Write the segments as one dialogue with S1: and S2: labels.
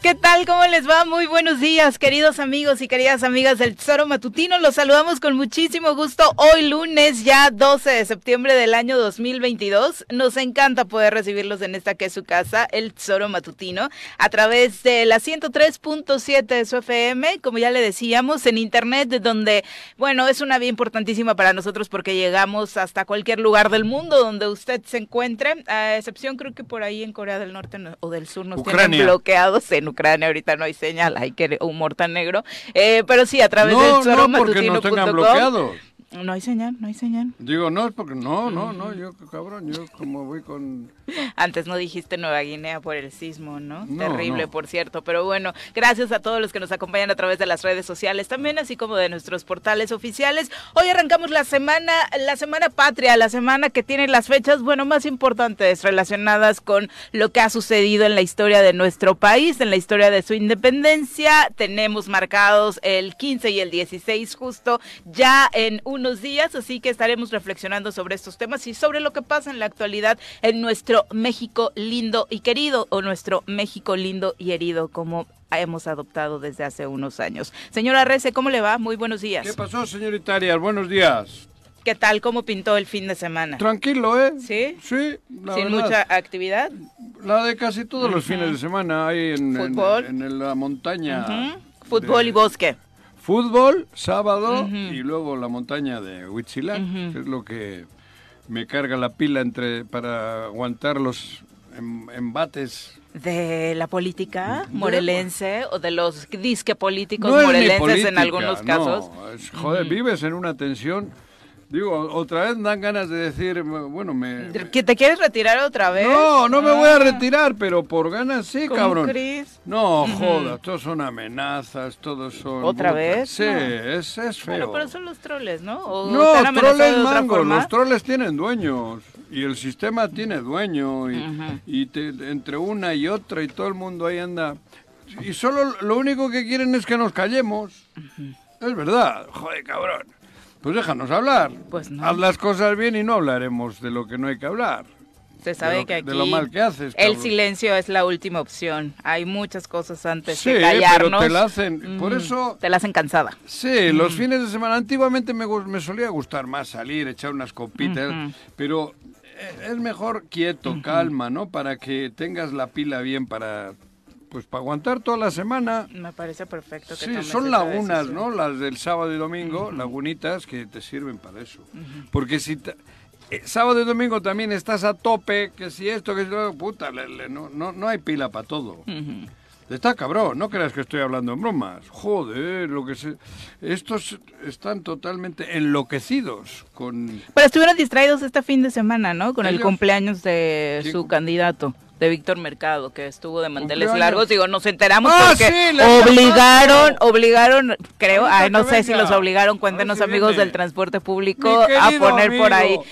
S1: ¿Qué tal? ¿Cómo les va? Muy buenos días, queridos amigos y queridas amigas del Tesoro Matutino. Los saludamos con muchísimo gusto hoy lunes, ya 12 de septiembre del año 2022. Nos encanta poder recibirlos en esta que es su casa, el Tesoro Matutino, a través de la 103.7 de su FM, como ya le decíamos, en internet, donde, bueno, es una vía importantísima para nosotros porque llegamos hasta cualquier lugar del mundo donde usted se encuentre, a excepción creo que por ahí en Corea del Norte no, o del Sur nos
S2: Ucrania.
S1: tienen bloqueados en Ucrania ahorita no hay señal, hay que humor tan negro. Eh, pero sí, a través del
S2: No,
S1: zorro
S2: no, porque nos tengan bloqueados.
S1: No hay señal, no hay señal.
S2: Digo, no, es porque no, no,
S1: Mm.
S2: no, yo cabrón, yo como voy con...
S1: Antes no dijiste Nueva Guinea por el sismo, ¿no?
S2: No,
S1: Terrible,
S2: no.
S1: por cierto. Pero bueno, gracias a todos los que nos acompañan a través de las redes sociales, también así como de nuestros portales oficiales. Hoy arrancamos la semana, la semana patria, la semana que tiene las fechas, bueno, más importantes relacionadas con lo que ha sucedido en la historia de nuestro país, en la historia de su independencia. Tenemos marcados el 15 y el 16 justo ya en unos días, así que estaremos reflexionando sobre estos temas y sobre lo que pasa en la actualidad en nuestro México lindo y querido o nuestro México lindo y herido como hemos adoptado desde hace unos años. Señora Rece, ¿cómo le va? Muy buenos días.
S2: ¿Qué pasó, señorita Arias? Buenos días.
S1: ¿Qué tal? ¿Cómo pintó el fin de semana?
S2: Tranquilo, ¿eh?
S1: ¿Sí?
S2: Sí, la
S1: ¿Sin
S2: verdad.
S1: mucha actividad?
S2: La de casi todos los fines de semana ahí en, en-
S1: Fútbol.
S2: en, la montaña.
S1: Ujú. Fútbol
S2: de-
S1: y bosque.
S2: Fútbol, sábado, y luego la montaña de Huitzilac,
S1: Ujú.
S2: que es lo que me carga la pila entre para aguantar los em- embates
S1: de la política
S2: De-
S1: morelense o de los disque políticos
S2: es ni
S1: morelenses en
S2: política,
S1: algunos casos.
S2: no. Es- joder, vives en una tensión. Digo, otra vez dan ganas de decir, bueno, me... me-
S1: ¿Que te quieres retirar otra vez?
S2: No, no me
S1: Ah,
S2: voy a retirar, pero por ganas sí,
S1: ¿cómo
S2: cabrón.
S1: crees?
S2: No, jodas, todos son amenazas, todos son...
S1: ¿Otra
S2: puta,
S1: vez?
S2: Sí,
S1: No.
S2: es, es feo.
S1: Bueno, pero son los troles, ¿no? ¿O están
S2: No,
S1: amenazados
S2: troles
S1: de otra
S2: mango,
S1: forma?
S2: los troles tienen dueños y el sistema tiene dueño y, y te- entre una y otra y todo el mundo ahí anda. Y solo lo único que quieren es que nos callemos. Es verdad, joder cabrón. Pues déjanos hablar.
S1: Pues no.
S2: Haz las cosas bien y no hablaremos de lo que no hay que hablar.
S1: Se sabe
S2: lo-
S1: que aquí
S2: de lo mal que haces,
S1: el
S2: cabrón.
S1: silencio es la última opción. Hay muchas cosas antes
S2: Sí,
S1: que
S2: pero
S1: callarnos.
S2: te la hacen. Por
S1: Mm,
S2: eso
S1: Te la hacen cansada.
S2: Sí,
S1: Mm.
S2: los fines de semana. Antiguamente me, gus- me solía gustar más salir, echar unas copitas, pero e- es mejor quieto, calma, ¿no? Para que tengas la pila bien para, pues, para aguantar toda la semana.
S1: Me parece perfecto que
S2: Sí,
S1: tomes
S2: son
S1: esa
S2: lagunas,
S1: decisión.
S2: ¿no? Las del sábado y domingo, lagunitas que te sirven para eso. Porque si ta- eh, sábado y domingo también estás a tope, que si esto, que si lo, puta, le- le- no, no, no hay pila para todo. Está cabrón, no creas que estoy hablando en bromas. Joder, lo que se... Estos están totalmente enloquecidos con...
S1: Pero estuvieron distraídos este fin de semana, ¿no? Con el
S2: Ellos-
S1: cumpleaños de
S2: Sí,
S1: su
S2: cum-
S1: candidato, de Víctor Mercado, que estuvo de manteles
S2: Cumpleaños.
S1: largos. Digo, nos enteramos
S2: ¡Ah,
S1: porque
S2: sí, le
S1: obligaron,
S2: llamaron!
S1: obligaron, creo,
S2: Ahorita
S1: ay, no
S2: que
S1: sé si
S2: venga.
S1: los obligaron,
S2: A ver
S1: cuéntenos
S2: si
S1: amigos
S2: viene.
S1: del transporte
S2: Mi
S1: público a
S2: querido
S1: poner por ahí.
S2: amigo,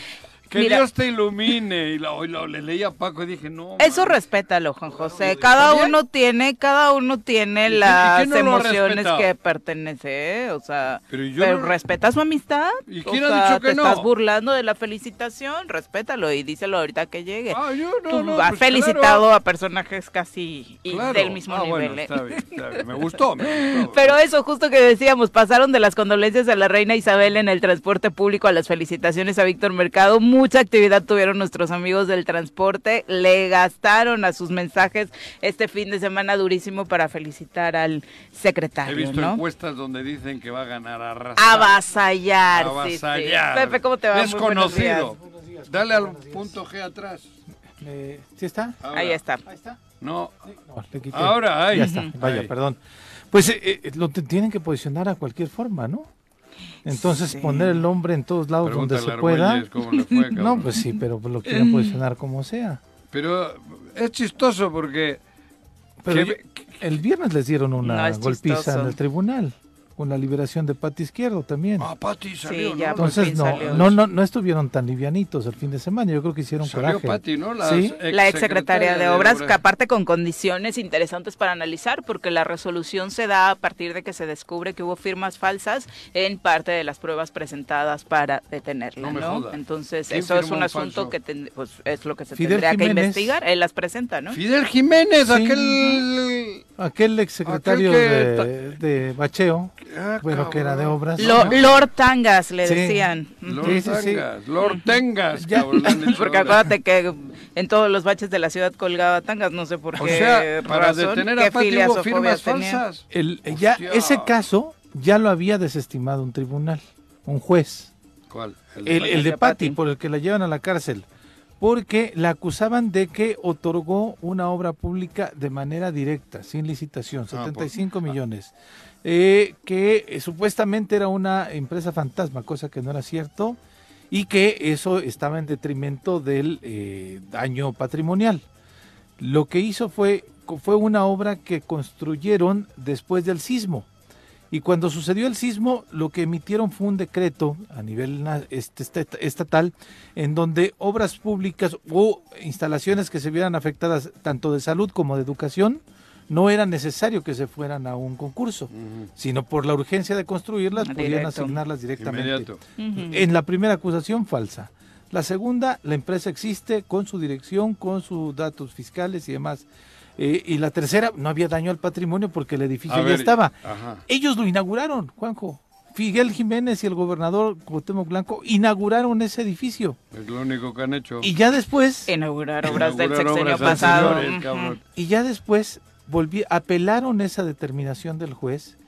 S2: Que
S1: Mira.
S2: Dios te ilumine. Y lo, y lo- le leí a Paco y dije, no.
S1: Eso
S2: man.
S1: respétalo, Juan José. Cada
S2: ¿También?
S1: uno tiene, cada uno tiene
S2: ¿Y qué- y
S1: las
S2: quién no lo
S1: emociones
S2: respeta?
S1: que pertenece, ¿eh? o sea,
S2: Pero
S1: pero,
S2: yo no-
S1: respeta su amistad.
S2: ¿Y
S1: O
S2: quién ha
S1: sea,
S2: dicho que
S1: te
S2: no?
S1: estás burlando de la felicitación, respétalo y díselo ahorita que llegue.
S2: Ah, yo no,
S1: Tú
S2: no,
S1: has
S2: pues
S1: felicitado
S2: claro.
S1: a personajes casi y
S2: Claro.
S1: del mismo
S2: Ah,
S1: nivel.
S2: bueno,
S1: ¿eh?
S2: está bien, está bien. Me gustó, me gustó.
S1: Pero eso, justo que decíamos, pasaron de las condolencias a la reina Isabel en el transporte público a las felicitaciones a Víctor Mercado. Mucha actividad tuvieron nuestros amigos del transporte. Le gastaron a sus mensajes este fin de semana durísimo para felicitar al
S2: He
S1: secretario,
S2: visto
S1: ¿no?
S2: encuestas donde dicen que va a ganar a
S1: Avasallar, sí, sí.
S2: Avasallar.
S1: Pepe, ¿cómo te va? Muy buenos
S2: Desconocido.
S1: días.
S2: Dale al punto G atrás.
S3: Eh, ¿Sí está?
S2: Ahora.
S1: Ahí está.
S3: Ahí está.
S2: No,
S3: No, le quité.
S2: ahora ahí.
S3: Ya está. Vaya,
S2: Ahí.
S3: perdón. Pues eh, eh, lo te- tienen que posicionar a cualquier forma, ¿no? Entonces
S1: Sí.
S3: poner el nombre en todos lados
S2: Pregúntale
S3: donde
S2: a
S3: se pueda.
S2: Argüelles cómo le fue, cabrón.
S3: No, pues sí, pero lo
S1: Mm.
S3: quieren posicionar como sea.
S2: Pero es chistoso porque
S3: Pero
S2: ¿Qué-
S3: yo- el viernes les dieron
S1: No,
S3: una
S1: es
S3: golpiza
S1: chistoso.
S3: en el tribunal con la liberación de Pati Izquierdo también.
S2: ah, Pati salió,
S1: ya,
S2: ¿no?
S1: por
S3: Entonces
S1: fin
S3: no,
S1: salió.
S3: no, no, no estuvieron tan livianitos el fin de semana. Yo creo que hicieron
S2: Salió
S3: coraje.
S2: Pati, ¿no? La
S3: Sí.
S1: La exsecretaria de Obras, que
S2: capaz
S1: aparte con condiciones interesantes para analizar, porque la resolución se da a partir de que se descubre que hubo firmas falsas en parte de las pruebas presentadas para detenerla,
S2: No
S1: ¿no?
S2: me jodas.
S1: Entonces,
S2: ¿Quién
S1: eso es
S2: firmó
S1: un
S2: un
S1: asunto
S2: falso?
S1: que ten- pues, es lo que se
S3: Fidel
S1: tendría que
S3: Jiménez.
S1: investigar. Él las presenta, ¿no?
S2: Fidel Jiménez,
S3: Sí.
S2: aquel
S3: Aquel exsecretario
S2: Aquel que
S3: de, de Bacheo,
S2: Ah,
S3: bueno, que era de
S2: cabrón.
S3: obras.
S1: Lo-
S3: ¿no?
S1: Lord Tangas le
S3: Sí.
S1: decían.
S2: Lord
S3: Sí, sí, sí.
S2: Tengas, Lord Tengas,
S3: Ya.
S2: cabrón, le han dicho
S1: Porque
S2: ahora.
S1: acuérdate que en todos los baches de la ciudad colgaba tangas, no sé por qué.
S2: O sea, para
S1: razón,
S2: detener
S1: qué
S2: a Pati
S1: filias
S2: hubo
S1: o
S2: firmas
S1: fobias tenía.
S2: falsas.
S3: El- ya,
S2: Hostia.
S3: ese caso ya lo había desestimado un tribunal, un juez.
S2: ¿Cuál? El,
S3: El,
S1: Patti.
S3: el
S1: El
S3: de
S1: de
S3: Patti,
S1: Patti.
S3: por el que la llevan a la cárcel. Porque la acusaban de que otorgó una obra pública de manera directa, sin licitación,
S2: Ah, por-
S3: 75 millones. Eh, que eh, supuestamente era una empresa fantasma, cosa que no era cierto. Y que eso estaba en detrimento del eh, daño patrimonial. Lo que hizo fue, fue una obra que construyeron después del sismo. Y cuando sucedió el sismo, lo que emitieron fue un decreto a nivel na- este- este- estatal en donde obras públicas o instalaciones que se vieran afectadas tanto de salud como de educación no era necesario que se fueran a un concurso,
S2: Ujú.
S3: sino por la urgencia de construirlas podían
S1: Directo.
S3: asignarlas directamente.
S2: Inmediato.
S1: Ujú.
S3: En la primera acusación falsa. La segunda, la empresa existe con su dirección, con sus datos fiscales y demás. Eh, y la tercera, no había daño al patrimonio porque el edificio
S2: A
S3: ya
S2: ver, ah.
S3: estaba.
S2: Ajá.
S3: Ellos lo inauguraron, Juanjo. Figuel Jiménez y el gobernador Cuauhtémoc Blanco inauguraron ese edificio.
S2: Es lo único que han hecho.
S3: Y ya después,
S1: Inaugurar obras del
S2: Inaugurar
S1: sexenio
S2: obras
S1: pasado.
S2: anteriores,
S1: Ujú.
S2: cabrón.
S3: y ya después volví, apelaron esa determinación del juez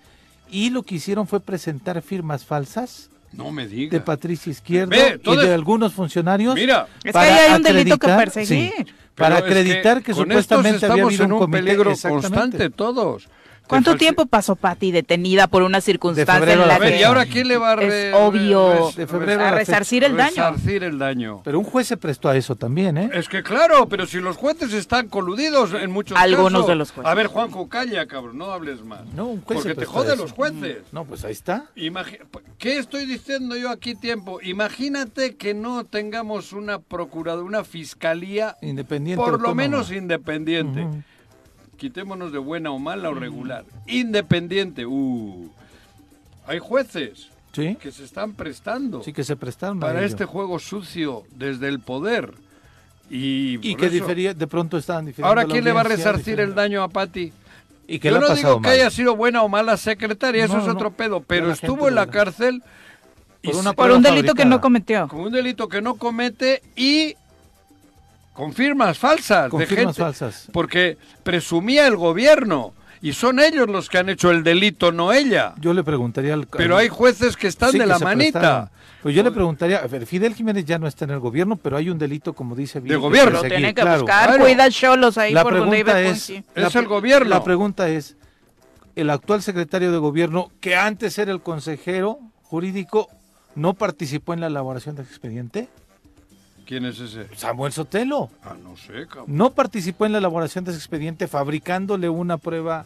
S3: y lo que hicieron fue presentar firmas falsas
S2: No me digas.
S3: de Patricia Izquierdo
S2: Ve,
S3: y
S2: todo es-
S3: de algunos funcionarios
S2: Mira,
S1: Es que
S3: para
S1: ahí hay un delito que
S3: acreditar- sí,
S1: perseguir.
S3: para
S2: pero es
S3: acreditar que,
S2: con estos
S3: supuestamente había
S2: estamos
S3: habido
S2: en un,
S3: comité-
S2: peligro
S3: exactamente.
S2: constante todos.
S1: ¿Cuánto
S2: Te falsi-
S1: tiempo pasó Pati detenida por una circunstancia
S3: febrero
S1: en
S3: a
S1: la
S2: A ver,
S1: que
S2: ¿y ahora quién le va a
S1: Es
S2: re-
S1: obvio.
S2: res-
S3: De febrero
S1: a
S3: la
S1: resarcir el daño?
S2: resarcir el daño?
S3: Pero un juez se prestó a eso también, ¿eh?
S2: Es que claro, pero si los jueces están coludidos en muchos
S1: Algunos
S2: casos.
S1: de los jueces.
S2: A ver, Juanjo, calla, cabrón, no hables más.
S3: No, un juez se
S2: Porque te
S3: prestó
S2: joden
S3: eso.
S2: los jueces.
S3: No, pues ahí está.
S2: Imagi- ¿Qué estoy diciendo yo aquí tiempo? Imagínate que no tengamos una procuraduría, una fiscalía
S3: Independiente.
S2: por lo
S3: autónoma.
S2: menos independiente.
S3: Ujú.
S2: Quitémonos de buena o mala o regular. Independiente. Uh. Hay jueces
S3: Sí,
S2: que se están prestando
S3: sí que se prestaron a
S2: para
S3: ello.
S2: este juego sucio desde el poder. Y,
S3: Y
S2: por
S3: que
S2: eso-
S3: difería, de pronto estaban diferentes.
S2: Ahora, ¿quién le va a resarcir el daño a Patti?
S3: Y que
S2: Yo
S3: le ha
S2: no
S3: pasado
S2: digo que
S3: mal.
S2: haya sido buena o mala secretaria, eso
S3: No,
S2: es
S3: no,
S2: otro
S3: no.
S2: pedo,
S3: Ya
S2: pero
S3: la gente
S2: estuvo
S3: lo
S2: en la
S3: verá.
S2: cárcel y
S3: Por una
S2: se-
S1: por un
S3: prueba
S1: delito que no
S3: fabricada.
S1: cometió.
S2: con un delito que no comete y con firmas falsas
S3: Con
S2: de
S3: firmas
S2: gente,
S3: falsas.
S2: porque presumía el gobierno y son ellos los que han hecho el delito, no ella.
S3: Yo le preguntaría al.
S2: Pero hay jueces que están
S3: Sí,
S2: de
S3: que
S2: la
S3: se
S2: manita.
S3: prestaron. Pues yo le preguntaría, a ver, Fidel Jiménez ya no está en el gobierno, pero hay un delito, como dice bien, que
S2: gobierno.
S1: Lo
S2: Seguir,
S3: perseguir,
S1: tienen que
S3: claro.
S1: buscar.
S2: claro.
S1: Cuida cholos ahí
S3: La
S1: por donde iba
S3: pregunta
S1: el
S3: es,
S1: Ponzi.
S2: Es
S3: la
S2: el
S3: pre-
S2: gobierno.
S3: La pregunta es, el actual secretario de gobierno, que antes era el consejero jurídico, ¿no participó en la elaboración del expediente?
S2: ¿Quién es ese?
S3: Samuel Sotelo
S2: Ah, no sé, cabrón.
S3: no participó en la elaboración de ese expediente fabricándole una prueba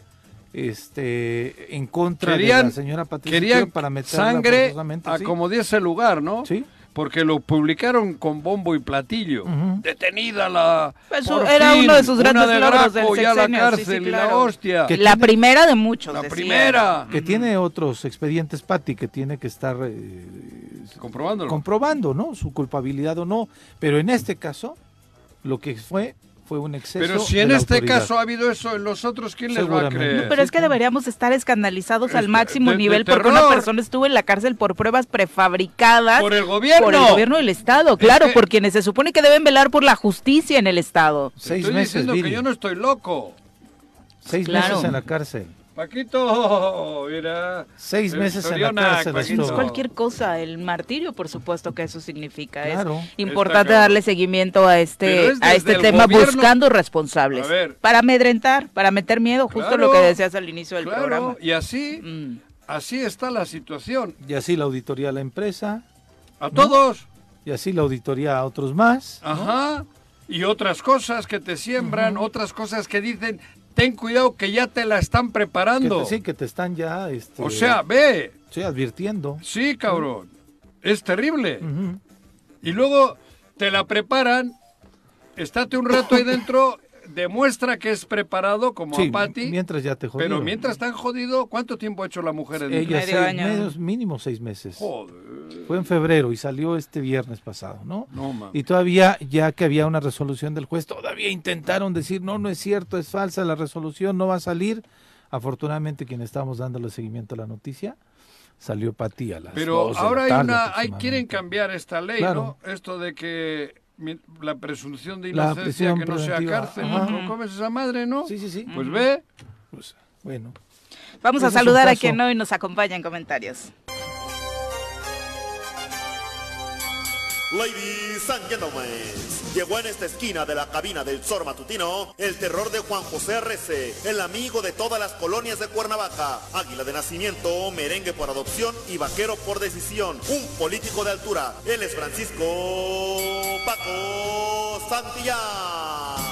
S3: este en contra de
S2: Querían-
S3: la señora Patricia
S2: Querían
S3: para meterla
S2: sangre
S3: forzosamente,
S2: a
S3: sí.
S2: como diese lugar, ¿no?
S3: Sí.
S2: Porque lo publicaron con bombo y platillo.
S3: Ujú.
S2: Detenida la.
S1: Pues,
S2: por
S1: era
S2: fin,
S1: uno de sus
S2: una
S1: grandes
S2: de
S1: logros del
S2: Graco, ya la
S1: sexenio, sí,
S2: cárcel
S1: sí,
S2: y la
S1: claro.
S2: hostia.
S3: Que
S1: La
S3: tiene-
S1: primera de muchos.
S2: La
S1: decían.
S2: primera.
S3: que tiene otros expedientes Patti que tiene que estar eh,
S2: Comprobándolo.
S3: comprobando, ¿no? Su culpabilidad o no, pero en este caso lo que fue fue un exceso.
S2: Pero si
S3: de
S2: en
S3: la
S2: este
S3: autoridad.
S2: caso ha habido eso, en los otros, ¿quién les va a
S3: Seguramente.
S2: creer?
S3: No,
S1: Pero
S3: Sí,
S1: es que
S3: claro.
S1: deberíamos estar escandalizados al
S2: Este,
S1: máximo
S2: de- de
S1: nivel porque una
S2: terror.
S1: persona estuvo en la cárcel por pruebas prefabricadas
S2: por el gobierno.
S1: por el gobierno del Estado, claro,
S2: que-
S1: por quienes se supone que deben velar por la justicia en el Estado.
S2: Te
S3: seis
S2: Estoy
S3: meses,
S2: diciendo
S3: Viri,
S2: que yo no estoy loco.
S3: seis
S1: Claro.
S3: meses en la cárcel.
S2: Paquito, mira.
S3: Seis
S2: Eh,
S3: meses en la
S2: Soriana,
S3: cárcel
S1: Es
S2: Paquito.
S3: estuvo.
S1: cualquier cosa, el martirio, por supuesto que eso significa.
S3: Claro.
S1: Es importante
S2: Está cabrón.
S1: darle seguimiento a
S2: Pero
S1: este,
S2: es
S1: a
S2: desde
S1: este
S2: el
S1: tema
S2: gobierno.
S1: buscando responsables.
S2: A ver.
S1: Para amedrentar, para meter miedo, justo lo que
S2: Claro,
S1: decías al inicio del
S2: Claro,
S1: programa.
S2: y así,
S1: Mm.
S2: así está la situación.
S3: Y así la auditoría a la empresa,
S2: A todos,
S3: y así la auditoría a otros más.
S2: ajá. Y otras cosas que te siembran, otras cosas que dicen, ten cuidado que ya te la están
S3: Que
S2: preparando.
S3: te- sí, que te están ya este,
S2: O sea, ve,
S3: sí, advirtiendo.
S2: sí, cabrón. Es terrible.
S3: Ujú.
S2: Y luego te la preparan, estate un rato ahí dentro demuestra que es preparado como
S3: Sí,
S2: a Patty.
S3: mientras ya te jodieron.
S2: Pero mientras tan jodido, ¿cuánto tiempo ha hecho la mujer en
S3: Ella
S1: Medio
S3: seis
S1: año.
S3: meses, mínimo seis meses.
S2: Joder.
S3: Fue en febrero y salió este viernes pasado, ¿no?
S2: No, mames.
S3: Y todavía, ya que había una resolución del juez, todavía intentaron decir, no, no es cierto, es falsa, la resolución no va a salir. Afortunadamente, quien estábamos dándole seguimiento a la noticia, salió Pati a las
S2: Pero
S3: dos de la
S2: ahora hay
S3: tarde
S2: una, hay,
S3: aproximadamente.
S2: quieren cambiar esta ley,
S3: Claro.
S2: ¿no? Esto de que mi- la presunción de
S3: La
S2: inocencia
S3: prisión
S2: que no sea
S3: preventiva,
S2: cárcel,
S3: ajá.
S2: ¿no? comes esa madre, no?
S3: Sí, sí, sí.
S2: Pues ve,
S3: Pues, bueno.
S1: Vamos
S3: Ese
S1: a
S3: es un
S1: saludar a
S3: caso.
S1: quien hoy nos acompaña en comentarios.
S4: Ladies and gentlemen, llegó en esta esquina de la cabina del Zor Matutino el terror de Juan José R.C., el amigo de todas las colonias de Cuernavaca, águila de nacimiento, merengue por adopción y vaquero por decisión, un político de altura. Él es Francisco Paco Santillán.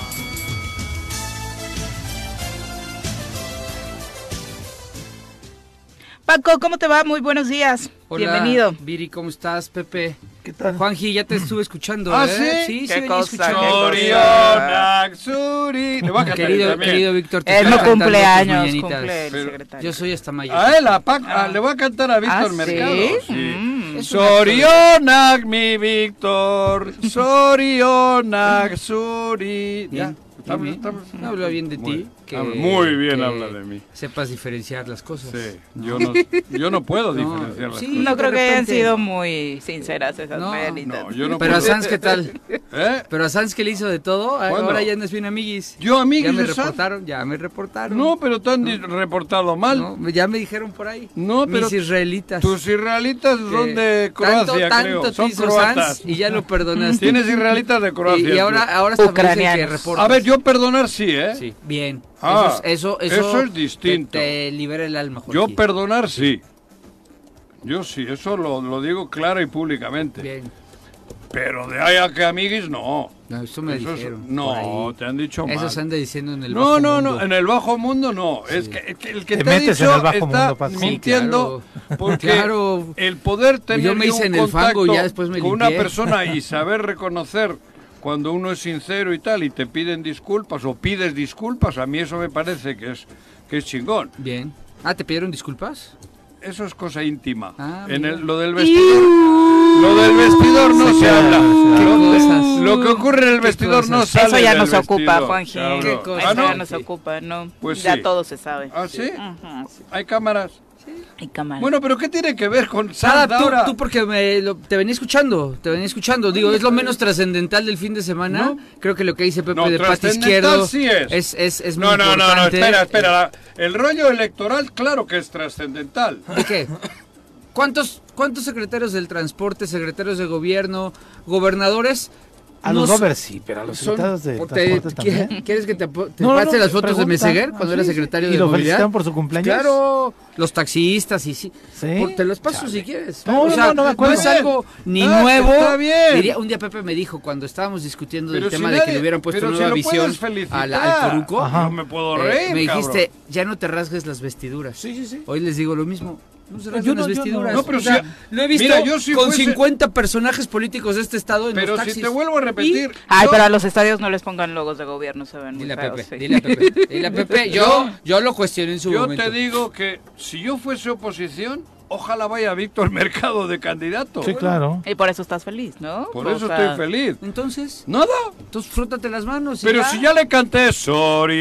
S1: Paco, ¿cómo te va? Muy buenos días.
S5: Hola,
S1: Bienvenido.
S5: Viri, ¿cómo estás, Pepe?
S3: ¿Qué tal?
S5: Juanji, ya te estuve escuchando.
S2: ¿Ah,
S5: ¿eh?
S2: sí?
S5: Sí,
S1: Qué
S5: sí, venía
S1: cosa,
S5: escuchando.
S1: qué
S2: Oriona, Xuri. Le va a cantar él
S5: Querido,
S2: también.
S5: querido Víctor, te
S1: Él
S5: está
S1: no
S5: cantando
S1: cumple
S5: tus
S1: años,
S5: mañanitas. Ah.
S1: cumple el
S2: Pero-
S1: secretario. ¿Ah,
S5: Yo soy hasta mayor.
S2: A él, a Pac- a- le va a cantar a Víctor
S1: ¿sí?
S2: Mercado.
S1: Mm.
S5: Es un
S2: Sorionak, mi Víctor. Sorionak, Suri.
S5: Bien,
S2: estamos-
S5: bien.
S2: estamos-
S5: No habla bien de
S2: Muy
S5: ti.
S2: bien.
S5: que-
S2: Habla- muy bien
S5: que
S2: habla de mí.
S5: Sepas diferenciar las cosas.
S2: Sí, yo no, yo no puedo diferenciar las
S5: sí.
S2: cosas.
S1: No
S5: de
S1: creo que hayan
S5: repente-
S1: sido muy sinceras esas
S5: No,
S1: mañanitas.
S2: no, yo no
S5: Pero a
S2: puedo.
S5: Sanz, ¿qué tal?
S2: ¿Eh?
S5: Pero a Sanz, que le hizo de todo? a-
S2: ¿Cuándo?
S5: Ahora ya no es bien amiguis.
S2: Yo, amiguis
S5: Ya me
S2: de Sanz.
S5: reportaron, ya me reportaron.
S2: No, pero te han di- reportado mal.
S5: No, ya me dijeron por ahí.
S2: No, pero
S5: Mis israelitas.
S2: Tus israelitas son de
S5: que
S2: Croacia,
S5: tanto,
S2: creo.
S5: tanto te
S2: son
S5: hizo
S2: croatas.
S5: Sanz y ya lo perdonaste.
S2: Tienes israelitas de Croacia.
S5: Y, y
S2: tú.
S5: ahora, ahora hasta me dicen que
S1: Ucranianos.
S5: reportas.
S2: A ver, yo perdonar sí, ¿eh?
S5: Sí, bien.
S2: Ah,
S5: eso, es- eso,
S2: eso es
S5: te-
S2: distinto.
S5: Te, libera el alma,
S2: Yo
S5: Joaquín.
S2: perdonar sí. Yo sí, eso lo, lo digo claro y públicamente.
S5: Bien.
S2: Pero de ahí a que amiguis, no.
S5: No, eso me
S2: Eso es-
S5: dijeron. por
S2: no,
S5: ahí.
S2: te han dicho mal.
S5: Eso se anda diciendo en el
S2: no,
S5: bajo
S2: no, no,
S5: mundo.
S2: en el bajo mundo no. Es que, es que el que te,
S3: Te
S2: ha
S3: metes en
S2: dicho
S3: el bajo
S2: está
S3: mundo, Paco. Sí,
S2: mintiendo
S5: claro.
S2: porque
S5: Claro. Pues
S2: el poder tener
S5: Yo me
S2: yo
S5: hice
S2: un
S5: en el fango y
S2: contacto
S5: ya después me
S2: con una
S5: limpié.
S2: persona y saber reconocer cuando uno es sincero y tal y te piden disculpas o pides disculpas, a mí eso me parece que es que es chingón.
S5: Bien. Ah, ¿te pidieron disculpas?
S2: Eso es cosa íntima.
S5: Ah,
S2: en
S5: mira.
S2: el- lo del vestidor. Lo del vestidor no se habla.
S5: Qué
S2: Lo, de-
S5: cosas.
S2: lo que ocurre en el
S5: Qué
S2: vestidor no
S5: cosas.
S2: sale.
S1: Eso ya
S2: del
S1: nos ocupa,
S2: vestidor,
S1: Juanji.
S2: cabrón.
S5: Qué cosa.
S1: Eso ya
S2: ¿Ah, no?
S1: nos ocupa, no.
S2: Pues
S1: ya
S2: sí.
S1: todo se sabe.
S2: ¿Ah, sí?
S1: Ujú, sí.
S2: Hay cámaras.
S1: Hay cámara.
S2: Bueno, pero ¿qué tiene que ver con
S5: Sara,
S2: Sara
S5: tú,
S2: ahora?
S5: tú porque me lo- te venía escuchando, te venía escuchando. Digo, es lo menos trascendental del fin de semana. Creo que lo que dice Pepe
S2: No,
S5: de Pati
S2: trascendental
S5: Izquierdo
S2: sí es.
S5: es, es, es muy
S2: no, no, no, no,
S5: importante. Eh,
S2: espera, espera. La- El rollo electoral, claro que es trascendental.
S5: ¿De qué? ¿Cuántos, ¿Cuántos secretarios del transporte, secretarios de gobierno, gobernadores?
S3: A
S5: no
S3: los
S5: son-
S3: gobers sí, pero a los
S5: son-
S3: invitados de
S5: o te-
S3: transporte
S5: ¿quie-
S3: también.
S5: ¿Quieres que te, apo- te
S3: No, no,
S5: pase
S3: no,
S5: las fotos de
S3: pregunta.
S5: Meseguer cuando
S3: Ah,
S5: era
S3: sí, sí.
S5: secretario
S3: ¿Y
S5: de
S3: lo
S5: movilidad?
S3: felicitan por su cumpleaños?
S5: Claro, los taxistas y sí.
S3: Sí.
S5: Por- te los paso si quieres.
S3: No,
S5: o
S3: no,
S5: sea,
S3: no, no me acuerdo. Ah,
S5: es algo ni
S2: Está-
S5: nuevo.
S2: está bien.
S5: Diría- un día Pepe me dijo cuando estábamos discutiendo del
S2: Pero
S5: tema
S2: si
S5: de que
S2: nadie-
S5: le hubieran puesto
S2: pero si
S5: nueva
S2: lo
S5: visión
S2: puedes felicitar.
S5: a la- al Coruco.
S3: Ajá.
S2: No me puedo
S5: eh,
S2: reír,
S5: me
S2: cabrón.
S5: dijiste, ya no te rasgues las vestiduras.
S3: Sí, sí, sí.
S5: Hoy les digo lo mismo. No se rasgan
S3: Yo no,
S5: las
S3: yo no.
S5: vestiduras.
S2: No, pero
S5: O sea,
S2: si-
S5: lo he visto
S2: mira, yo si
S5: con
S2: fuese-
S5: 50 personajes políticos de este estado en
S2: Pero
S5: los taxis.
S2: si te vuelvo a repetir.
S1: Ay,
S2: yo-
S1: pero a los estadios no les pongan logos de gobierno, se ven
S5: Y-
S1: muy
S5: Dile a
S1: feos,
S5: Pepe,
S1: sí.
S5: dile a Pepe, dile a Pepe. Yo, yo lo cuestioné en su
S2: Yo
S5: momento.
S2: te digo que si yo fuese oposición, ojalá vaya Víctor Mercado de candidato.
S3: Sí, claro.
S1: Y por eso estás feliz, ¿no?
S2: Por
S1: O
S2: eso
S1: sea,
S2: estoy feliz.
S5: Entonces,
S2: Nada.
S5: entonces frútate las manos. y
S2: Pero si ya le canté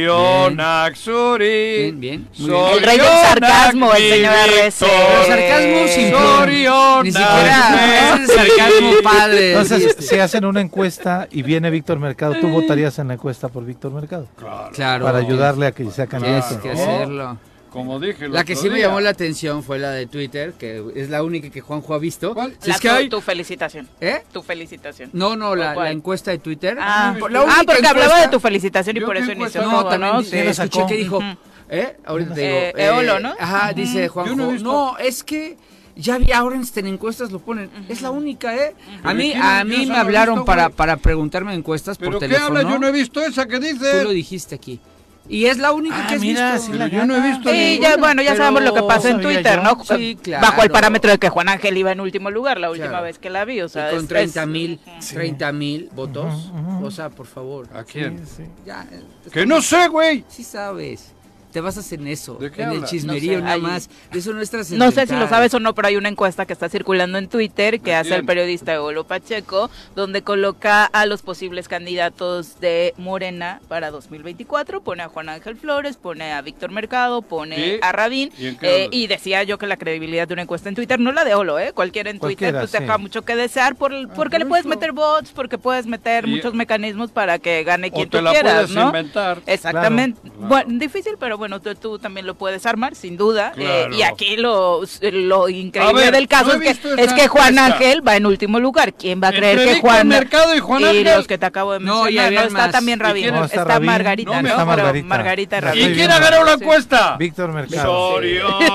S2: Sorionak, Suri.
S5: Bien, bien, muy bien.
S1: El rey del sarcasmo, el señor Arrece.
S5: Pero sarcasmo sin
S2: Sorionak,
S5: Ni siquiera
S2: mi
S5: es el sarcasmo
S2: Suri.
S5: padre.
S3: Entonces, si hacen una encuesta y viene Víctor Mercado, ¿tú votarías en la encuesta por Víctor Mercado?
S5: claro.
S3: Para ayudarle a que sea
S5: Tienes
S3: candidato.
S5: que
S2: Claro.
S5: hacerlo.
S2: Como dije, el
S5: La que
S2: otro
S5: sí me
S2: día.
S5: llamó la atención fue la de Twitter, que es la única que Juanjo ha visto.
S2: ¿Cuál?
S5: Si
S1: la-
S5: es que hay-
S1: Tu felicitación.
S5: ¿Eh?
S1: Tu felicitación.
S5: No, no, la,
S1: ¿Cuál?
S5: la encuesta de Twitter.
S1: Ah,
S5: Por- la única
S1: ah, porque hablaba
S5: encuesta-
S1: de tu felicitación y
S2: Yo
S1: por
S2: qué
S1: eso
S2: encuesta-
S1: inició.
S5: No,
S1: todo,
S5: también
S1: ¿no?
S5: di-
S1: Sí.
S3: la sacó?
S5: escuché que dijo,
S1: Ujú.
S5: ¿eh? Ahorita te digo.
S1: Eh, Eolo, ¿no?
S5: Ajá, dice
S2: Yo
S5: Juanjo.
S2: no he
S5: No,
S2: visto.
S5: es que ya vi ahora en en encuestas lo ponen. Es la única, ¿eh?
S2: Pero
S5: A mí,
S2: es que
S5: a
S2: yo
S5: mí
S2: esa
S5: me
S2: no he
S5: hablaron
S2: visto,
S5: para,
S2: güey.
S5: para preguntarme encuestas
S2: ¿Pero
S5: por
S2: qué
S5: teléfono.
S2: habla? Yo no he visto esa que
S5: Tú lo
S2: dice.
S5: dijiste aquí. Y es la
S3: Ah,
S5: única que has
S3: mira,
S5: visto.
S3: sí
S2: Pero
S3: la
S2: yo no he
S3: gana.
S2: visto
S1: Sí,
S2: ninguna.
S1: Eh, ya, bueno, ya
S5: Pero
S1: sabemos lo que pasó en
S3: sabía
S1: Twitter,
S3: yo.
S1: ¿no?
S5: Sí, claro.
S1: Bajo el parámetro de que Juan Ángel iba en último lugar la última
S5: Claro.
S1: vez que la vi, o sea,
S5: Y
S1: es-
S5: con
S1: es-
S5: 30 mil,
S3: Sí.
S5: 30 mil votos.
S3: Ujú, ujú.
S5: O sea, por favor.
S2: ¿A quién?
S3: Sí, sí.
S5: Ya, eh,
S2: Que no sé, güey.
S5: Sí sabes. Te basas en eso.
S2: ¿De qué
S5: en el
S2: hablas?
S5: chismerío
S1: No sé,
S5: nada
S1: ahí-
S5: más. Eso no
S1: No
S5: es trascendental.
S1: sé si lo sabes o no, pero hay una encuesta que está circulando en Twitter que
S2: ¿De
S1: hace el
S2: quién?
S1: periodista Egolo Pacheco, donde coloca a los posibles candidatos de Morena para 2024. Pone a Juan Ángel Flores, pone a Víctor Mercado, pone
S2: Sí.
S1: a Rabín.
S2: ¿Y
S1: eh,
S2: en
S1: ¿Y,
S2: qué orden?
S1: decía yo que la credibilidad de una encuesta en Twitter, no la de Olo, ¿eh? Cualquiera en Twitter
S3: Cualquiera,
S1: pues, deja
S3: sí.
S1: mucho que desear por, porque
S2: por
S1: le puedes
S2: eso.
S1: meter bots, porque puedes meter
S2: Y-
S1: muchos mecanismos para que gane
S2: O
S1: quien
S2: te
S1: tú
S2: la
S1: quieras,
S2: puedes
S1: ¿no?
S2: inventar.
S1: Exactamente.
S2: Claro.
S1: Bueno, difícil, pero bueno, tú, tú también lo puedes armar, sin duda.
S2: Claro.
S1: Eh, y aquí lo, lo
S2: A
S1: increíble
S2: ver,
S1: del caso
S2: no he
S1: es
S2: visto
S1: que, es
S2: esa
S1: que Juan
S2: encuesta.
S1: Ángel va en último lugar. ¿Quién va a
S2: Entre
S1: creer que
S2: Víctor
S1: Juan
S2: Mercado y Juan Ángel.
S1: los que te acabo de
S5: No, y
S1: mencionar. No,
S5: habían
S1: está
S5: más.
S1: también
S5: ¿Y
S1: Rabín.
S5: quién
S1: está,
S3: está Rabín?
S1: Margarita.
S2: No,
S1: No,
S2: está
S1: Pero
S3: Margarita.
S1: Margarita
S3: ¿Y
S1: Rabín.
S2: ¿Y quién ha ganado la encuesta?
S3: Víctor Mercado.
S2: Soriona,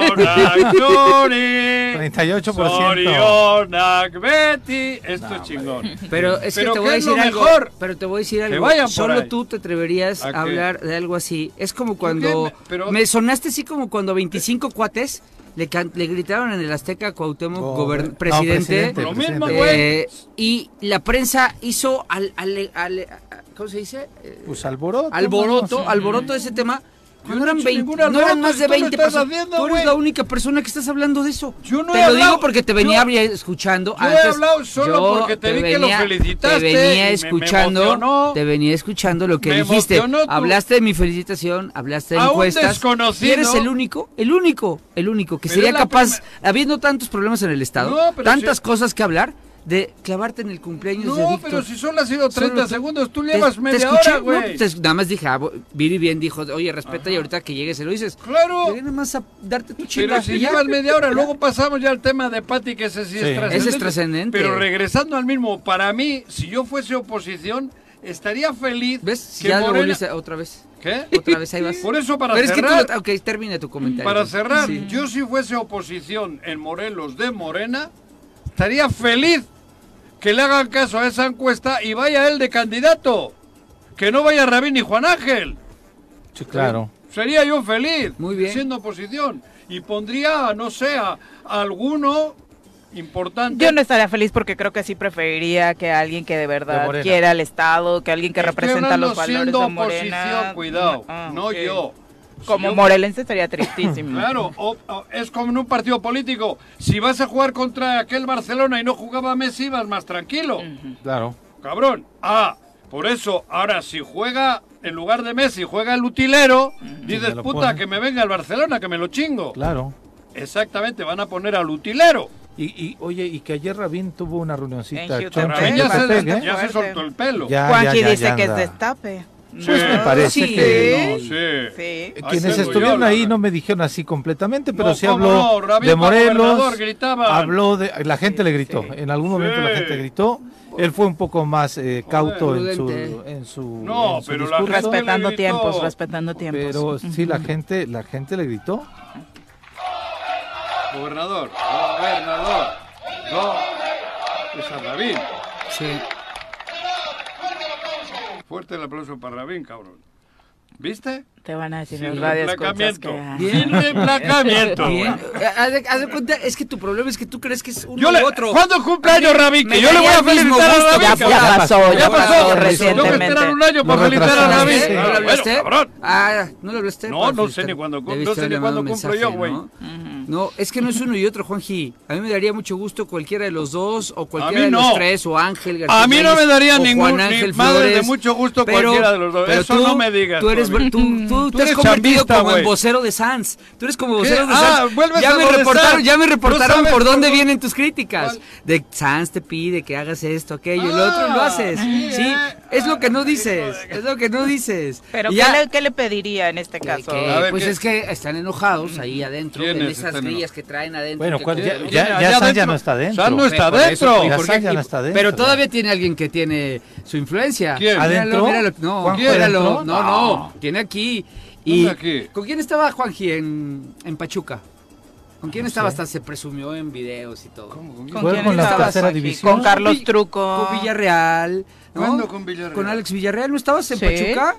S2: Glory.
S3: 38%.
S2: Soriona, Betty. Esto
S3: No,
S2: es chingón.
S5: Pero es que
S2: Pero
S5: te
S2: ¿qué
S5: voy a
S2: es lo
S5: decir algo.
S2: mejor?
S5: Pero te voy a decir algo.
S2: vayan por
S5: Solo
S2: ahí.
S5: tú te atreverías
S2: ¿A
S5: a,
S2: qué?
S5: hablar de algo así. Es como cuando
S2: qué? Pero-
S5: me sonaste así como cuando 25 cuates le, can- le gritaron en el Azteca a Cuauhtémoc
S2: Oh,
S3: Go-
S5: gobern-
S3: no,
S5: presidente.
S2: Lo mismo,
S3: presidente.
S2: güey.
S5: Eh, y la prensa hizo al, al- al- a- ¿cómo se dice? Eh,
S3: Pues alboroto. mano,
S5: alboroto,
S3: sí.
S5: alboroto de ese tema.
S2: no
S5: Cuando
S2: he
S5: eran
S2: hecho
S5: 20,
S2: ningún
S5: no
S2: alboroto,
S5: eran más
S2: si
S5: de
S2: tú lo
S5: 20
S2: estás
S5: personas.
S2: haciendo,
S5: Tú eres
S2: güey.
S5: la única persona que estás hablando de eso.
S2: Yo no
S5: te
S2: he
S5: lo
S2: hablado,
S5: digo porque te venía
S2: yo-
S5: habl- escuchando.
S2: yo he
S5: antes.
S2: hablado solo
S5: Yo
S2: porque te vi que lo felicitaste
S5: Te venía
S2: y me- me
S5: escuchando,
S2: emocionó.
S5: te venía escuchando lo que
S2: Me
S5: dijiste.
S2: emocionó tu-
S5: Hablaste de mi felicitación, hablaste de
S2: A un
S5: encuestas.
S2: desconocido.
S5: Y eres el único, el único, el único que
S2: Pero es
S5: sería
S2: la
S5: capaz,
S2: prima-
S5: habiendo tantos problemas en el estado,
S2: No, pero
S5: tantas
S2: si-
S5: cosas que hablar, de clavarte en el cumpleaños de
S2: No,
S5: Víctor.
S2: pero si solo ha sido 30
S5: Solo tú-
S2: segundos, tú
S5: Te-
S2: llevas
S5: te
S2: media
S5: escuché,
S2: hora,
S5: no, pues,
S2: güey.
S5: te- nada más dije, ah, bo- Viri bien dijo, oye, respeta y ahorita que llegues se lo dices.
S2: Claro.
S5: Llegué nada más a darte tu
S2: Pero
S5: chinga.
S2: si
S5: y ya.
S2: llevas media hora, luego pasamos ya al tema de Pati, que ese sí,
S3: Sí.
S2: es trascendente.
S5: Ese es trascendente.
S2: Pero regresando al mismo, para mí, si yo fuese oposición, estaría feliz.
S5: ¿Ves? Si
S2: que
S5: ya lo
S2: Morena-
S5: volviste a- otra vez.
S2: ¿Qué?
S5: Otra vez ahí vas.
S2: Por eso, para
S5: Pero
S2: cerrar.
S5: es que tú, ok, termina tu comentario.
S2: Para cerrar,
S5: Sí.
S2: yo si fuese oposición en Morelos de Morena, estaría feliz que le hagan caso a esa encuesta y vaya él de candidato. Que no vaya Rabín ni Juan Ángel.
S3: Sí, claro.
S2: Sería yo feliz
S5: Muy bien.
S2: siendo oposición. Y pondría, no sé, a a alguno importante.
S1: Yo no estaría feliz porque creo que sí preferiría que alguien que de
S3: De
S1: verdad
S3: Morena.
S1: quiera al Estado, que alguien que
S2: Estoy
S1: representa
S2: hablando
S1: los valores
S2: siendo
S1: de
S2: oposición,
S1: Morena.
S2: cuidado,
S1: Ah,
S2: no
S1: ok.
S2: yo. Si
S1: Como
S2: yo-
S1: morelense estaría tristísimo.
S2: Claro, o- o- es como en un partido político. Si vas a jugar contra aquel Barcelona y no jugaba Messi, vas más tranquilo.
S3: Claro.
S2: Cabrón. Ah, por eso, ahora si juega, en lugar de Messi, juega el utilero,
S3: Que
S2: dices,
S3: Mm. me lo
S2: puta,
S3: pone".
S2: que me venga el Barcelona, que me lo chingo.
S3: Claro.
S2: Exactamente, van a poner al utilero.
S3: Y, y oye, y que ayer Rabín tuvo una reunioncita.
S1: En Houston.
S3: choncha
S2: Rabín
S1: Ay,
S3: en
S2: ya,
S1: qué
S2: se,
S1: pastel,
S3: Ecatepec,
S2: ya
S3: ¿eh?
S2: se soltó el pelo.
S3: Ya,
S1: Juanji
S3: ya, ya
S1: dice que es
S3: anda.
S1: destape.
S3: Pues me parece
S5: Sí.
S3: que...
S2: No, sí.
S1: Sí.
S2: Ahí
S3: Quienes
S2: se murió,
S3: estuvieron
S2: la
S3: ahí
S2: verdad.
S3: no me dijeron así completamente, pero
S2: No,
S3: sí
S2: cómo no,
S3: habló
S2: Rabín
S3: de
S2: para
S3: Morelos,
S2: gobernador, gritaban.
S3: habló de... La gente le gritó,
S1: sí.
S3: en algún momento la
S2: Sí.
S3: gente gritó. Él fue un poco más eh, cauto en su,
S5: prudente. Pues
S3: en su
S2: No,
S3: en su
S2: pero la
S3: discurso,
S2: gente-
S1: Respetando
S2: le gritó.
S1: tiempos, respetando tiempos.
S3: pero sí la gente la gente le gritó.
S2: Gobernador, gobernador. No, es a Rabín.
S5: Sí.
S2: Fuerte el aplauso para Rabín, cabrón. ¿Viste?
S1: Te van a decir
S2: Sin
S1: las varias cosas
S2: emplacamiento.
S1: que... Ah.
S2: Sin emplacamiento.
S5: Bien.
S2: güey.
S5: Eh, Haz de, haz de cuenta, es que tu problema es que tú crees que es uno
S2: Yo le,
S5: u otro.
S2: ¿Cuándo cumpleaños,
S5: Me-
S2: Rabín?
S5: me
S2: Que yo le voy
S5: daría
S2: a
S5: el mismo
S2: felicitar a
S5: gusto.
S2: Rabín.
S1: Ya,
S2: cabrón.
S1: ya pasó,
S2: Ya
S1: ya
S2: pasó.
S1: pasó
S2: Tengo que esperar un
S1: recientemente.
S2: año para
S3: Lo
S2: felicitar a
S3: retrasaste.
S2: Rabín.
S3: Sí.
S5: ¿eh? ¿No lo
S2: Ah, bueno,
S5: hablaste?
S2: cabrón.
S5: Ah, ¿no lo hablaste?
S2: No,
S5: Para
S2: no sé
S5: felicitar.
S2: ni cuándo cum-
S5: Debiste
S2: no sé
S5: haber
S2: ni cuándo
S5: mandado un
S2: cumplo
S5: mensaje,
S2: yo, güey.
S5: ¿no? No, es que no es uno y otro, Juanji. A mí me daría mucho gusto cualquiera de los dos o cualquiera
S2: mí
S5: de los
S2: no.
S5: tres o Ángel García.
S2: A mí no me
S5: Reyes,
S2: daría
S5: o
S2: ningún-
S5: Juan
S2: ni
S5: Ángel
S2: madre de
S5: Flores,
S2: mucho gusto
S5: pero-
S2: cualquiera de los dos.
S5: pero
S2: Eso
S5: tú-
S2: no me digas,
S5: Tú eres,
S2: Toby.
S5: tú, tú,
S2: Tú
S5: te has
S2: eres
S5: convertido
S2: chambista,
S5: como en
S2: güey.
S5: vocero de Sanz. Tú eres como
S2: ¿Qué?
S5: vocero de
S2: Ah,
S5: Sanz.
S2: vuelves
S5: ya
S2: a
S5: me
S2: lo de
S5: reportaron,
S2: Sanz.
S5: ya me
S2: No
S5: reportaron
S2: sabes
S5: por dónde
S2: cómo-
S5: vienen tus críticas.
S2: ¿Cuál?
S5: De Sanz te pide que hagas esto, aquello, y
S2: Ah,
S5: lo otro lo haces.
S2: sí,
S5: Sí,
S2: eh.
S5: es lo que
S2: Ah,
S5: no
S2: hijo
S5: dices.
S2: de-
S5: Es lo que no dices.
S1: Pero
S5: Y
S1: ¿qué,
S5: ya-
S1: le, qué le pediría en este
S5: que-
S1: caso?
S5: que,
S2: A ver,
S5: pues
S2: ¿qué?
S5: es que están enojados ahí adentro, en
S2: ¿Quiénes
S5: esas
S2: están
S5: grillas
S2: enojados?
S5: que traen adentro.
S3: Bueno,
S5: que
S3: ¿cuál- ya,
S5: quieren-
S3: ya,
S2: Ya-
S3: ya,
S2: ya
S3: Sanz ya
S2: dentro.
S3: no está dentro.
S2: Sanz no está
S5: Por eso,
S2: dentro.
S5: ¿y
S3: Ya
S5: por
S3: Sanz
S5: qué?
S3: ya no
S5: Y-
S3: está dentro.
S5: Pero todavía tiene alguien que tiene su influencia.
S2: ¿Quién?
S3: ¿Adentro?
S5: Míralo, míralo. No,
S3: ¿Juanjo
S5: míralo.
S3: adentro?
S5: No, no, tiene aquí. Y
S2: ¿Dónde aquí?
S5: ¿Con quién estaba Juanji en, en Pachuca? ¿Con quién estaba? Hasta se presumió en videos y todo. Con,
S1: ¿Con
S3: Fue
S1: quién
S3: con la
S1: estabas,
S3: tercera
S1: Juanji?
S3: división.
S1: Con Carlos
S5: Vi-
S1: Truco.
S5: Villarreal. ¿no?
S2: ¿Cuándo con Villarreal?
S5: Con Alex Villarreal. ¿No estabas en
S1: Sí.
S5: Pachuca?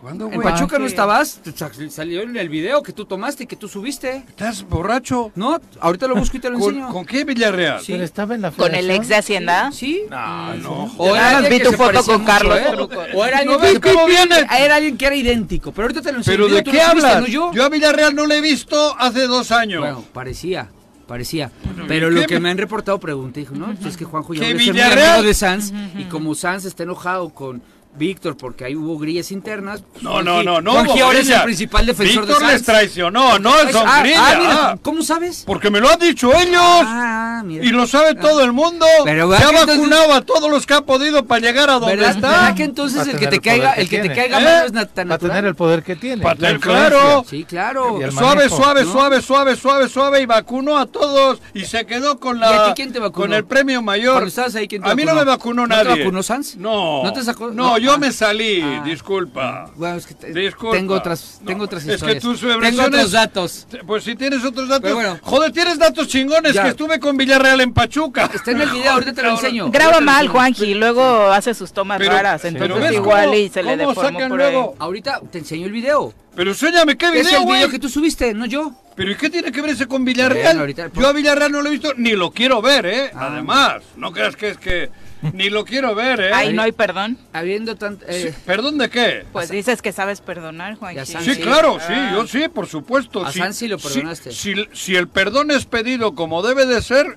S2: ¿Cuándo,
S5: En
S2: güey? Ah,
S5: Pachuca
S1: qué
S5: no
S1: bien.
S5: estabas, tú sa- salió en el video que tú tomaste y que tú subiste.
S2: ¿Estás borracho?
S5: No, ahorita lo busco y te lo
S2: ¿Con,
S5: enseño.
S2: con qué Villarreal?
S5: Sí.
S3: Pero estaba en la
S1: ¿Con el ex de
S3: federación.
S1: Hacienda?
S5: Sí.
S2: No, no.
S5: O
S1: Ya
S5: era
S1: las vi
S5: alguien que
S1: tu
S5: se
S1: foto
S5: parecía
S1: con
S5: mucho,
S1: Carlos,
S5: ¿eh?
S1: truco.
S5: O era
S2: ¿No
S5: alguien,
S2: ves
S5: que,
S2: cómo viene?
S5: era alguien que era idéntico, pero ahorita te lo enseño.
S2: ¿Pero de
S5: tú
S2: qué
S5: lo subiste,
S2: hablas?
S5: ¿no yo?
S2: yo? a Villarreal no le he visto hace dos años.
S5: Bueno, parecía, parecía. Pero lo
S2: ¿qué
S5: que
S2: me-
S5: me han reportado, pregunté, dijo, no, pues es que Juanjo ya
S2: ¿Que
S5: volvió a ser muy
S2: Villarreal?
S5: amigo de Sanz, y como Sanz está enojado con Víctor porque ahí hubo grillas internas. pues,
S2: no,
S5: Juanji-
S2: no, no, no.
S5: Juanji ahora es
S2: Bonilla.
S5: el principal defensor
S2: Víctor
S5: de Sanz.
S2: les traicionó, no,
S5: Pues,
S2: son
S5: ah,
S2: grillas,
S5: ah, mira,
S2: ah.
S5: ¿cómo sabes?
S2: Porque me lo han dicho ellos.
S5: Ah, mira.
S2: Y lo sabe todo el mundo.
S5: Pero,
S2: Se
S5: ¿verdad
S2: ha
S5: que entonces-
S2: vacunado a todos los que ha podido para llegar a donde
S5: ¿Verdad,
S2: está.
S5: verdad que
S3: Va a
S5: entonces el que
S3: tener
S5: te
S3: el poder
S5: caiga,
S3: que
S5: el que te
S3: tiene.
S5: caiga
S2: ¿Eh?
S5: mal no es na- tan
S3: Para tener
S5: natural?
S3: el poder que tiene.
S2: Para
S3: la
S2: tener-
S3: influencia.
S2: claro.
S5: Sí, claro.
S3: Y el
S2: Suave,
S3: manejo,
S2: suave,
S5: ¿no?
S2: suave, suave, suave, suave y vacunó a todos y se quedó con la
S5: ¿Y a ti quién te vacunó?
S2: con el premio mayor.
S5: Cuando estabas ahí, ¿quién te
S2: a mí no
S5: vacunó?
S2: me vacunó
S5: ¿No te
S2: nadie.
S5: vacunó Sanz?
S2: No.
S5: ¿No te sacó?
S2: No,
S5: No,
S2: yo
S5: ah.
S2: me salí,
S5: Ah.
S2: disculpa.
S5: Bueno, es que te-
S2: Disculpa.
S5: tengo otras,
S2: No,
S5: tengo otras
S2: es que
S5: historias.
S2: tus
S5: tengo
S2: celebraciones-
S5: otros datos.
S2: Pues si tienes otros datos.
S5: Pero bueno.
S2: Joder, tienes datos chingones
S5: Ya.
S2: que estuve con Villarreal en Pachuca.
S5: Está en el video, ahorita te lo
S2: Cabrón.
S5: enseño.
S1: Graba mal, Juanji, y luego hace sus tomas
S2: Pero-
S1: raras.
S2: pero
S1: Entonces
S2: ¿ves
S1: igual
S2: cómo-
S1: y se le
S2: cómo
S1: deformó
S2: sacan
S1: por ahí.
S2: luego?
S5: Ahorita te enseño el video.
S2: Pero enséñame qué
S5: es el
S2: video,
S5: video
S2: güey.
S5: que tú subiste, no yo.
S2: Pero ¿y qué tiene que ver ese con Villarreal?
S5: Bueno, ahorita- pues-
S2: Yo a Villarreal no lo he visto ni lo quiero ver, ¿eh?
S5: Ah.
S2: Además, no creas que es que ni lo quiero ver, ¿eh?
S1: Ay, no hay perdón.
S5: Habiendo tan eh,
S2: ¿Perdón de qué?
S1: Pues dices que sabes perdonar, Juanji.
S5: Ya sabes. Ah.
S2: Sí,
S5: sí.
S2: claro, sí, yo sí, por supuesto.
S5: A
S2: sí,
S5: Sanz sí lo
S2: sí,
S5: perdonaste.
S2: Si, si el perdón es pedido como debe de ser,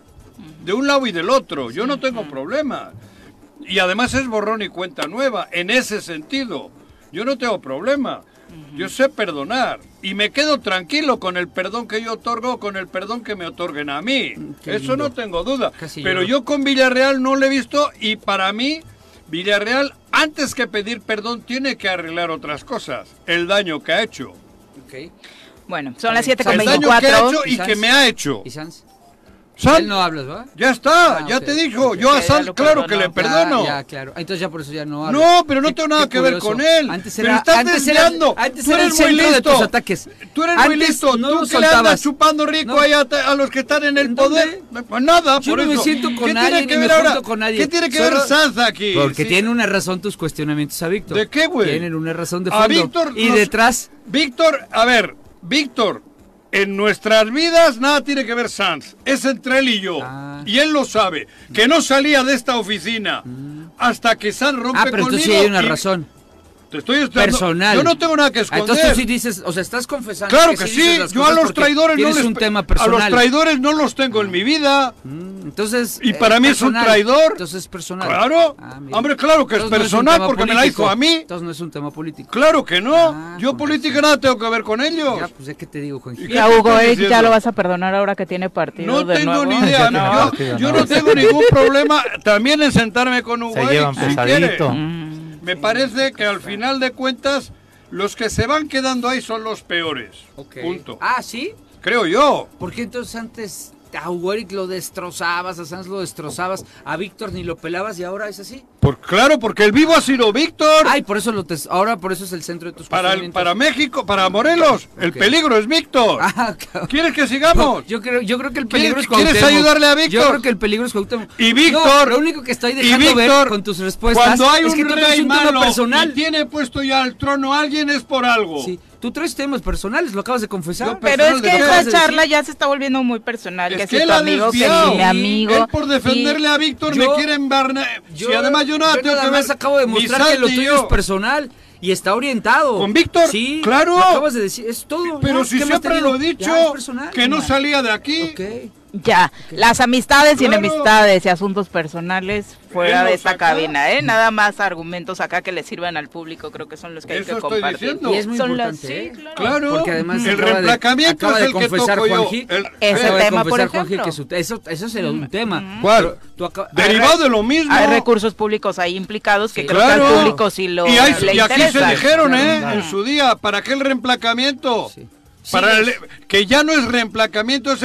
S2: de un lado y del otro, yo no tengo
S5: Ah.
S2: problema. Y además es borrón y cuenta nueva, en ese sentido. Yo no tengo problema. Yo sé perdonar y me quedo tranquilo con el perdón que yo otorgo, o con el perdón que me otorguen a mí.
S5: Mm, qué
S2: Eso
S5: lindo.
S2: no tengo duda.
S5: Casi
S2: Pero
S5: lloro.
S2: yo con Villarreal no lo he visto y para mí Villarreal antes que pedir perdón tiene que arreglar otras cosas. El daño que ha hecho.
S5: ok.
S1: Bueno, son las 7 con
S2: El daño que ha
S1: 24.
S2: hecho
S5: ¿Y
S2: y
S5: Sanz?
S2: que me ha hecho.
S5: ¿Y Sanz?
S2: Sanz,
S5: Él no hablas, ¿verdad?
S2: Ya está,
S5: Ah,
S2: ya
S5: ok,
S2: te dijo.
S5: ok.
S2: Yo a
S1: Ya
S2: Sanz,
S1: lo
S2: claro que le
S1: perdonó.
S2: perdono.
S5: Ya, ya, claro. Entonces ya por eso ya no hablo.
S2: No, pero no
S5: Qué-
S2: tengo nada
S5: qué
S2: que ver
S5: curioso.
S2: con él.
S5: Antes
S2: pero
S5: era-
S2: estás
S5: antes era-
S2: desviando.
S5: antes
S2: Tú
S5: era
S2: eres
S5: el
S2: muy
S5: centro de
S2: listo.
S5: tus ataques.
S2: Tú eres muy
S5: Antes
S2: listo.
S5: no
S2: Tú
S5: los
S2: que le andas
S5: soltabas.
S2: chupando rico
S5: No.
S2: ahí a, a los que están en el
S5: ¿En
S2: poder. Pues nada,
S5: Yo
S2: por
S5: no me
S2: eso.
S5: siento con
S2: ¿Qué
S5: nadie
S2: tiene
S5: ni
S2: que
S5: me
S2: ver
S5: junto
S2: ahora?
S5: con nadie.
S2: ¿Qué tiene que
S5: Solo-
S2: ver Sanz aquí?
S5: Porque
S2: Sí.
S5: tiene una razón tus cuestionamientos a Víctor.
S2: ¿De qué, güey?
S5: Tienen una razón de
S2: A
S5: fondo.
S2: Víctor
S5: y
S2: nos-
S5: detrás
S2: Víctor, a ver, Víctor, en nuestras vidas nada tiene que ver Sanz. Es entre él y yo.
S5: Ah.
S2: Y él lo sabe. Que no salía de esta oficina hasta que Sanz rompe
S5: Mm. Ah, pero entonces sí
S2: conmigo
S5: hay una
S2: y-
S5: razón
S2: Te estoy estudiando.
S5: personal.
S2: Yo no tengo nada que
S5: Ah,
S2: esconder.
S5: Entonces tú sí dices, o sea, estás confesando.
S2: Claro que
S5: dices
S2: sí,
S5: las
S2: yo a
S5: cosas
S2: los
S5: porque
S2: traidores no
S5: tienes
S2: les
S5: un tema
S2: a
S5: personal.
S2: los traidores no los tengo en mi vida.
S5: Mm, Entonces
S2: Y para mí es un traidor.
S5: Entonces es personal.
S2: Claro.
S5: Ah, mira.
S2: Hombre, claro que es
S5: Entonces no un
S2: personal
S5: tema
S2: porque me la
S5: político.
S2: hizo a mí.
S5: Entonces no es un tema político.
S2: Claro que no.
S5: Ah,
S2: yo
S5: con
S2: política nada tengo que ver con ellos.
S5: Ya, pues ya que te digo, Juan.
S2: ¿Y qué
S1: Ya,
S2: te
S1: Hugo,
S2: estoy
S1: eh, ya
S2: diciendo?
S1: lo vas a perdonar ahora que tiene partido
S2: No
S1: de
S2: tengo
S1: nuevo.
S2: ni idea.
S3: No,
S2: yo-
S3: partido,
S2: yo,
S3: no.
S2: no tengo ningún problema también en sentarme con un
S3: Se llevan
S2: si
S3: pesadito.
S2: quiere.
S1: Mm,
S2: Me parece que al final de cuentas los que se van quedando ahí son los peores.
S5: Ok.
S2: Punto.
S5: Ah, ¿sí?
S2: Creo yo.
S5: ¿Por qué entonces antes a Hugo Eric lo destrozabas, a Sanz lo destrozabas, a Víctor ni lo pelabas y ahora es así?
S2: Por, claro, porque el vivo ha sido Víctor.
S5: Ay, por eso lo des- ahora por eso es el centro de tus
S2: Para, el-
S5: cuestionamientos.
S2: para México, para Morelos, el
S5: Ok.
S2: peligro es Víctor.
S5: Ah, cabrón.
S2: ¿Quieres que sigamos?
S5: Yo creo, yo creo que el
S2: ¿Quieres-
S5: peligro es
S2: quieres
S5: Cuauhtémoc.
S2: ayudarle a Víctor?
S5: Yo creo que el peligro es Cuauhtémoc.
S2: Y Víctor.
S5: No, lo único que estoy
S2: y
S5: dejando ver
S2: Víctor,
S5: con tus respuestas
S2: Cuando hay
S5: es que
S2: un
S5: tú
S2: rey
S5: traes un
S2: malo
S5: tema personal.
S2: y tiene puesto ya al trono a alguien es por algo.
S5: Sí, tú traes temas personales, lo acabas de confesar.
S2: Yo
S1: Ah, Pero es
S2: personas
S1: que
S2: de lo
S1: esta
S5: acabas de
S1: charla
S5: decir.
S1: ya se está volviendo muy personal. que
S2: Es
S1: si
S2: que él
S1: tu
S2: ha
S1: amigo, que
S2: desviado.
S1: si mi amigo.
S2: Él por defenderle
S1: y-
S2: a Víctor
S5: yo-
S2: me quiere embarnar.
S5: Yo-
S2: Si además yo nada
S5: yo
S2: tengo que
S5: más
S2: ver.
S5: acabo de
S2: ni
S5: mostrar que
S2: Sanz
S5: lo
S2: ni
S5: tuyo
S2: yo.
S5: es personal y está orientado.
S2: ¿Con Víctor?
S5: Sí.
S2: ¡Claro!
S5: lo acabas de decir, es todo.
S2: Pero
S5: ya,
S2: si
S5: ¿qué más te
S2: siempre
S5: digo?
S2: lo he dicho,
S5: Ya, es personal,
S2: que no
S5: ya.
S2: salía de aquí.
S5: Ok.
S1: Ya, las amistades y
S2: Claro.
S1: enemistades y asuntos personales fuera
S2: Él
S1: de
S2: los
S1: esta
S2: sacó.
S1: cabina, ¿eh? Nada más argumentos acá que le sirvan al público, creo que son los que hay
S2: Eso
S1: que
S2: estoy
S1: compartir.
S2: diciendo.
S5: Y es muy
S1: Son las-
S5: importante. ¿eh?
S1: sí, claro.
S2: Claro.
S5: Porque además
S2: el
S5: acaba de-
S2: reemplacamiento
S5: acaba
S2: es
S5: de
S2: el que
S5: confesar
S2: toco yo.
S5: Juanji.
S2: El-
S1: Ese
S5: Acaba de
S1: tema, por
S5: confesar, Juanji,
S1: ejemplo.
S5: que su- eso, eso será un tema.
S2: ¿Cuál?
S5: Tú acabas-
S2: Derivado de lo mismo.
S1: Hay recursos públicos ahí implicados que
S5: Sí.
S1: creo que al
S2: Claro.
S1: público sí lo
S2: y, hay-
S1: le
S2: y aquí se
S1: interesa.
S2: dijeron, ¿eh?
S5: Claro.
S2: En su día, para aquel reemplacamiento.
S5: Sí.
S2: Para
S5: Sí,
S2: el- que ya no es reemplacamiento, es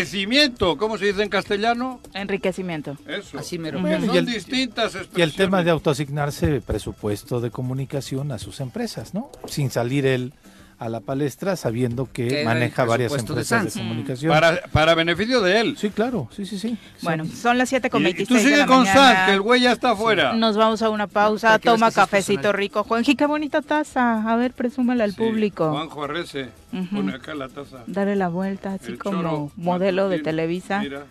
S2: enriquecimiento. ¿Cómo se dice en castellano?
S1: Enriquecimiento.
S2: Eso.
S5: Así mero.
S2: Bueno,
S3: Bueno,
S2: son
S3: y el-
S2: distintas expresiones.
S3: Y el tema de autoasignarse presupuesto de comunicación a sus empresas, ¿no? Sin salir él a la palestra sabiendo que,
S5: Que era el
S3: maneja varias
S5: presupuesto de
S3: empresas de,
S5: Sanz. Mm.
S3: comunicación.
S2: Para, para beneficio de él.
S3: Sí, claro, sí, sí, sí.
S1: Bueno, son las 7 con
S2: Y, y tú
S1: 26 de
S2: sigue
S1: la
S2: con
S1: mañana.
S2: Sanz, que el güey ya está afuera.
S1: Nos vamos a una pausa,
S5: Para que veas
S1: toma
S5: que sí es
S1: cafecito
S5: personal.
S1: rico. Juanji, qué bonita taza. A ver, presúmela al
S2: Sí,
S1: público.
S2: Juanjo Arrece.
S1: Ujú.
S2: Pone acá la taza.
S1: Dale la vuelta, así
S2: El
S1: como
S2: choro
S1: modelo de
S2: matutino.
S1: Televisa.
S2: Mira,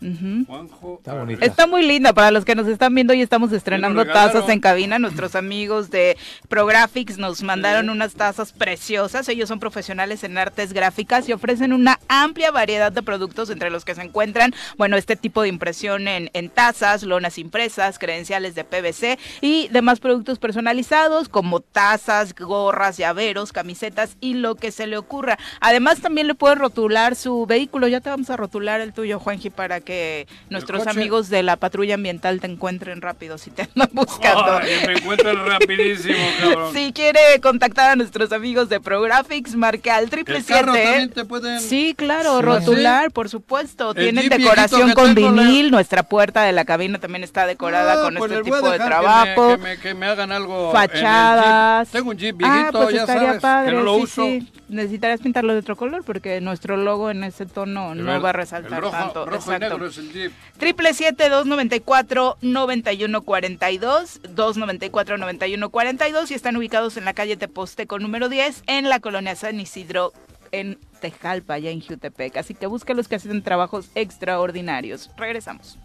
S1: Ujú.
S2: Juanjo.
S3: Está
S2: Arrece.
S3: bonita.
S1: Está muy linda para los que nos están viendo y estamos estrenando
S2: regalaron.
S1: tazas en cabina. Nuestros amigos de Prographics nos mandaron unas tazas preciosas. Ellos son profesionales en artes gráficas y ofrecen una amplia variedad de productos entre los que se encuentran, bueno, este tipo de impresión en, en tazas, lonas impresas, credenciales de PVC y demás productos personalizados como tazas, gorras, llaveros, camisetas y lo que se le ocurra. Además también le pueden rotular su vehículo. Ya te vamos a rotular el tuyo, Juanji, para que nuestros
S2: coche.
S1: amigos de la patrulla ambiental te encuentren rápido si te andan buscando.
S2: Ay, me encuentran rapidísimo, cabrón.
S1: Si quiere contactar a nuestros amigos de Prographics, marque al triple
S2: El carro también
S1: siete.
S2: te pueden...
S1: Sí, claro,
S2: Sí.
S1: rotular, por supuesto.
S2: El
S1: Tienen
S2: jeep viejito
S1: decoración
S2: que
S1: con
S2: tengo, le-
S1: vinil, nuestra puerta de la cabina también está decorada
S2: Ah,
S1: con
S2: pues
S1: este
S2: les voy a
S1: tipo de
S2: dejar que
S1: trabajo.
S2: me- Que me, que me hagan algo. en el jeep.
S1: fachadas.
S2: Tengo un jeep
S1: Ah,
S2: viejito,
S1: pues
S2: ya
S1: estaría
S2: sabes,
S1: padre,
S2: que no lo
S1: sí,
S2: uso.
S1: sí. Necesitarías pintarlo de otro color porque nuestro logo en ese tono
S2: De
S1: no
S2: verdad,
S1: va a resaltar
S2: el rojo,
S1: tanto.
S2: Rojo y
S1: Exacto.
S2: negro es el jeep.
S1: Triple siete dos noventa y cuatro noventa y uno cuarenta y dos dos noventa y cuatro noventa y uno cuarenta y dos y están ubicados en la calle Teposteco número 10 en la colonia San Isidro en Tejalpa, allá en Jutepec. Así que busca los que hacen trabajos extraordinarios. Regresamos.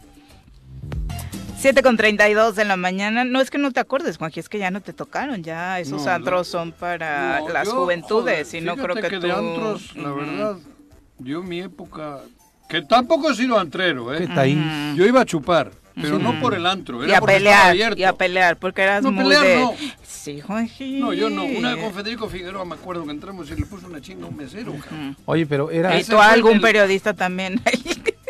S1: 7 con 32 de la mañana. No es que no te acuerdes, Juanji, es que ya no te tocaron. Ya esos
S2: No, no.
S1: antros son para
S2: No,
S1: las
S2: yo,
S1: juventudes
S2: joder,
S1: y no creo
S2: fíjate
S1: que,
S2: de
S1: tú-
S2: antros, la
S1: Ujú.
S2: verdad, yo mi época... Que tampoco he sido antrero,
S3: ¿Qué
S2: ¿eh?
S3: tal?
S2: Yo iba a chupar, pero no por el antro,
S1: Mm. Y
S2: era
S1: a
S2: porque estaba
S1: pelear,
S2: abierto.
S1: y a pelear, porque eras
S2: No,
S1: muy
S2: pelear
S1: de...
S2: no.
S1: Sí, Juanji.
S2: No, yo no. Una vez con Federico Figueroa me acuerdo que entramos y le puso una chinga a un mesero, cabrón.
S3: Oye, pero era...
S1: Y
S2: Ese
S1: tú
S2: fue
S1: a
S2: el
S1: algún
S2: del-
S1: periodista también.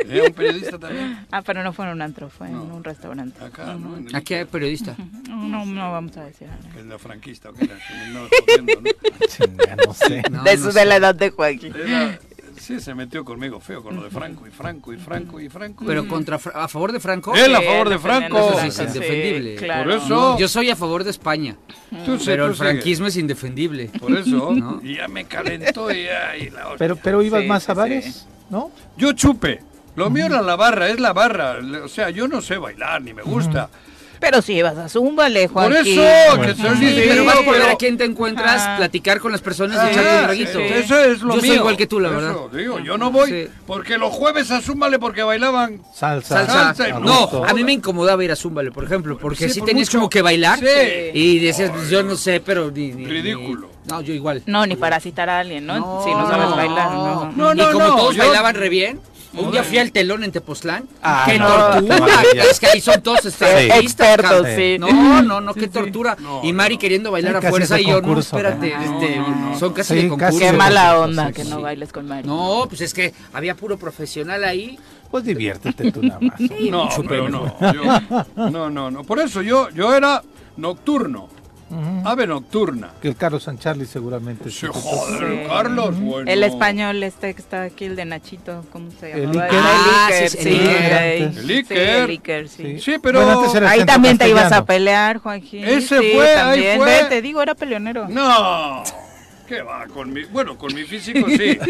S2: Era un periodista también.
S1: ah, pero no fue en un antro, fue en
S2: No.
S1: un restaurante.
S2: Acá, ¿no? En el-
S5: Aquí hay periodista.
S1: No, no vamos a decir nada.
S2: Que es la franquista, o que era, que me andaba jodiendo, ¿no?
S3: Chinga, no sé.
S5: No,
S1: de,
S5: no
S1: su-
S5: sé.
S1: de la edad de Juanji.
S2: Era- sí, se metió conmigo feo con lo de Franco y Franco y Franco y Franco.
S5: Pero contra, Fra- a favor de Franco.
S2: Él a
S1: Sí,
S2: favor de
S1: defendiendo
S2: Franco.
S1: a
S5: Eso sí es
S1: Franco.
S5: indefendible.
S1: claro.
S2: Por eso-
S5: No, yo soy a favor de España,
S2: Tú sí,
S5: pero
S2: tú
S5: el
S2: sigue.
S5: franquismo es indefendible.
S2: Por eso.
S5: ¿No?
S2: Y ya me calentó y ya. y la otra.
S3: Pero, pero ibas
S1: Sí,
S3: más a
S1: sí,
S3: bares,
S1: sí.
S3: ¿no?
S2: Yo chupe. Lo mío era la barra, es la barra. Le- O sea, yo no sé bailar ni me gusta.
S1: Pero si ibas a Zúmbale,
S2: Por
S1: Juanji.
S2: eso, que
S3: Bueno.
S2: soy
S1: Sí,
S5: Pero
S2: ligero,
S5: vas por ver
S2: pero-
S5: a quién te encuentras,
S1: Ajá.
S5: platicar con las personas
S2: Ah,
S5: y echarte un
S2: sí,
S5: traguito.
S1: sí.
S2: Eso es lo
S5: Yo
S2: mío.
S5: soy igual que tú, la
S2: Eso,
S5: verdad.
S2: digo, yo no voy
S5: Sí.
S2: porque los jueves a Súmale porque bailaban
S3: Salsa.
S5: Salsa.
S2: Salsa,
S5: No,
S3: gusto.
S5: a mí me incomodaba ir a Zúmbale, por ejemplo, porque
S2: Sí,
S5: si
S2: por
S5: tenías
S2: mucho.
S5: como que bailar
S2: Sí.
S5: y decías, pues, yo no sé, pero ni, ni- ni-
S2: Ridículo.
S5: No, yo igual.
S1: No, ni para citar a alguien, ¿no?
S5: No,
S1: si no sabes
S5: no.
S1: bailar, no.
S2: No, no,
S5: y como
S2: no,
S5: todos
S2: yo-
S5: bailaban re bien, un día fui al telón en Tepoztlán.
S3: Ah,
S5: ¡Qué
S3: no, no,
S5: tortura!
S3: vaya.
S5: Es que ahí son todos estrategistas.
S1: Expertos,
S5: cabrón.
S1: sí.
S5: No, no, no, qué tortura. y Mari queriendo bailar
S3: Hay
S5: a
S3: que hacer
S5: fuerza
S3: ese
S5: y yo, no,
S3: concurso,
S5: espérate,
S1: ¿eh?
S3: ¿no?
S5: este, son casi
S3: Sí,
S5: de concurso.
S3: casi
S1: Qué
S3: Sí,
S1: mala
S3: sí,
S1: onda
S3: sí,
S1: que
S3: sí.
S1: no bailes con Mari.
S5: No, pues es que había puro profesional ahí.
S3: Pues diviértete tú nada más. hombre.
S2: No, pero no. yo- no, no, no. Por eso yo, yo era nocturno. Ave nocturna.
S3: Que el Carlos Sancharli seguramente.
S2: Sí,
S3: se puso-
S2: joder, Carlos. bueno.
S1: El español este que está aquí, el de Nachito, ¿cómo se
S3: El
S1: llama?
S3: Iker.
S5: Ah, sí, sí,
S1: sí,
S5: el Iker.
S1: ahí.
S3: El
S1: Sí, el
S2: Iker.
S1: Iker, sí.
S3: Sí.
S2: Sí, pero-
S3: Bueno, antes era
S1: Ahí
S3: centro
S1: también te ibas a
S3: castellano.
S1: pelear, Juanji.
S2: Ese
S1: Sí,
S2: fue, ahí
S1: también.
S2: fue.
S1: Ve, te digo, era peleonero.
S2: No. ¿Qué va? Con mi, bueno, con mi físico sí.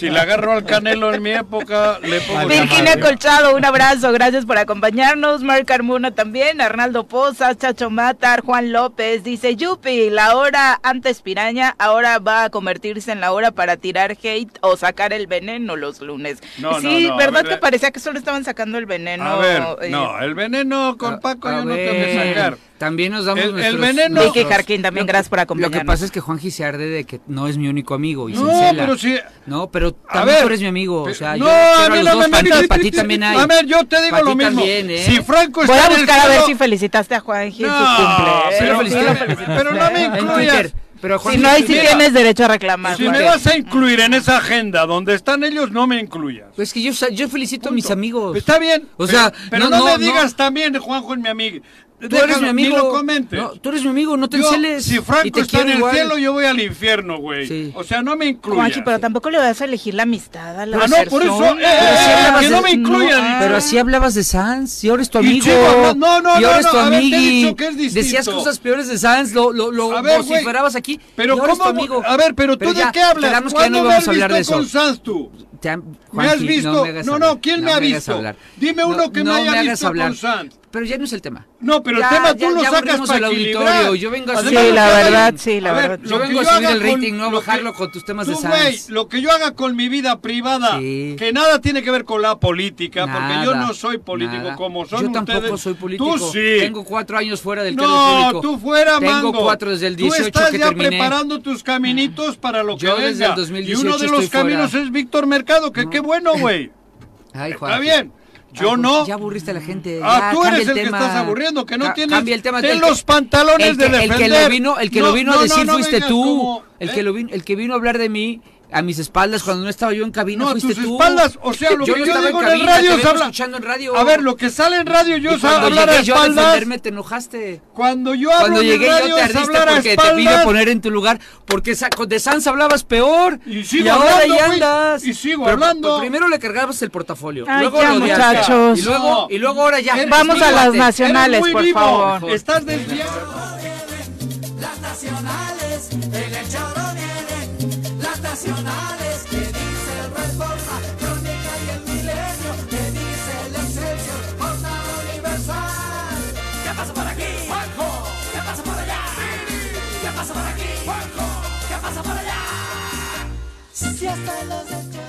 S2: si le agarro al canelo en mi época, le pongo...
S3: Vale,
S1: Virginia
S3: madre.
S1: Colchado, un abrazo, gracias por acompañarnos. Marc Armona también, Arnaldo Pozas, Chacho Matar, Juan López, dice Yupi, la hora antes piraña, ahora va a convertirse en la hora para tirar hate o sacar el veneno los lunes.
S2: No,
S1: sí,
S2: no, no,
S1: ¿verdad
S2: a ver,
S1: que
S2: eh.
S1: parecía que solo estaban sacando el veneno?
S2: A ver,
S1: eh,
S2: no, el veneno con Paco
S5: A
S2: yo no tengo que
S5: ver,
S2: sacar.
S5: También nos damos
S2: El- el
S5: nuestros-
S2: veneno-
S1: Vicky
S5: nuestros-
S1: Jarquín, también
S5: Lo que-
S1: gracias por
S5: Lo
S1: acompañarnos.
S5: que pasa es que Juanji se arde de que no es mi único amigo y se
S2: No,
S5: encela.
S2: pero sí...
S5: No, pero
S2: A
S5: también
S2: ver,
S5: tú eres mi amigo, o
S2: pe-
S5: sea,
S2: no,
S5: yo quiero
S2: a mí
S5: los
S2: no
S5: dos,
S2: me
S5: pa' ti-
S2: metes.
S5: pa' ti también hay.
S2: A ver, yo te digo
S5: Pa'
S2: lo
S5: ti
S2: mismo.
S5: también, ¿eh?
S2: Si Franco
S1: Voy
S2: está
S1: a
S2: en el
S1: buscar a ver
S2: cielo-
S1: si felicitaste a Juanji en su
S2: No,
S1: cumpleaños.
S2: pero,
S5: Sí lo
S2: pero-
S5: felicité.
S2: pero no me
S5: en Twitter.
S2: incluyas.
S5: Pero
S1: Si
S5: Juanji,
S1: no, ahí sí
S2: Mira,
S1: tienes derecho a reclamar.
S2: Si me
S1: Juanji.
S2: vas a incluir en esa agenda donde están ellos, no me incluyas.
S5: pues es que yo, sa- yo felicito a mis amigos.
S2: Está bien.
S5: O
S2: pero-
S5: sea,
S2: pero
S5: no,
S2: no,
S5: no,
S2: me
S5: no.
S2: digas también, Juanjo, en mi amigo.
S5: tú eres
S2: Déjalo,
S5: mi
S2: Ni
S5: amigo.
S2: lo comentes.
S5: No, tú eres mi amigo, no te
S2: Yo,
S5: enceles.
S2: si
S5: y
S2: Franco está
S5: te
S2: en
S5: quiero
S2: el
S5: igual.
S2: cielo, yo voy al infierno, güey.
S5: Sí.
S2: O sea, no me incluyas.
S1: Juanchi, pero tampoco le vas a elegir la amistad a la
S2: Ah, no, por eso,
S1: persona.
S2: eh,
S5: Pero así
S2: eh,
S5: hablabas
S2: que
S5: de-
S2: no me incluyan.
S1: ah.
S5: no, pero así hablabas de Sanz, y ahora es tu
S2: Y
S5: amigo.
S2: Chivas, no, no, no,
S5: y ahora es
S2: no,
S5: tu
S2: no, a ver, te he
S5: amigo.
S2: dicho que es distinto.
S5: Decías cosas peores de Sanz, lo, lo, lo
S2: A ver, güey,
S5: vociferabas aquí.
S2: Pero
S5: y ahora es tu
S2: cómo,
S5: amigo.
S2: a ver, pero, tú
S5: ya
S2: de qué hablas?
S5: quedamos que ya
S2: ¿Cuándo
S5: no
S2: me
S5: íbamos
S2: has
S5: a hablar
S2: visto
S5: de eso.
S2: con Sanz tú?
S5: Te han-
S2: ¿Me has
S5: Juanji,
S2: visto?
S5: No, me hagas
S2: No,
S5: hablar,
S2: no, ¿quién me ha
S5: hagas
S2: visto?
S5: hablar.
S2: Dime uno que me haya
S5: hagas
S2: visto con Sanz.
S5: Pero ya no es el tema.
S2: No, pero
S5: Ya-
S2: el tema
S5: ya-
S2: tú lo
S5: ya
S2: sacas
S5: aburrimos
S2: para
S5: al auditorio,
S2: equilibrar.
S5: yo vengo a
S2: Además,
S5: subir- Sí, la
S2: lo que
S1: verdad,
S2: yo-
S1: sí, la
S2: a ver,
S1: verdad,
S2: lo
S1: sí.
S5: Yo
S2: que
S5: vengo a subir
S2: haga
S5: el
S2: con-
S5: rating, no a
S2: lo que-
S5: bajarlo con tus temas de
S2: Tú,
S5: Sanz.
S2: güey, lo que yo haga con mi vida privada,
S5: Sí.
S2: que nada tiene que ver con la política, porque yo
S5: Nada,
S2: no soy político
S5: nada.
S2: como son
S5: Yo tampoco
S2: ustedes.
S5: soy político.
S2: Tú sí.
S5: Tengo cuatro años fuera del cargo
S2: no,
S5: público.
S2: tú fuera,
S5: Tengo
S2: Mango.
S5: cuatro desde el
S2: Tú
S5: 18
S2: estás
S5: que
S2: ya
S5: terminé.
S2: preparando tus caminitos para lo que
S5: Yo
S2: venga.
S5: desde el 2018
S2: y uno de
S5: estoy
S2: los caminos
S5: fuera.
S2: es Víctor Mercado, que
S5: No.
S2: qué bueno, güey.
S5: Ay, Juan.
S2: Está bien. Yo
S5: Ay, pues,
S2: no.
S5: Ya aburriste a la gente.
S2: Ah,
S5: Ya,
S2: tú
S5: cambia
S2: eres el,
S5: tema.
S2: que estás aburriendo, que no
S5: Ca-
S2: tienes
S5: Cambia el tema.
S2: ten
S5: El que-
S2: los pantalones
S5: el que,
S2: de defender.
S5: El que lo vino, el que lo
S2: No,
S5: vino
S2: no,
S5: a
S2: no,
S5: decir
S2: no
S5: fuiste
S2: vengas
S5: tú.
S2: como,
S5: el,
S2: ¿eh?
S5: que lo vino, el que vino a hablar de mí a mis espaldas cuando no estaba yo en cabina
S2: No, a
S5: fuiste
S2: tus
S5: tú.
S2: espaldas, o sea, lo
S5: Yo
S2: que
S5: no
S2: yo
S5: estaba
S2: digo en el
S5: en cabina,
S2: radio
S5: te
S2: se
S5: vengo
S2: habla.
S5: escuchando en radio.
S2: A ver, lo que sale en radio
S5: Y
S2: yo es
S5: cuando
S2: hablar a
S5: llegué yo a
S2: espaldas.
S5: defenderme, te enojaste.
S2: Cuando yo hablo
S5: Cuando
S2: en
S5: llegué
S2: radio
S5: yo te
S2: es
S5: ardiste
S2: hablar a
S5: porque te vine
S2: espaldas.
S5: a poner en tu lugar, porque sa- con de Sans hablabas peor.
S2: Y sigo
S5: ahora
S2: hablando,
S5: ya
S2: güey,
S5: andas.
S2: y sigo
S5: Pero-
S2: hablando.
S5: pero primero le cargabas el portafolio.
S1: Ay,
S5: luego
S1: ya,
S5: lo odiaste,
S1: muchachos.
S5: Y luego, y luego ahora ya.
S2: Eres
S1: Vamos
S2: muy
S1: a las
S2: guate,
S5: naciones.
S2: eres
S1: nacionales,
S2: muy
S1: por
S2: vivo.
S1: favor.
S2: Estás desviado.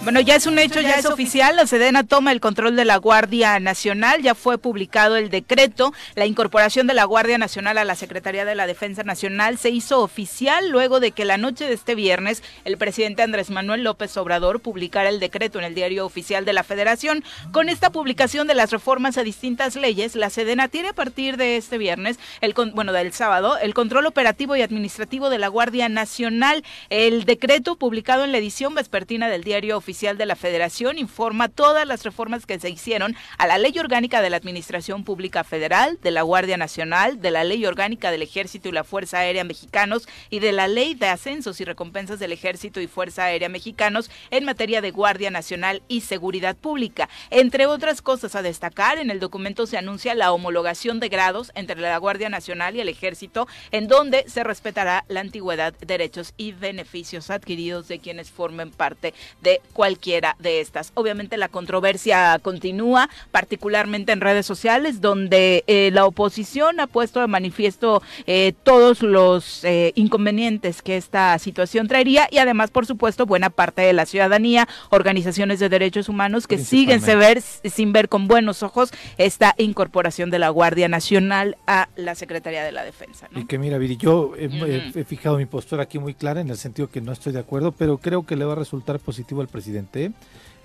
S1: Bueno, ya es un hecho, ya es oficial. La Sedena toma el control de la Guardia Nacional. Ya fue publicado el decreto. La incorporación de la Guardia Nacional a la Secretaría de la Defensa Nacional se hizo oficial luego de que la noche de este viernes el presidente Andrés Manuel López Obrador publicara el decreto en el Diario Oficial de la Federación. Con esta publicación de las reformas a distintas leyes, la Sedena tiene a partir de este viernes, el con- bueno, del sábado, el control operativo y administrativo de la Guardia Nacional. El decreto publicado en la edición vespertina del Diario Oficial de la Federación informa todas las reformas que se hicieron a la Ley Orgánica de la Administración Pública Federal, de la Guardia Nacional, de la Ley Orgánica del Ejército y la Fuerza Aérea Mexicanos y de la Ley de Ascensos y Recompensas del Ejército y Fuerza Aérea Mexicanos en materia de Guardia Nacional y Seguridad Pública. Entre otras cosas a destacar, en el documento se anuncia la homologación de grados entre la Guardia Nacional y el Ejército, en donde se respetará la antigüedad, derechos y beneficios adquiridos de quienes formen parte de cualquiera de estas. Obviamente la controversia continúa, particularmente en redes sociales, donde eh, la oposición ha puesto de manifiesto eh, todos los eh, inconvenientes que esta situación traería y además, por supuesto, buena parte de la ciudadanía, organizaciones de derechos humanos que siguen se ver, sin ver con buenos ojos esta incorporación de la Guardia Nacional a la Secretaría de la Defensa. ¿no?
S3: Y que mira, Viri, yo he, he-
S1: Ujú.
S3: he fijado mi postura aquí muy clara en el sentido que no estoy de acuerdo, pero creo que le va a resultar positivo al presidente. ¿eh?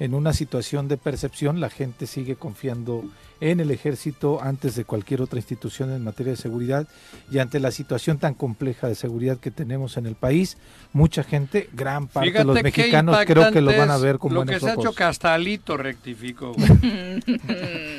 S3: En una situación de percepción, la gente sigue confiando en el ejército antes de cualquier otra institución en materia de seguridad y ante la situación tan compleja de seguridad que tenemos en el país, mucha gente, gran parte de los
S2: Fíjate qué
S3: mexicanos creo que lo van a
S2: impactante
S3: ver
S2: es
S3: como
S2: Lo
S3: buenos
S2: que se ha hecho
S3: ojos.
S2: que hasta Alito rectificó. güey.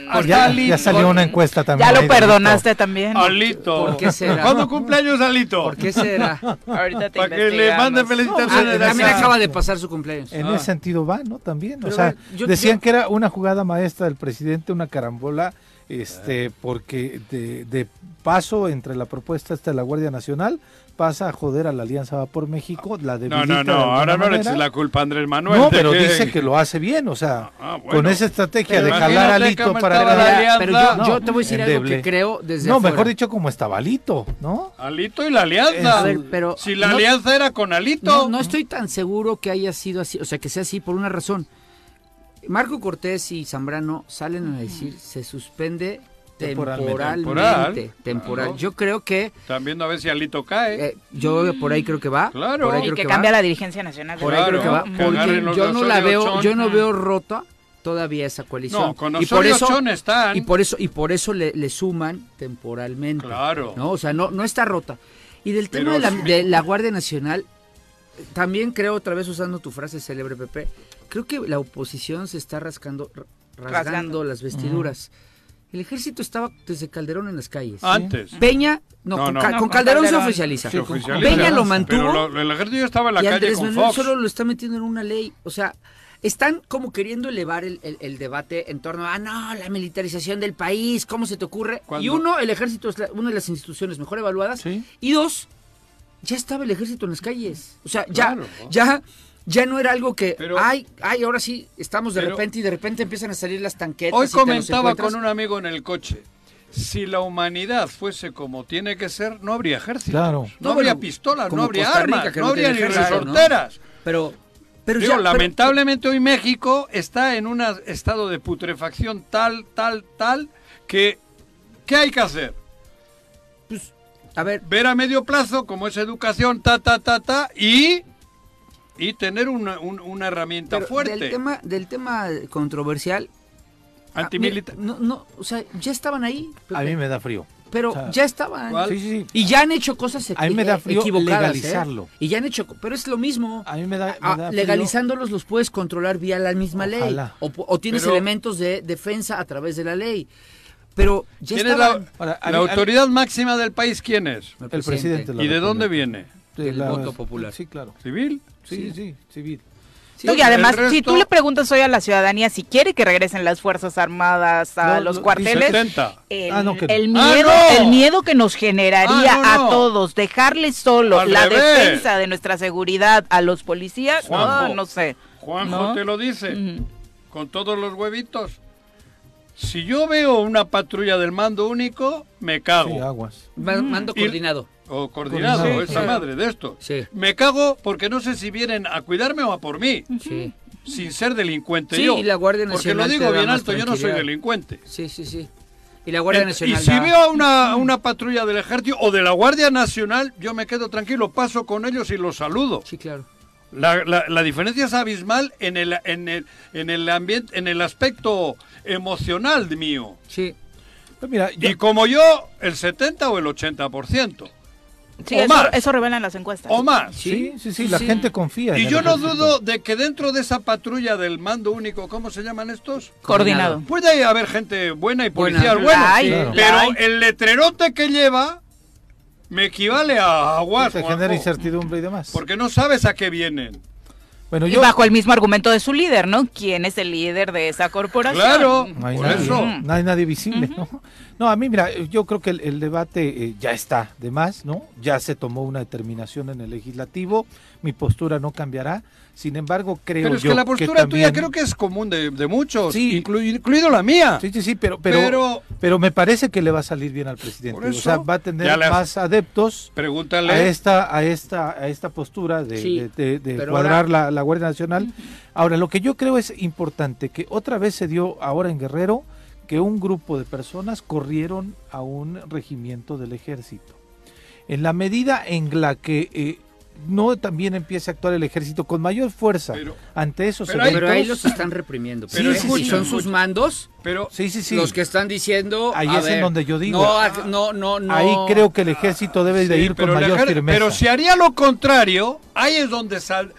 S3: Ah, ya,
S2: Alito.
S3: ya salió una encuesta también.
S1: Ya
S3: ahí
S1: lo
S3: de Alito.
S1: perdonaste también.
S2: Alito.
S5: ¿Por qué será?
S2: ¿Cuándo cumpleaños Alito?
S5: ¿Por qué será?
S1: Ahorita te
S2: Para que le mande
S1: investigamos.
S5: Ah,
S2: felicitaciones. a
S5: también
S2: esa-
S5: acaba de pasar su cumpleaños.
S3: En
S2: Ah.
S3: ese sentido va, ¿no? También, o
S5: Pero
S3: sea,
S5: bueno, yo-
S3: decían
S5: yo-
S3: que era una jugada maestra del presidente, una carambola,
S2: Ah.
S3: este, porque de, de paso entre la propuesta esta de la Guardia Nacional pasa a joder a la Alianza Va por México, la
S2: No,
S3: debilita
S2: no, no.
S3: de alguna
S2: Ahora no le eches
S3: manera.
S2: la culpa a Andrés Manuel.
S3: No,
S2: de
S3: pero dice que lo hace bien, o sea,
S2: Ah, bueno.
S3: con esa estrategia
S2: Pero
S3: de jalar
S2: imagínate
S3: a Lito
S2: cómo
S3: para
S2: estaba
S3: ganar-
S2: la alianza.
S5: Pero yo,
S3: No,
S5: yo te voy a decir algo
S3: endeble.
S5: que creo desde
S3: No,
S5: afuera.
S3: mejor dicho, como estaba Lito, ¿no?
S2: Alito y la alianza.
S5: A ver, pero-
S2: si la
S5: no-
S2: alianza era con Alito.
S5: No, no estoy tan seguro que haya sido así, o sea, que sea así por una razón. Marco Cortés y Zambrano salen a decir se suspende
S3: Temporalmente.
S5: temporalmente.
S2: Temporal.
S5: Temporal.
S2: Claro.
S5: Yo creo que,
S2: Están viendo a ver si Alito cae.
S5: eh, yo por ahí creo que va.
S2: Claro.
S5: Por ahí
S2: Y
S1: Y
S5: creo
S1: que
S5: que,
S1: cambia
S5: va.
S1: la dirigencia nacional.
S5: Por ahí
S2: Claro,
S5: creo que va.
S2: que
S5: Porque
S2: agarren los
S5: yo
S2: de
S5: no la
S2: Osorio
S5: veo,
S2: Ochón.
S5: yo no
S1: Ajá.
S5: veo rota todavía esa coalición.
S2: No, con
S5: y por
S2: Osorio
S5: eso,
S2: Ochón están.
S5: y por eso, y por eso le, le suman temporalmente.
S2: Claro.
S5: ¿no? O sea, no, no está rota. Y del tema de
S2: Pero
S5: la,
S2: sí.
S5: de la Guardia Nacional, también creo, otra vez usando tu frase célebre, Pepe, creo que la oposición se está rascando, r- rasgando,
S1: Rasgando.
S5: las vestiduras. El ejército estaba desde Calderón en las calles.
S2: Ah. Antes.
S5: Peña, no,
S2: No,
S5: con,
S2: no.
S5: Ca-
S2: No,
S5: con
S1: con
S5: Calderón,
S1: Calderón.
S5: se oficializa.
S2: Se
S3: Sí, con-
S2: oficializa.
S5: Peña lo
S2: Pero
S5: mantuvo.
S2: lo- el ejército estaba en la
S5: y
S2: calle
S5: Andrés
S2: con
S5: Manuel
S2: Fox.
S5: solo lo está metiendo en una ley. O sea, están como queriendo elevar el, el- el debate en torno a, ah, no, la militarización del país, ¿cómo se te ocurre? Y
S2: Cuando-
S5: uno, el ejército es la- una de las instituciones mejor evaluadas.
S3: Sí.
S5: Y dos, ya estaba el ejército en las calles. O sea, ya,
S2: Claro.
S5: ya, ya no era algo que,
S2: Pero-
S5: ay, ay, ahora sí, estamos de
S2: Pero-
S5: repente y de repente empiezan a salir las tanquetas.
S2: Hoy
S5: y te los
S2: comentaba
S5: encuentras.
S2: con un amigo en el coche. Si la humanidad fuese como tiene que ser, no habría ejército.
S3: Claro.
S2: No,
S5: No,
S2: habría
S5: bueno,
S2: pistolas, no
S5: como
S2: habría
S5: Costa Rica,
S2: armas,
S5: que
S2: no
S5: no
S2: habría ni
S5: tiene ejército, ¿no?
S2: resorteras.
S5: Pero, pero
S2: Digo,
S5: ya, pero-
S2: lamentablemente hoy México está en un estado de putrefacción tal, tal, tal, que ¿qué hay que hacer?
S5: Pues, a ver,
S2: Ver a medio plazo como es educación, ta, ta, ta, ta, y, y tener una, un- una herramienta
S5: pero
S2: fuerte.
S5: del tema, del tema controversial, Ah,
S2: antimilitar.
S5: mira, No, no, o sea, ya estaban ahí, Pepe,
S3: A mí me da frío.
S5: pero
S3: o sea,
S5: ya estaban.
S2: ¿Cuál?
S3: Sí, sí, sí.
S5: Y ya han hecho cosas equi-
S3: A mí me da
S5: eh,
S3: frío
S5: equivocadas, ¿eh?
S3: legalizarlo.
S5: Y ya han hecho, co- pero es lo mismo.
S3: A mí me da, me
S5: Ah,
S3: da frío.
S5: legalizándolos los puedes controlar vía la misma ley.
S3: Ojalá.
S5: O, po- o tienes
S2: Pero-
S5: elementos de defensa a través de la ley. Pero ya
S2: ¿Quién es la,
S5: estaban.
S3: Ahora, a
S2: la
S3: mí- a-
S2: autoridad máxima del país? ¿Quién es?
S3: El presidente.
S2: ¿Y de dónde viene?
S5: Del voto popular.
S3: Sí, claro.
S2: ¿Civil?
S3: Sí, sí, civil.
S5: Sí,
S1: No, y además,
S2: el
S1: si tú
S2: resto-
S1: le preguntas hoy a la ciudadanía si quiere que regresen las Fuerzas Armadas a
S3: No,
S1: los
S3: no,
S1: cuarteles,
S3: dice-
S2: 70.
S1: el,
S3: Ah, no, que no.
S1: el
S2: Ah,
S1: miedo,
S2: no.
S1: el miedo que nos generaría
S2: Ah, no, no.
S1: a todos, dejarles solo
S2: Al
S1: la
S2: revés.
S1: defensa de nuestra seguridad a los policías,
S2: Juanjo.
S1: no, no sé.
S2: Juanjo
S1: ¿No?
S2: te lo dice,
S1: Ujú.
S2: con todos los huevitos. Si yo veo una patrulla del mando único, me cago. Mm.
S3: Sí, aguas.
S5: Ma- Mando
S2: Y-
S5: coordinado.
S2: o coordinado,
S3: Coordinado,
S2: esa
S5: claro.
S2: madre de esto.
S5: Sí.
S2: Me cago porque no sé si vienen a cuidarme o a por mí,
S5: Sí.
S2: sin ser delincuente
S5: Sí,
S2: yo.
S5: y la Guardia
S2: porque lo
S5: Nacional te
S2: digo
S5: da
S2: bien
S5: más
S2: alto, yo no soy
S5: tranquilidad.
S2: delincuente.
S5: Sí, sí, sí. Y la Guardia
S2: Eh,
S5: Nacional.
S2: y si
S5: da-
S2: veo a una, a una patrulla del ejército o de la Guardia Nacional, yo me quedo tranquilo, paso con ellos y los saludo.
S5: Sí, claro.
S2: La, la- la diferencia es abismal en el, en el, en el ambiente, en el aspecto emocional de mío.
S5: Sí.
S3: Pues mira, yo,
S2: Y como yo, el 70 o el 80%,
S1: Sí,
S2: O
S1: eso,
S2: más.
S1: eso revelan las encuestas.
S2: o más.
S3: sí, sí, sí,
S5: Sí,
S3: la
S5: sí.
S3: gente confía. en
S2: Y
S3: el
S2: yo no
S3: ejército.
S2: dudo de que dentro de esa patrulla del mando único, ¿cómo se llaman estos?
S1: Coordinado.
S2: Puede haber gente buena y
S5: Buena.
S2: policías
S1: La
S2: buenos.
S1: hay,
S3: claro.
S1: la hay.
S2: Pero el letrerote que lleva me equivale a aguas,
S3: Se
S2: Juanjo,
S3: genera incertidumbre y demás.
S2: porque no sabes a qué vienen.
S3: Bueno,
S1: Y
S3: yo.
S1: bajo el mismo argumento de su líder, ¿no? ¿Quién es el líder de esa corporación?
S2: Claro,
S3: No hay,
S2: por
S3: nadie,
S2: eso.
S3: no hay nadie visible, ¿no? No, a mí, mira, yo creo que el, el debate eh, ya está de más, ¿no? Ya se tomó una determinación en el legislativo, mi postura no cambiará, sin embargo, creo
S2: Pero es
S3: yo
S2: que la postura tuya
S3: también-
S2: creo que es común de, de muchos,
S3: Sí.
S2: inclu- incluido la mía.
S3: Sí, sí, sí, pero, pero,
S2: Pero-
S3: pero, me parece que le va a salir bien al presidente.
S2: Por
S3: o sea,
S2: eso,
S3: va a tener
S2: ya le has-
S3: más adeptos
S2: Pregúntale.
S3: a este esta, a esta, a esta postura de,
S5: Sí,
S3: de- de- de
S5: pero
S3: cuadrar la, la Guardia Nacional. Ahora, lo que yo creo es importante, que otra vez se dio ahora en Guerrero, que un grupo de personas corrieron a un regimiento del ejército. En la medida en la que eh, no también empiece a actuar el ejército con mayor fuerza
S2: Pero-
S3: ante esos
S2: pero ahí-
S5: Pero ahí los
S3: eventos-
S5: están reprimiendo.
S2: Pero
S5: Pero
S2: escucha,
S5: son
S2: escucha.
S5: sus mandos
S2: Pero
S3: Sí, sí, sí.
S5: los que están diciendo.
S3: Ahí
S5: a
S3: es en
S5: ver,
S3: donde yo digo.
S5: No, ah, no, no, no.
S3: Ahí creo que el ejército debe de
S2: Sí,
S3: ir con
S2: pero el
S3: mayor
S2: ejer-
S3: firmeza.
S2: Pero si haría lo contrario, ahí es donde sal,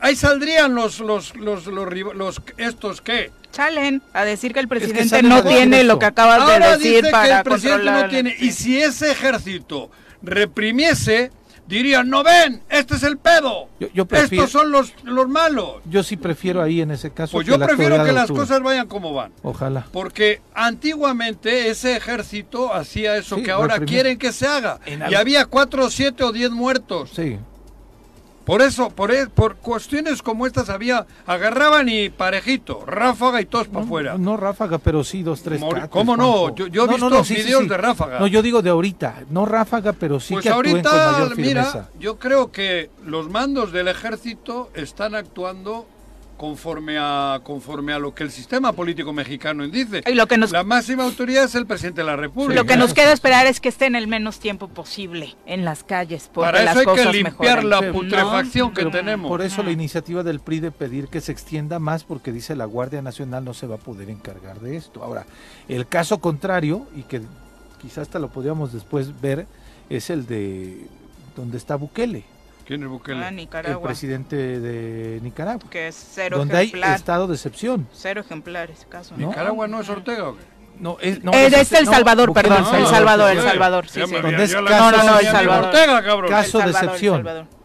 S2: ahí saldrían los los los los, rival- los- estos qué.
S1: Chalen a decir que el presidente
S3: salen a
S1: no
S3: decir
S1: tiene
S3: eso.
S1: lo que acabas
S2: Ahora
S1: de decir
S2: dice
S1: para
S2: que el presidente
S1: controlar-
S2: no tiene
S1: Sí.
S2: y si ese ejército reprimiese dirían no ven, este es el pedo.
S3: Yo- yo prefiero-
S2: Estos son los los malos.
S3: Yo sí prefiero ahí en ese caso.
S2: Pues
S3: que
S2: yo
S3: la
S2: prefiero
S3: autoridad
S2: que las
S3: actúe.
S2: cosas vayan como van.
S3: Ojalá.
S2: Porque antiguamente ese ejército hacía eso
S3: Sí,
S2: que ahora
S3: reprimir.
S2: quieren que se haga.
S3: En
S2: Y
S3: algo-
S2: había cuatro, siete o diez muertos.
S3: Sí.
S2: Por eso, por, e- por cuestiones como estas había, agarraban y parejito, ráfaga y todos para afuera.
S3: No, Ah, no ráfaga, pero sí dos, tres.
S2: Mor-
S3: cates,
S2: ¿cómo no?
S3: Juanjo.
S2: Yo- yo he visto videos de ráfaga.
S3: No, yo digo de ahorita. No ráfaga, pero sí
S2: pues
S3: que actúen con
S2: ahorita,
S3: mayor firmeza.
S2: mira, yo creo que los mandos del ejército están actuando conforme a conforme a lo que el sistema político mexicano dice.
S1: Y lo que nos-
S2: La máxima autoridad es el presidente de la República.
S1: Lo que nos queda esperar es que estén el menos tiempo posible en las calles, porque
S2: Para eso
S1: las
S2: hay que
S1: cosas
S2: limpiar
S1: mejoren.
S2: la
S3: Sí,
S2: putrefacción que
S3: Pero
S2: tenemos.
S3: Por eso la iniciativa del PRI de pedir que se extienda más, porque dice la Guardia Nacional no se va a poder encargar de esto. Ahora, el caso contrario, y que quizás hasta lo podríamos después ver, es el de donde está Bukele,
S2: ¿Quién es
S1: Ah,
S2: Bukele?
S3: el
S1: Nicaragua,
S3: presidente de Nicaragua,
S1: que es cero
S3: donde hay
S1: ejemplar,
S3: estado de excepción.
S1: cero ejemplar ese caso.
S3: ¿No?
S2: ¿Nicaragua no es Ortega o qué?
S3: No, es, no,
S1: Eh,
S3: es
S1: de este
S3: hace-
S1: El
S3: no,
S1: Salvador,
S3: Burkina
S1: perdón,
S3: Faso.
S1: El Salvador, El
S2: sí,
S1: Salvador,
S2: ya
S1: sí,
S2: me
S1: sí.
S2: había-
S3: Donde es
S2: yo la-
S3: caso-
S1: No, no, no, El
S2: Daniel
S1: Salvador.
S2: Ortega, cabrón.
S3: Caso de
S1: Salvador,
S3: excepción.
S1: El, Salvador.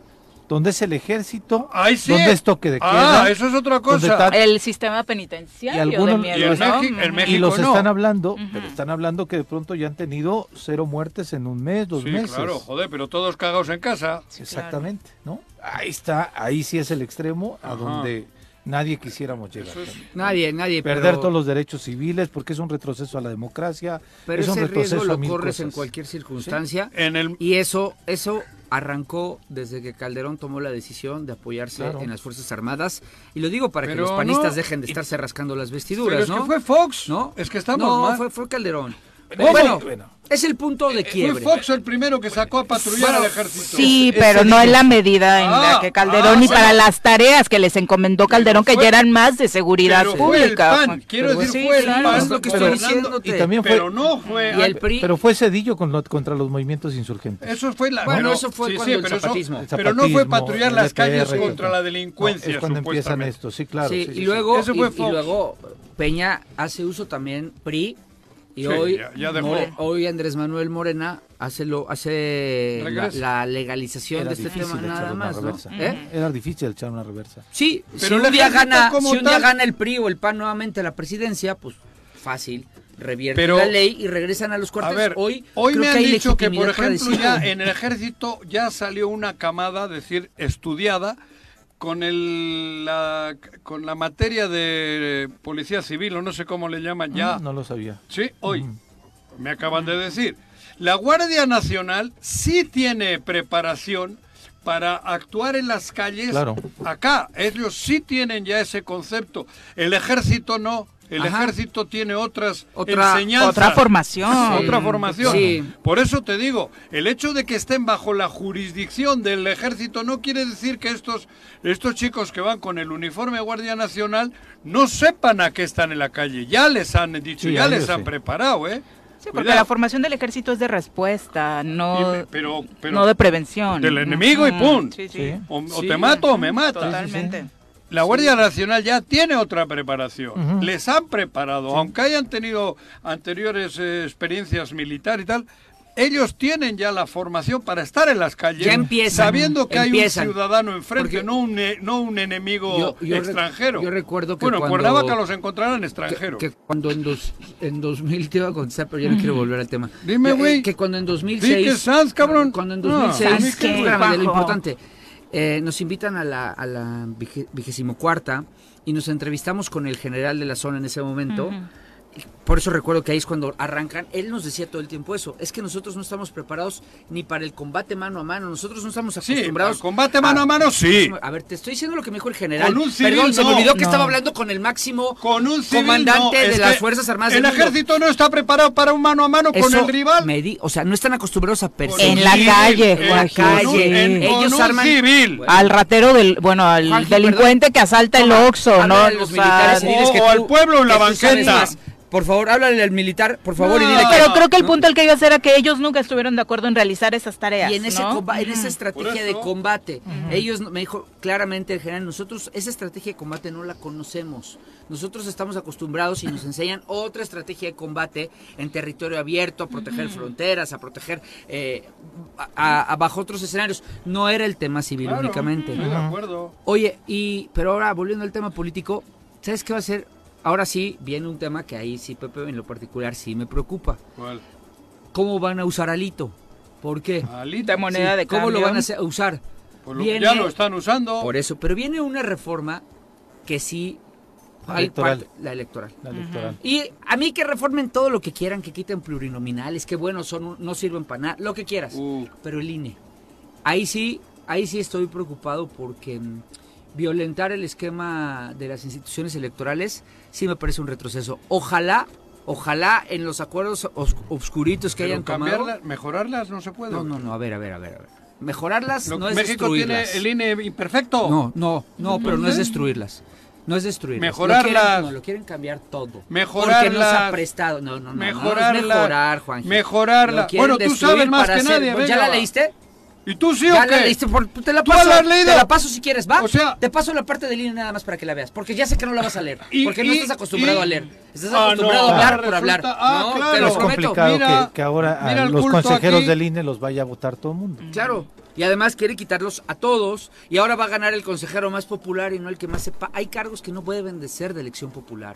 S3: Donde es el ejército,
S2: Ahí sí.
S3: donde es toque de
S2: Ah,
S3: queda.
S2: eso es otra
S3: donde
S2: cosa.
S3: está-
S1: El sistema penitenciario
S3: Y algunos-
S1: de
S2: Y
S1: miedo,
S2: en,
S1: ¿no?
S2: México, en
S1: Ujú.
S2: México
S3: y los
S2: no.
S3: están hablando,
S1: Ujú.
S3: pero están hablando que de pronto ya han tenido cero muertes en un mes, dos
S2: sí,
S3: meses.
S2: claro, joder, pero todos cagados en casa.
S3: Exactamente, ¿no? Ahí está, ahí sí es el extremo a
S2: Ajá.
S3: donde nadie quisiéramos llegar.
S2: Eso es-
S3: ¿no?
S5: Nadie, nadie.
S3: Perder
S5: pero-
S3: todos los derechos civiles porque es un retroceso a la democracia,
S5: Pero
S3: es un
S5: ese
S3: retroceso
S5: riesgo
S3: a
S5: lo
S3: mil
S5: corres en
S3: cosas.
S5: cualquier circunstancia.
S2: En el,
S5: Y eso, eso arrancó desde que Calderón tomó la decisión de apoyarse
S3: Claro.
S5: en las Fuerzas Armadas. Y lo digo para que
S2: Pero
S5: los panistas
S2: no,
S5: dejen de
S2: y-
S5: estarse rascando las
S2: pero
S5: vestiduras,
S2: es
S5: ¿no?
S2: que fue eh, Fox.
S5: ¿No?
S2: Es que estamos
S5: No,
S2: mal.
S5: fue, fue Calderón.
S3: Bueno,
S5: bueno,
S3: bueno.
S5: es el punto de
S2: Eh,
S5: quiebre.
S2: Fue Fox el primero que sacó a patrullar al ejército.
S1: Sí,
S3: Ese
S1: pero no
S3: día.
S1: en la medida en la
S2: Ah,
S1: que Calderón
S2: ah,
S1: y para
S2: bueno.
S1: las tareas que les encomendó Calderón,
S2: Pero
S1: que ya
S2: fue-
S1: eran más de seguridad
S2: pero fue el
S1: pública.
S2: PAN,
S1: Juan.
S2: quiero
S1: Pero
S2: decir,
S1: sí,
S2: fue el
S1: claro.
S2: PAN
S5: es lo que estoy
S2: Pero-
S5: diciéndote.
S3: y también
S2: Pero
S3: fue-
S2: no fue.
S5: Y el PRI,
S3: Pero fue cedido con lo- contra los movimientos insurgentes.
S2: Eso fue la.
S5: Bueno,
S2: pero-
S5: eso fue cuando el
S2: pero eso-
S5: zapatismo.
S3: El
S2: pero no fue
S3: zapatismo,
S2: patrullar
S3: el
S2: las calles
S3: LPR,
S2: contra la
S3: No,
S2: delincuencia,
S3: es cuando empiezan
S2: supuestamente.
S3: esto, sí, claro.
S5: sí,
S3: sí,
S5: y
S3: sí,
S5: luego
S2: Ese
S5: y,
S2: fue
S5: y
S2: Fox.
S5: luego Peña hace uso también PRI y
S2: Sí,
S5: hoy
S2: ya- ya dejó.
S5: More- hoy Andrés Manuel Morena hace lo hace la,
S2: Regresa.
S5: la legalización
S3: Era
S5: de este
S3: difícil
S5: tema nada
S3: echar una
S5: más, ¿no?
S3: reversa.
S5: ¿Eh?
S3: Era difícil echar una reversa.
S5: Sí,
S2: Pero
S5: si
S2: el
S5: un día
S2: ejército
S5: gana
S2: como
S5: si un día
S2: tal-
S5: gana el PRI o el PAN nuevamente la presidencia, pues fácil revierte
S2: Pero-
S5: la ley y regresan a los
S2: A
S5: cuartos.
S2: ver, hoy,
S5: hoy creo
S2: me han
S5: hay
S2: dicho que, por
S5: legitimidad para
S2: ejemplo, ya
S5: decirlo.
S2: en el ejército ya salió una camada, decir, estudiada con el la, con la materia de policía civil o no sé cómo le llaman ya.
S3: Mm, No lo sabía.
S2: Sí, hoy. Me acaban de decir. La Guardia Nacional sí tiene preparación para actuar en las calles
S3: Claro.
S2: acá. Ellos sí tienen ya ese concepto. El ejército no. El
S5: Ajá.
S2: ejército tiene otras
S5: Otra-
S2: enseñanzas.
S1: Otra formación.
S5: Sí.
S2: Otra formación.
S5: Sí.
S2: Por eso te digo, el hecho de que estén bajo la jurisdicción del ejército no quiere decir que estos, estos chicos que van con el uniforme de Guardia Nacional no sepan a qué están en la calle. Ya les han dicho,
S3: Sí, a
S2: ya
S3: ellos
S2: les han
S3: sí.
S2: preparado, ¿eh?
S1: Sí, porque
S2: Cuidado.
S1: la formación del ejército es de respuesta, no,
S2: Y me- pero- pero-
S1: no de prevención.
S2: del enemigo y pum.
S1: Sí,
S3: Sí.
S1: sí.
S2: O, o
S1: Sí.
S2: te mato o me mata.
S1: Totalmente.
S2: La Guardia Nacional ya tiene otra preparación.
S3: Ujú.
S2: Les han preparado, aunque hayan tenido anteriores eh, experiencias militares y tal. Ellos tienen ya la formación para estar en las calles,
S5: Ya empiezan,
S2: sabiendo que
S5: empiezan.
S2: hay un ciudadano enfrente,
S5: Porque-
S2: no un eh, no un enemigo
S5: Yo- yo rec-
S2: extranjero.
S5: yo recuerdo que
S2: bueno,
S5: cuando-
S2: en Cuernavaca los encontrarán
S5: que-
S2: extranjeros.
S5: Que, cuando en, dos, en 2000 te iba a contestar, pero ya no quiero volver al tema.
S2: Dime,
S5: Eh,
S2: güey.
S5: Que cuando en 2006.
S2: Di que Sanz, cabrón.
S5: Cuando en
S2: No,
S5: 2006.
S1: Sanz,
S5: es que
S1: qué,
S5: espérame, de
S1: Juanjo.
S5: lo importante. eh, nos invitan a la, a la vige- vigésimo cuarta y nos entrevistamos con el general de la zona en ese momento. Por eso recuerdo que ahí es cuando arrancan. Él nos decía todo el tiempo eso. Es que nosotros no estamos preparados ni para el combate mano a mano. Nosotros no estamos
S2: Sí,
S5: acostumbrados.
S2: al combate mano a mano, sí.
S5: A ver, te estoy diciendo lo que me dijo el general.
S2: Con un civil,
S5: Perdón, se me
S2: no.
S5: olvidó que
S3: No.
S5: estaba hablando con el máximo
S2: con un civil, no,
S5: comandante de
S2: es
S5: las
S2: que
S5: Fuerzas Armadas
S2: El
S5: del mundo.
S2: ejército no está preparado para un mano a mano con
S5: Eso
S2: el rival.
S5: me di- o sea, no están acostumbrados a perseguir.
S1: En la
S2: civil,
S1: calle,
S2: en-
S1: Joaquín.
S2: con un- en-
S5: Ellos
S2: con un
S5: arman-
S2: civil.
S1: Al ratero del, bueno, al
S5: Juanji,
S1: delincuente que asalta el
S5: Toma,
S1: Oxxo, ¿no?
S5: háblale a los
S1: O sea,
S5: militares y diles
S2: o-
S5: que
S2: o
S5: tú-
S2: al pueblo en la
S5: que tú sabes
S2: banqueta.
S5: más. Por favor, háblale al militar, por favor, y
S2: No.
S5: dile que
S1: pero creo que el punto al que ibas era que ellos nunca estuvieron de acuerdo en realizar esas tareas.
S5: Y en, ese
S1: ¿no?
S5: comba- en esa
S2: Por
S5: estrategia
S2: eso.
S5: de combate, ellos no- me dijo claramente el general, nosotros esa estrategia de combate no la conocemos. Nosotros estamos acostumbrados y nos enseñan otra estrategia de combate en territorio abierto, a proteger fronteras, a proteger eh, a- a- a bajo otros escenarios. No era el tema civil
S2: Claro,
S5: únicamente.
S2: estoy de acuerdo.
S5: Oye, y pero ahora volviendo al tema político, ¿sabes qué va a ser? Ahora sí viene un tema que ahí sí, Pepe, en lo particular sí me preocupa.
S2: ¿Cuál?
S5: ¿Cómo van a usar alito? ¿Por qué?
S2: Alita.
S1: De moneda
S5: Sí,
S1: de
S5: ¿Cómo lo
S1: cambio.
S5: van a hacer- a usar?
S2: Pues lo-
S5: Viene-
S2: ya lo están usando.
S5: Por eso, pero viene una reforma que sí...
S3: La
S5: hay
S3: electoral.
S5: parte- la electoral.
S3: La electoral.
S5: Y a mí que reformen todo lo que quieran, que quiten plurinominales, que bueno, son, no sirven para nada, lo que quieras.
S2: Uh,
S5: Pero el INE, ahí sí, ahí sí estoy preocupado porque mm, violentar el esquema de las instituciones electorales sí me parece un retroceso. Ojalá, ojalá en los acuerdos os- obscuritos que
S2: pero
S5: hayan tomado.
S2: cambiarlas, mejorarlas no se puede.
S5: No, no, no, a ver, a ver, a ver. a ver. Mejorarlas
S2: Lo-
S5: no es
S2: México tiene
S5: destruirlas.
S2: el INE imperfecto.
S5: No, no, no, pero no es destruirlas. No es destruirlas. Lo
S2: Mejorarlas.
S5: quieren, no, lo quieren cambiar todo. Porque no se
S2: Mejorarlas.
S5: ha prestado. No, no, no. no, no es
S2: Mejorarla.
S5: mejorar, Juanji.
S2: Mejorarla.
S5: Lo quieren
S2: Bueno, tú
S5: destruir
S2: sabes más
S5: para
S2: que nadie,
S5: ¿Ya
S2: venga,
S5: la
S2: va.
S5: leíste?
S2: ¿Y tú sí o
S5: Ya
S2: qué?
S5: la leíste, por- te la
S2: ¿Tú ya
S5: paso.
S2: la has leído?
S5: Te la paso si quieres, ¿va?
S2: O sea-
S5: te paso la parte de línea nada más para que la veas, porque ya sé que no la vas a leer,
S2: Y-
S5: porque no
S2: y-
S5: estás acostumbrado
S2: y-
S5: a leer. Estás
S2: Ah,
S5: acostumbrado
S2: no,
S5: a hablar
S2: ahora
S5: por hablar.
S2: resulta- ah,
S5: no,
S2: claro.
S5: te lo
S2: Es
S3: Es
S5: prometo.
S3: complicado
S2: Mira,
S3: que, que ahora a
S2: mira el
S3: los
S2: culto
S3: consejeros
S2: aquí.
S3: del INE los vaya a votar todo el mundo.
S1: Mm.
S5: Claro. Y además quiere quitarlos a todos. Y ahora va a ganar el consejero más popular y no el que más sepa. Hay cargos que no pueden de ser de elección popular.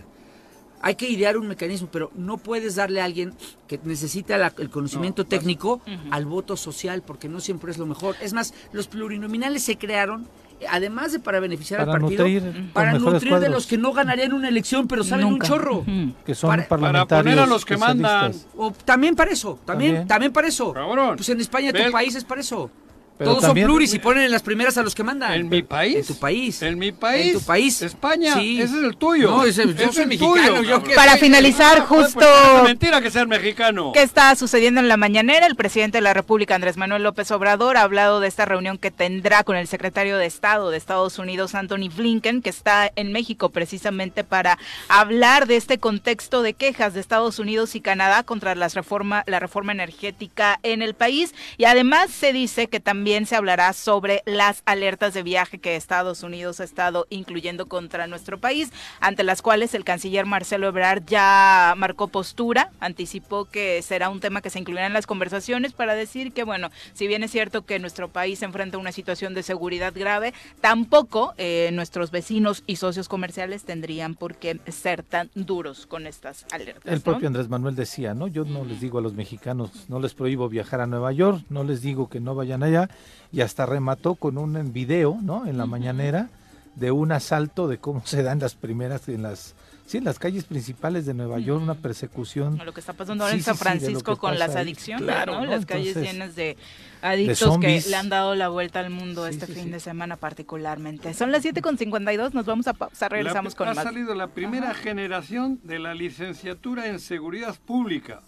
S5: Hay que idear un mecanismo, pero no puedes darle a alguien que necesita la- el conocimiento técnico al voto social, porque no siempre es lo mejor. Es más, los plurinominales se crearon, eh, además de para beneficiar
S3: Para
S5: al partido,
S3: nutrir con
S5: para
S3: mejores
S5: nutrir de
S3: cuadros.
S5: los que no ganarían una elección, pero saben
S1: Nunca.
S5: un chorro.
S1: Ujú.
S3: Que son
S5: Para- para
S3: parlamentarios.
S2: poner a los que mandan.
S3: socialistas.
S5: O también para eso, también, también,
S3: También.
S5: para eso.
S2: Cabrón.
S5: Pues en España tu
S2: Ven.
S5: país es para eso.
S3: Pero
S5: Todos
S3: también-
S5: son pluris y ponen en las primeras a los que mandan.
S2: ¿En mi país?
S5: En tu país.
S2: ¿En mi país?
S5: En tu país.
S2: España.
S5: Sí.
S2: Ese es el tuyo.
S5: No, ese- yo
S2: Ese
S5: soy
S2: es
S5: mexicano,
S2: tuyo,
S5: yo
S2: cabrón.
S5: qué-
S1: Para finalizar,
S2: Ah, pues,
S1: justo...
S2: es mentira que seas mexicano.
S1: ¿Qué está sucediendo en la mañanera? El presidente de la República, Andrés Manuel López Obrador, ha hablado de esta reunión que tendrá con el secretario de Estado de Estados Unidos, Anthony Blinken, que está en México precisamente para hablar de este contexto de quejas de Estados Unidos y Canadá contra las reforma, la reforma energética en el país. Y además se dice que también se hablará sobre las alertas de viaje que Estados Unidos ha estado incluyendo contra nuestro país, ante las cuales el canciller Marcelo Ebrard ya marcó postura, anticipó que será un tema que se incluirá en las conversaciones para decir que, bueno, si bien es cierto que nuestro país enfrenta una situación de seguridad grave, tampoco eh, nuestros vecinos y socios comerciales tendrían por qué ser tan duros con estas alertas.
S3: El
S1: ¿no?
S3: propio Andrés Manuel decía, ¿no? Yo no les digo a los mexicanos, no les prohíbo viajar a Nueva York, no les digo que no vayan allá, y hasta remató con un video, ¿no? En la mañanera de un asalto de cómo se dan las primeras en las sí, en las calles principales de Nueva York, una persecución
S1: Lo que está pasando ahora
S3: Sí,
S1: en San
S3: sí, sí, de lo que
S1: Francisco con
S3: pasa
S1: las
S3: ahí.
S1: adicciones,
S3: Claro,
S1: ¿no?
S3: ¿no?
S1: Las calles
S3: Entonces,
S1: llenas de adictos que
S3: zombies.
S1: le han dado la vuelta al mundo
S3: Sí,
S1: este
S3: sí,
S1: fin
S3: sí.
S1: de semana particularmente. Son las 7.52, nos vamos a pausa,
S2: La-
S1: regresamos con
S2: ha
S1: más.
S2: salido la primera generación de la licenciatura en seguridad pública.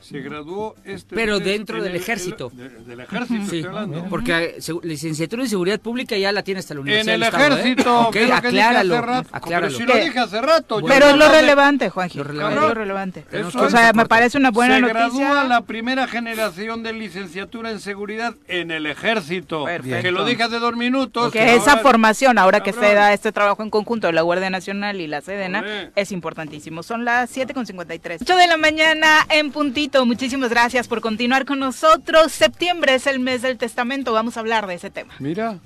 S2: Se graduó este.
S5: Pero
S2: mes
S5: dentro
S2: en
S5: del
S2: el-
S5: ejército.
S2: el- de- del ejército,
S5: Sí,
S2: estoy hablando.
S5: porque eh, segu- licenciatura en seguridad pública ya la tiene hasta la
S2: En
S5: universidad.
S2: el
S5: del Estado, ¿eh?
S2: ejército,
S5: Ok,
S2: que es lo que dije
S5: acláralo,
S2: hace rato.
S5: acláralo.
S2: Pero si lo dije hace rato. yo
S1: Pero es
S2: no
S1: lo
S2: hablé-
S1: relevante, Juanji.
S5: Lo
S1: Lo
S5: relevante.
S1: relevante. Lo relevante.
S5: Tenemos
S2: Eso
S5: que
S1: O
S2: es.
S1: sea, me
S5: corte.
S1: parece una buena
S2: se
S1: noticia.
S2: gradúa la primera generación de licenciatura en seguridad en el ejército.
S1: Perfecto.
S2: Que lo dije hace dos minutos.
S1: Que esa
S2: ahora-
S1: formación, ahora que
S2: Cabrón.
S1: se da este trabajo en conjunto de la Guardia Nacional y la Sedena,
S2: Olé.
S1: es importantísimo. Son las 7.53. 8 de la mañana en puntito. Muchísimas gracias por continuar con nosotros. Septiembre es el mes del testamento. Vamos a hablar de ese tema.
S2: Mira.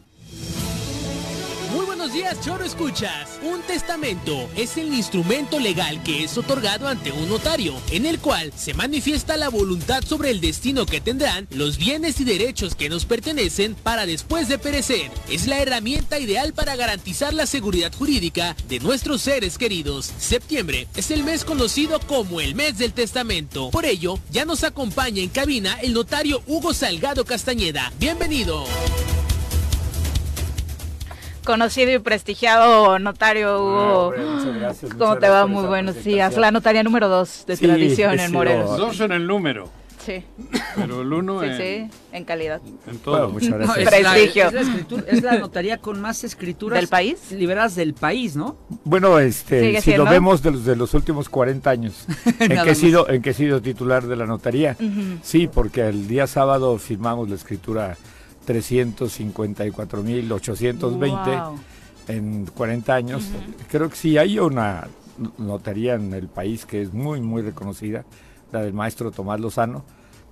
S6: Muy buenos días, Choro Escuchas. Un testamento es el instrumento legal que es otorgado ante un notario, en el cual se manifiesta la voluntad sobre el destino que tendrán, los bienes y derechos que nos pertenecen para después de perecer. Es la herramienta ideal para garantizar la seguridad jurídica de nuestros seres queridos. Septiembre es el mes conocido como el mes del testamento. Por ello, ya nos acompaña en cabina el notario Hugo Salgado Castañeda. Bienvenido.
S1: Conocido y prestigiado
S7: Ah,
S1: notario Hugo. ¿Cómo te va? Muy buenos días. La notaria número dos de
S7: Sí,
S1: tradición
S7: he
S1: en
S7: sido-
S1: Morelos.
S2: Dos en el número,
S1: Sí,
S2: pero el uno
S1: sí,
S2: en,
S1: sí, en calidad.
S2: en todo.
S7: Bueno, muchas
S5: No,
S7: gracias.
S5: es, la,
S1: Prestigio.
S5: es la escritura- es la notaría con más escrituras
S1: ¿Del país?
S5: liberadas del país, ¿no?
S7: Bueno,
S1: Sigue
S7: este, si
S1: siendo.
S7: lo vemos de los, de los últimos 40 años, en,
S5: Nada
S7: que he
S5: más.
S7: sido, en que he sido titular de la notaría. Sí, porque el día sábado firmamos la escritura 354.820
S1: Wow.
S7: en 40 años. Creo que sí, hay una notaría en el país que es muy, muy reconocida, la del maestro Tomás Lozano,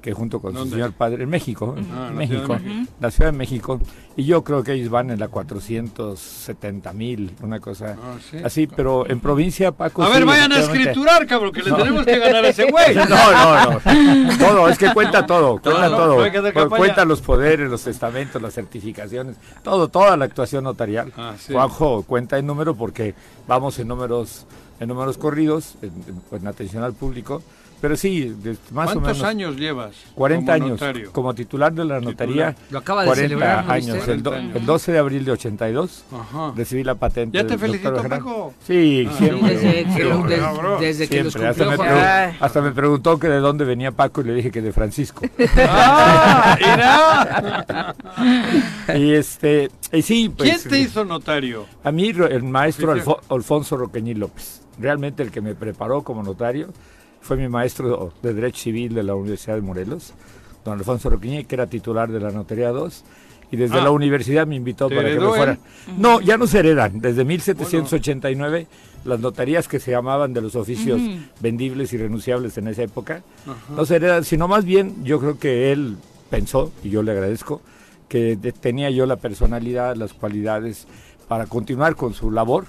S7: que junto con
S2: ¿Dónde?
S7: su señor padre en México, en
S2: Ah, en la Ciudad de
S7: México, la Ciudad de México, y yo creo que ellos van en la 470 mil, una cosa
S2: Ah, sí.
S7: así, pero en provincia, Paco...
S2: A
S7: sí,
S2: ver, vayan a
S7: efectivamente.
S2: escriturar, cabrón, que le tenemos que ganar a ese güey.
S7: No, no, no. Todo, es que cuenta todo, cuenta
S2: no,
S7: todo.
S2: no hay que hacer
S7: Cu-
S2: campaña.
S7: Cuenta los poderes, los testamentos, las certificaciones, todo, toda la actuación notarial.
S2: Ah, sí.
S7: Juanjo, cuenta en número porque vamos en números, en números corridos, en, en atención al público. Pero sí, de- más o
S2: ¿Cuántos
S7: menos.
S2: años llevas?
S7: 40
S2: como
S7: años
S2: notario?
S7: como titular de la notaría.
S5: Lo acaba de
S7: 40
S5: celebrar, ¿no
S7: años.
S5: viste?
S7: El, do-
S2: 40
S7: el 12 de abril de 82
S2: Ajá.
S7: recibí la patente.
S2: Ya te
S7: del doctor
S2: felicito,
S7: Bejarano.
S2: Paco.
S7: Sí,
S2: Ah,
S7: siempre.
S5: Desde que, lo-
S2: Siempre,
S5: des-
S2: cabrón.
S5: desde que los
S7: Siempre, hasta,
S5: cumplió
S7: me
S5: Juan-
S1: Juan.
S7: pregun- hasta me preguntó que de dónde venía Paco y le dije que de Francisco.
S2: ¡Ah! mira.
S7: y este, y sí, pues,
S2: ¿Quién te hizo notario?
S7: a mí ro- el maestro
S2: Sí, sí.
S7: Alfo- Alfonso Roqueñi López, realmente el que me preparó como notario, fue mi maestro de Derecho Civil de la Universidad de Morelos, don Alfonso Roquiñe, que era titular de la Notaría 2, y desde
S2: Ah.
S7: la universidad me invitó
S2: ¿Te
S7: para que
S2: heredó él?
S7: me fuera. No, ya no se heredan. Desde 1789, las notarías que se llamaban de los oficios vendibles y renunciables en esa época, no se heredan, sino más bien yo creo que él pensó, y yo le agradezco, que de- tenía yo la personalidad, las cualidades para continuar con su labor.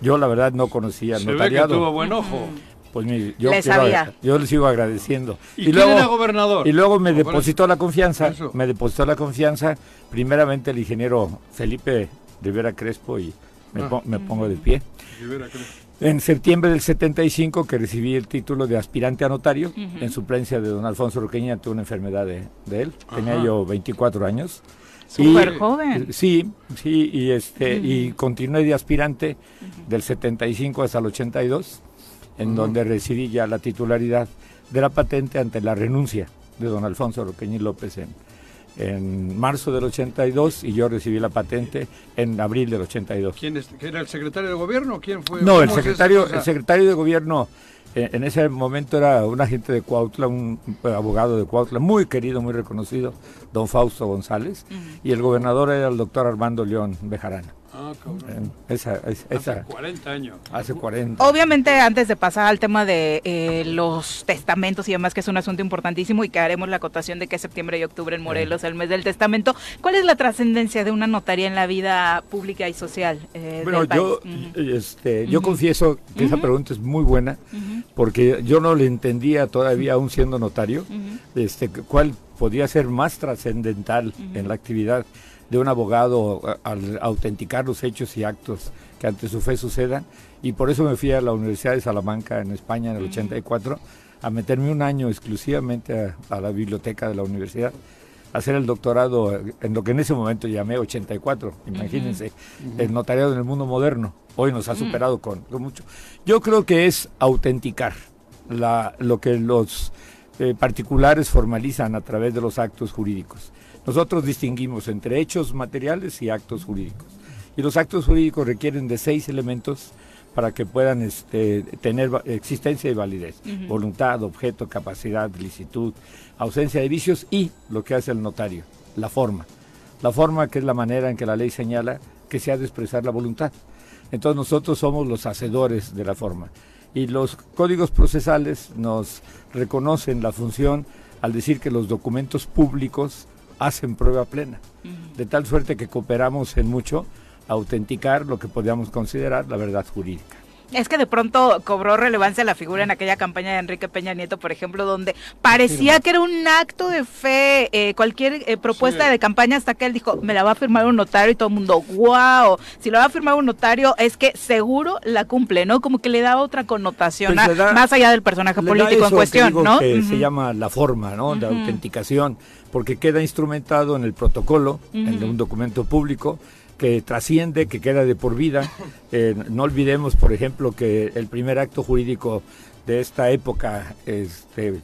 S7: Yo la verdad no conocía el
S2: Se ve que
S7: notariado.
S2: tuvo buen ojo.
S7: Pues mire, yo,
S1: Le
S7: quiero
S1: sabía.
S7: agra- yo le sigo agradeciendo.
S2: ¿Y, quién era gobernador?
S7: Y luego me
S2: Ah, por
S7: depositó la confianza,
S2: Eso.
S7: me depositó la confianza, primeramente el ingeniero Felipe Rivera Crespo y me,
S2: Ah.
S7: po- me pongo de pie.
S2: Rivera, creo.
S7: En septiembre del 75 que recibí el título de aspirante a notario en suplencia de don Alfonso Roqueña ante una enfermedad de, de él. Tenía
S2: Ajá.
S7: yo 24 años.
S1: Súper
S7: Y- eh,
S1: joven.
S7: Sí, sí, y este y continué de aspirante del 75 hasta el 82, en donde recibí ya la titularidad de la patente ante la renuncia de don Alfonso Roqueñi López en, en marzo del 82 y yo recibí la patente en abril del 82.
S2: ¿Quién es- que era el secretario de gobierno? o ¿Quién fue?
S7: No, el
S2: ¿Cómo es esa
S7: secretario,
S2: cosa?
S7: el secretario de gobierno eh, en ese momento era un agente de Cuautla, un eh, abogado de Cuautla, muy querido, muy reconocido, don Fausto González, y el gobernador era el doctor Armando León Bejarana.
S2: Ah, cabrón.
S7: Eh, Esa, es-
S2: Hace
S7: esa,
S2: 40 años.
S7: hace 40.
S1: Obviamente, antes de pasar al tema de eh, los testamentos y demás, que es un asunto importantísimo y que haremos la acotación de que es septiembre y octubre en Morelos, el mes del testamento, ¿cuál es la trascendencia de una notaría en la vida pública y social? eh,
S7: Bueno,
S1: del
S7: yo,
S1: país? Ujú.
S7: este, yo confieso que esa pregunta es muy buena, porque yo no le entendía todavía, aún siendo notario, este, cu- cuál podría ser más trascendental en la actividad de un abogado a- al autenticar los hechos y actos que ante su fe sucedan. Y por eso me fui a la Universidad de Salamanca, en España, en el 84, a meterme un año exclusivamente a- a la biblioteca de la universidad hacer el doctorado eh, en lo que en ese momento llamé 84, imagínense, el notariado en el mundo moderno. Hoy nos ha superado con, con mucho. Yo creo que es autenticar la, lo que los eh, particulares formalizan a través de los actos jurídicos. Nosotros distinguimos entre hechos materiales y actos jurídicos. Y los actos jurídicos requieren de seis elementos para que puedan este, tener va- existencia y validez. Voluntad, objeto, capacidad, licitud, ausencia de vicios y lo que hace el notario, la forma. La forma que es la manera en que la ley señala que se ha de expresar la voluntad. Entonces nosotros somos los hacedores de la forma. Y los códigos procesales nos reconocen la función al decir que los documentos públicos hacen prueba plena. De tal suerte que cooperamos en mucho a autenticar lo que podíamos considerar la verdad jurídica.
S1: Es que de pronto cobró relevancia la figura en aquella campaña de Enrique Peña Nieto, por ejemplo, donde parecía que era un acto de fe, eh, cualquier eh, propuesta
S2: Sí.
S1: de campaña, hasta que él dijo, me la va a firmar un notario y todo el mundo, wow, si la va a firmar un notario es que seguro la cumple, ¿no? Como que le daba otra connotación
S7: Pues
S1: a-
S7: le da-
S1: más allá del personaje
S7: Le da
S1: político
S7: eso
S1: en
S7: que
S1: cuestión,
S7: digo
S1: ¿no?
S7: que
S1: Ujú.
S7: Se llama la forma, ¿no? La autenticación, porque queda instrumentado en el protocolo, en un documento público que trasciende, que queda de por vida. Eh, no olvidemos, por ejemplo, que el primer acto jurídico de esta época, este,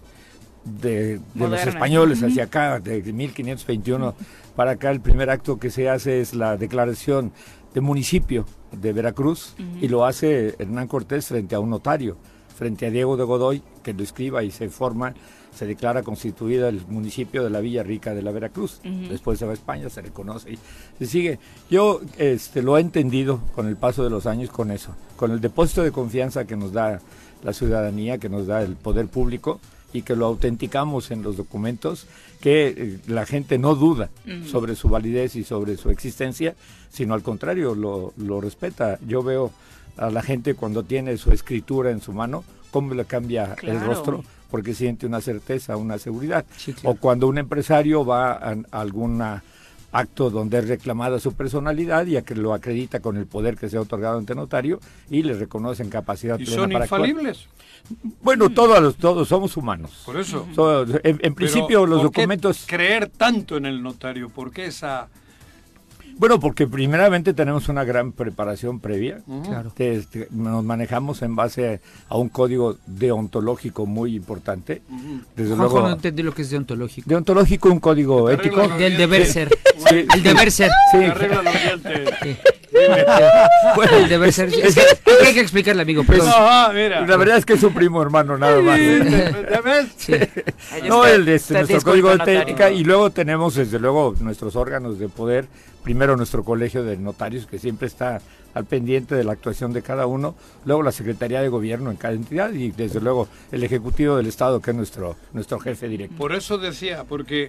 S7: de, de los
S1: Moderna.
S7: españoles hacia acá, de 1521 para acá, el primer acto que se hace es la declaración de municipio de Veracruz y lo hace Hernán Cortés frente a un notario, frente a Diego de Godoy, que lo escriba y se forma, se declara constituida el municipio de la Villa Rica de la Veracruz. Después se va a España, se reconoce y se sigue. Yo este, lo he entendido con el paso de los años con eso, con el depósito de confianza que nos da la ciudadanía, que nos da el poder público y que lo autenticamos en los documentos, que eh, la gente no duda sobre su validez y sobre su existencia, sino al contrario, lo, lo respeta. Yo veo a la gente cuando tiene su escritura en su mano, cómo le cambia el
S1: Claro.
S7: rostro, porque siente una certeza, una seguridad. O cuando un empresario va a, a algún acto donde es reclamada su personalidad y a que lo acredita con el poder que se ha otorgado ante notario y le reconocen capacidad
S2: ¿Y
S7: plena
S2: son
S7: para actuar.
S2: infalibles?
S7: Bueno, todos, los- todos somos humanos.
S2: Por eso.
S7: So, en, en
S2: Pero,
S7: principio los
S2: ¿por qué
S7: documentos...
S2: creer tanto en el notario, ¿por qué esa...?
S7: Bueno, porque primeramente tenemos una gran preparación previa. Te- te- nos manejamos en base a un código deontológico muy importante. Desde
S5: Juanjo no
S7: luego...
S5: entendí lo que es deontológico.
S7: Deontológico, un código
S2: Te arreglas
S7: ético.
S2: los
S5: Del
S2: dientes,
S5: deber ser.
S7: Sí.
S5: El deber ser.
S7: Sí.
S2: te arregla los dientes.
S5: Bueno, el deber ser. Es que, es que hay que explicarle, amigo, perdón.
S2: Ajá, mira.
S7: La verdad es que es su primo hermano, nada más.
S2: ¿Ya ves?
S5: Sí.
S7: No, el de este,
S1: Está
S7: nuestro
S1: disculpa,
S7: código de
S1: notario.
S7: ética y luego tenemos desde luego nuestros órganos de poder, primero nuestro colegio de notarios que siempre está al pendiente de la actuación de cada uno, luego la Secretaría de Gobierno en cada entidad y desde luego el Ejecutivo del Estado que es nuestro, nuestro jefe directo.
S2: Por eso decía, porque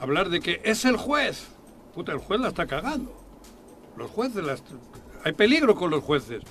S2: hablar de que es el juez. Puta, el juez la está cagando. Los jueces las- Hay peligro con los jueces.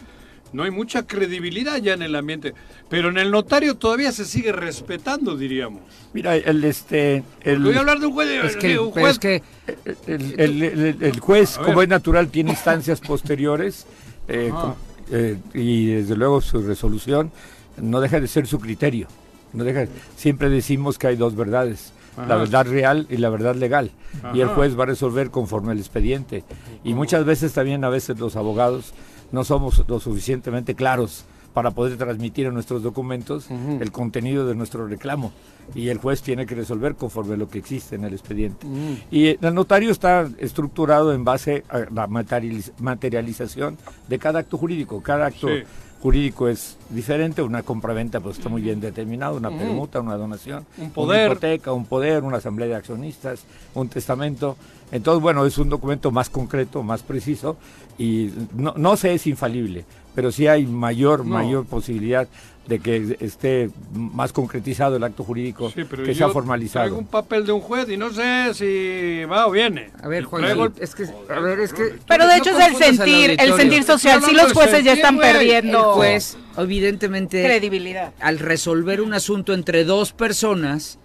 S2: No hay mucha credibilidad ya en el ambiente. Pero en el notario todavía se sigue respetando, diríamos.
S7: Mira, el este el,
S2: Voy a hablar de un juez.
S5: Es
S2: de
S5: que,
S2: un
S5: pero
S2: juez Eh,
S5: es que
S7: el- el- el- el juez,
S2: A ver.
S7: como es natural, tiene instancias posteriores eh,
S2: Ah.
S7: con- eh, y desde luego su resolución no deja de ser su criterio. No deja, siempre decimos que hay dos verdades,
S2: Ajá.
S7: la verdad real y la verdad legal. Y el
S2: Ajá.
S7: juez va a resolver conforme el expediente. Y muchas veces también, a veces los abogados no somos lo suficientemente claros para poder transmitir en nuestros documentos el contenido de nuestro reclamo. Y el juez tiene que resolver conforme lo que existe en el expediente. Y eh, el notario está estructurado en base a la materializ- materialización de cada acto jurídico. Cada acto
S2: Sí.
S7: jurídico es diferente, una compraventa pues está muy bien determinado, una permuta, una donación,
S2: Un poder.
S7: una hipoteca, un poder, una asamblea de accionistas, un testamento. Entonces, bueno, es un documento más concreto, más preciso y no, no se es infalible, pero sí hay mayor, mayor posibilidad de que esté más concretizado el acto jurídico,
S2: Sí, pero
S7: que
S2: yo
S7: sea formalizado.
S2: Traigo un papel de un juez y no sé si va o viene.
S5: A ver,
S2: Y
S5: Juan,
S2: traigo el-
S5: es que, a ver, es que...
S1: Pero de
S5: no
S1: hecho es el
S5: confundas al
S1: sentir, el
S5: auditorio.
S1: sentir social.
S2: Estoy
S1: Sí,
S2: hablando
S1: los
S2: de
S1: jueces ya están
S2: sentir, güey.
S5: El
S1: perdiendo
S5: juez, evidentemente...
S1: credibilidad.
S5: al resolver un asunto entre dos personas,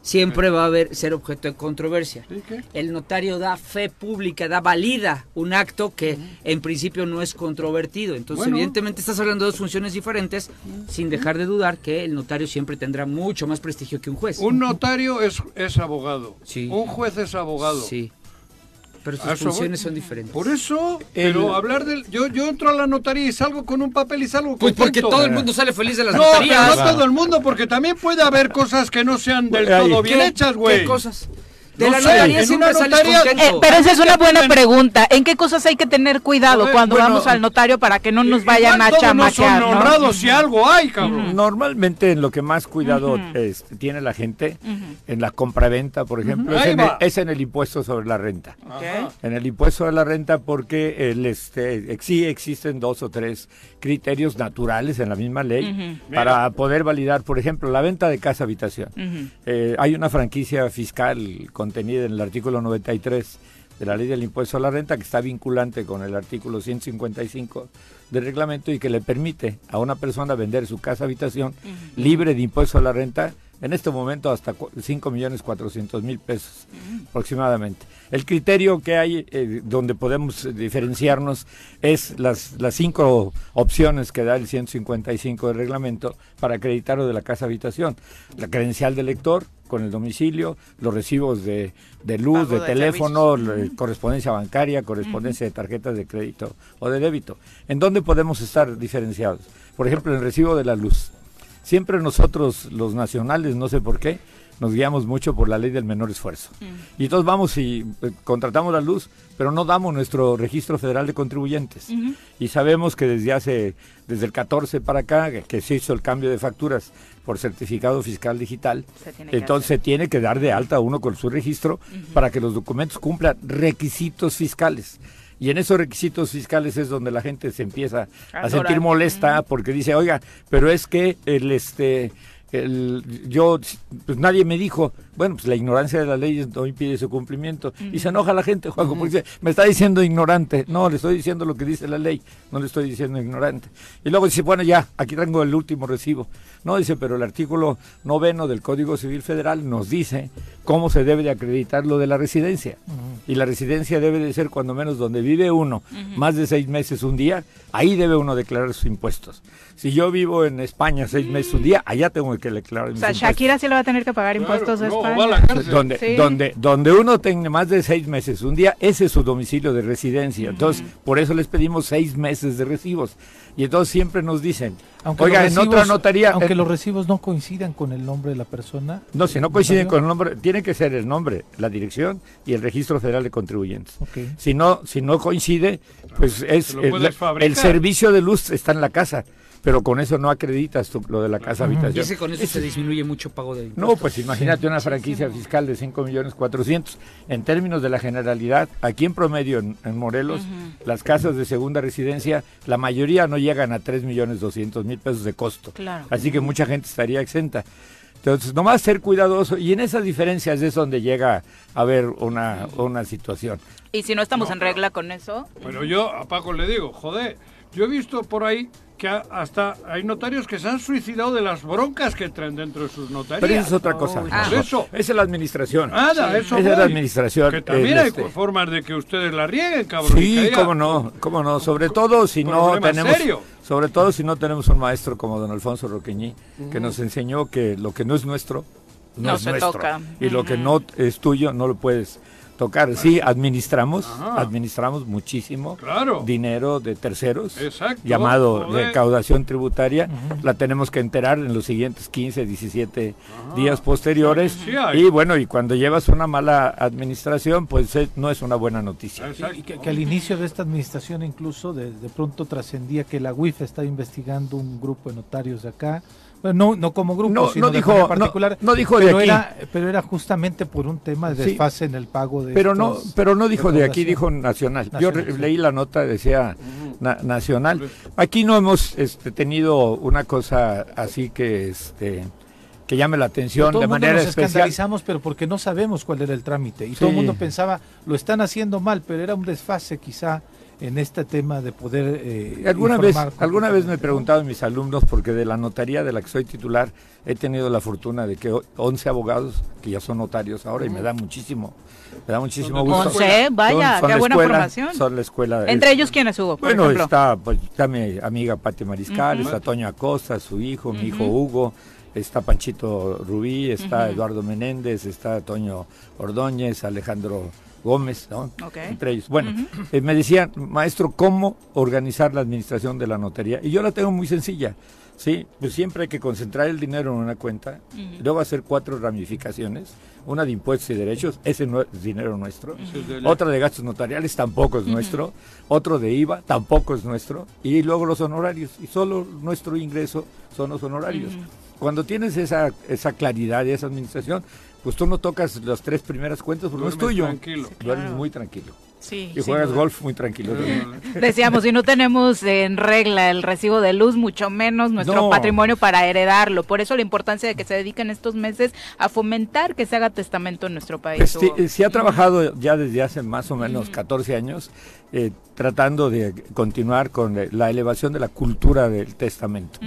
S5: siempre va a haber ser objeto de controversia.
S2: ¿Sí, qué?
S5: El notario da fe pública, da valida un acto que en principio no es controvertido. Entonces,
S2: Bueno.
S5: evidentemente estás hablando de dos funciones diferentes, sin dejar de dudar que el notario siempre tendrá mucho más prestigio que un juez.
S2: Un notario es, es abogado.
S5: Sí.
S2: Un juez es abogado.
S5: Sí. Pero
S2: A
S5: sus
S2: eso voy.
S5: funciones son diferentes.
S2: Por eso,
S7: El-
S2: pero hablar del... Yo, yo entro a la notaría y salgo con un papel y salgo
S5: Pues porque
S2: contento.
S5: todo el mundo sale feliz de las
S2: No, pero
S5: notarías.
S2: no todo el mundo, porque también puede haber cosas que no sean del
S7: Ahí.
S2: todo bien
S5: ¿Qué-
S2: hechas, güey.
S5: ¿Qué cosas? De
S2: No
S5: la
S2: sé, en
S5: notaría siempre
S2: una
S5: sales
S2: notaría-
S1: Eh,
S5: contento.
S1: pero esa es una buena pregunta. ¿En qué cosas hay que tener
S2: A
S7: eh,
S1: cuidado
S2: ver,
S1: cuando
S2: bueno,
S1: vamos al notario para que no nos
S2: Igual
S1: vayan a
S2: todos no
S1: chamaquear?
S2: son
S1: ¿no?
S2: honrados si algo hay, cabrón.
S7: Normalmente en lo que más cuidado este, tiene la gente, en la compraventa, por ejemplo, es,
S2: Ahí
S7: en el,
S2: va.
S7: es en el impuesto sobre la renta.
S2: Ajá.
S7: En el impuesto de la renta porque el, este, ex- sí existen dos o tres criterios naturales en la misma ley para poder validar, por ejemplo, la venta de casa-habitación. Eh, hay una franquicia fiscal contenida en el artículo 93 de la ley del impuesto a la renta que está vinculante con el artículo 155 del reglamento y que le permite a una persona vender su casa habitación libre de impuesto a la renta en este momento hasta 5 millones 400 mil pesos aproximadamente. El criterio que hay eh, donde podemos eh, diferenciarnos es las, las cinco opciones que da el 155 del reglamento para acreditar lo de la casa habitación. La credencial del lector con el domicilio, los recibos de, de luz,
S1: Pago
S7: de
S1: de
S7: teléfono, la correspondencia bancaria, correspondencia de tarjetas de crédito o de débito. ¿En dónde podemos estar diferenciados? Por ejemplo, en el recibo de la luz. Siempre nosotros, los nacionales, no sé por qué, nos guiamos mucho por la ley del menor esfuerzo. Y entonces vamos y eh, contratamos la luz, pero no damos nuestro registro federal de contribuyentes. Y sabemos que desde hace, desde el 14 para acá, que- que se hizo el cambio de facturas por certificado fiscal digital,
S1: Se tiene que
S7: entonces se tiene que dar de alta uno con su registro para que los documentos cumplan requisitos fiscales. Y en esos requisitos fiscales es donde la gente se empieza a,
S1: A
S7: sentir
S1: atorar.
S7: molesta porque dice, oiga, pero es que el este el yo pues nadie me dijo, bueno, pues la ignorancia de las leyes no impide su cumplimiento. Y se enoja la gente, Juanjo, porque dice, me está diciendo ignorante. No, le estoy diciendo lo que dice la ley, no le estoy diciendo ignorante. Y luego dice, bueno, ya, aquí tengo el último recibo. No, dice, pero el artículo noveno del Código Civil Federal nos dice cómo se debe de acreditar lo de la residencia. Y la residencia debe de ser cuando menos donde vive uno, más de seis meses un día, ahí debe uno declarar sus impuestos. Si yo vivo en España seis meses un día, allá tengo porque le claro.
S1: O sea, Shakira sí le va a tener que pagar impuestos
S2: Claro, no,
S1: a España.
S2: va a la cárcel.
S7: donde,
S1: Sí.
S7: donde, donde uno tenga más de seis meses, un día, ese es su domicilio de residencia. Entonces, por eso les pedimos seis meses de recibos. Y entonces siempre nos dicen,
S3: Aunque
S7: oiga,
S3: los
S7: en otra
S3: recibos-
S7: notaría,
S3: Aunque
S7: eh,
S3: los recibos no coincidan con el nombre de la persona.
S7: no, si no coinciden
S3: ¿Notario?
S7: con el nombre, tiene que ser el nombre, la dirección y el registro federal de contribuyentes.
S3: Ok.
S7: Si no, si no coincide, pues es
S2: lo
S7: el,
S2: puedes
S7: el
S2: fabricar.
S7: servicio de luz está en la casa, pero con eso no acreditas tú lo de la casa
S5: Y
S7: habitación.
S5: ese con eso se disminuye mucho pago de impuestos.
S7: No, pues imagínate una franquicia fiscal de 5 millones 400. En términos de la generalidad, aquí en promedio en, en Morelos, las casas de segunda residencia, la mayoría no llegan a 3 millones 200 mil pesos de costo.
S1: Claro.
S7: Así que mucha gente estaría exenta. Entonces, nomás ser cuidadoso y en esas diferencias es donde llega a haber una, una situación.
S1: Y si no estamos
S2: No,
S1: en
S2: pero-
S1: regla con eso,
S2: Pero yo a Paco le digo, joder, yo he visto por ahí que ha- hasta hay notarios que se han suicidado de las broncas que traen dentro de sus notarías.
S7: Pero eso es otra cosa.
S1: Ah.
S7: Eso-
S2: Eso.
S7: Esa es la administración.
S2: Nada, eso
S7: Esa es
S2: voy.
S7: la administración.
S2: Que también
S7: eh,
S2: hay
S7: este-
S2: formas de que ustedes la rieguen, cabrón. y que
S7: Sí,
S2: haya-
S7: cómo no, cómo no, sobre todo si no
S2: problema
S7: tenemos
S2: serio.
S7: sobre todo si no tenemos un maestro como Don Alfonso Roqueñí que nos enseñó que lo que no es nuestro no,
S1: No
S7: es
S1: se
S7: nuestro
S1: toca.
S7: y lo que no es tuyo no lo puedes tocar. Sí, administramos,
S2: Ajá.
S7: administramos muchísimo
S2: Claro.
S7: dinero de terceros,
S2: Exacto,
S7: llamado
S2: joder.
S7: recaudación tributaria, la tenemos que enterar en los siguientes 15, 17 días posteriores
S2: Sí hay.
S7: y bueno, y cuando llevas una mala administración, pues eh, no es una buena noticia.
S2: Exacto.
S3: Y que, que al inicio de esta administración incluso de, de pronto trascendía que la UIF estaba investigando un grupo de notarios de acá. Bueno, no, no como grupo,
S7: No,
S3: sino
S7: no
S3: de
S7: dijo-
S3: manera particular.
S7: no- no dijo de
S3: pero
S7: aquí.
S3: Era, pero era justamente por un tema de
S7: Sí.
S3: desfase en el pago de
S7: Pero no,
S3: estas-
S7: pero no dijo de aquí,
S3: recaudación.
S7: dijo nacional. Yo
S3: Nacional,
S7: re-
S3: sí.
S7: leí la nota, decía na- nacional. Aquí no hemos este, tenido una cosa así que este que llame la atención
S3: todo
S7: de
S3: el mundo
S7: manera
S3: nos
S7: especial.
S3: escandalizamos, pero porque no sabemos cuál era el trámite. Y todo el
S7: Sí.
S3: mundo pensaba, lo están haciendo mal, pero era un desfase quizá en este tema de poder eh,
S7: Alguna vez,
S3: informar
S7: alguna vez
S3: completamente,
S7: me
S3: ¿no?
S7: preguntaban mis alumnos, porque de la notaría de la que soy titular he tenido la fortuna de que o- 11 abogados, que ya son notarios ahora, y me da muchísimo, me da muchísimo
S2: Son de tu
S7: gusto.
S2: escuela.
S1: Once, vaya, qué
S7: la
S1: buena
S7: escuela-
S1: formación.
S7: Son la escuela.
S1: entre
S7: este,
S1: ellos, ¿quiénes hubo? Por
S7: Bueno,
S1: ejemplo?
S7: está, pues, está mi amiga Pati Mariscal, está Toño Acosta, su hijo, mi hijo Hugo, está Panchito Rubí, está Eduardo Menéndez, está Toño Ordóñez, Alejandro Gómez, ¿no?
S1: Ok.
S7: Entre ellos. Bueno, eh, me decían, maestro, ¿cómo organizar la administración de la notaría? Y yo la tengo muy sencilla. Sí, pues siempre hay que concentrar el dinero en una cuenta, luego hacer cuatro ramificaciones, una de impuestos y derechos, ese no es dinero nuestro,
S2: Ese es del-
S7: otra de gastos notariales tampoco es nuestro, otro de IVA tampoco es nuestro, y luego los honorarios, y solo nuestro ingreso son los honorarios. Cuando tienes esa, esa claridad y esa administración, pues tú no tocas las tres primeras cuentas porque no es
S2: Duermes
S7: tuyo.
S2: tranquilo. Sí,
S7: Duermes muy tranquilo.
S1: Sí,
S7: Y
S1: sin
S7: juegas
S1: duda.
S7: golf muy tranquilo. también.
S1: Decíamos, si no tenemos en regla el recibo de luz, mucho menos nuestro
S7: No.
S1: patrimonio para heredarlo. Por eso la importancia de que se dediquen estos meses a fomentar que se haga testamento en nuestro país.
S7: Pues sí,
S1: o-
S7: eh, sí ha trabajado ya desde hace más o menos 14 años eh, tratando de continuar con eh, la elevación de la cultura del testamento.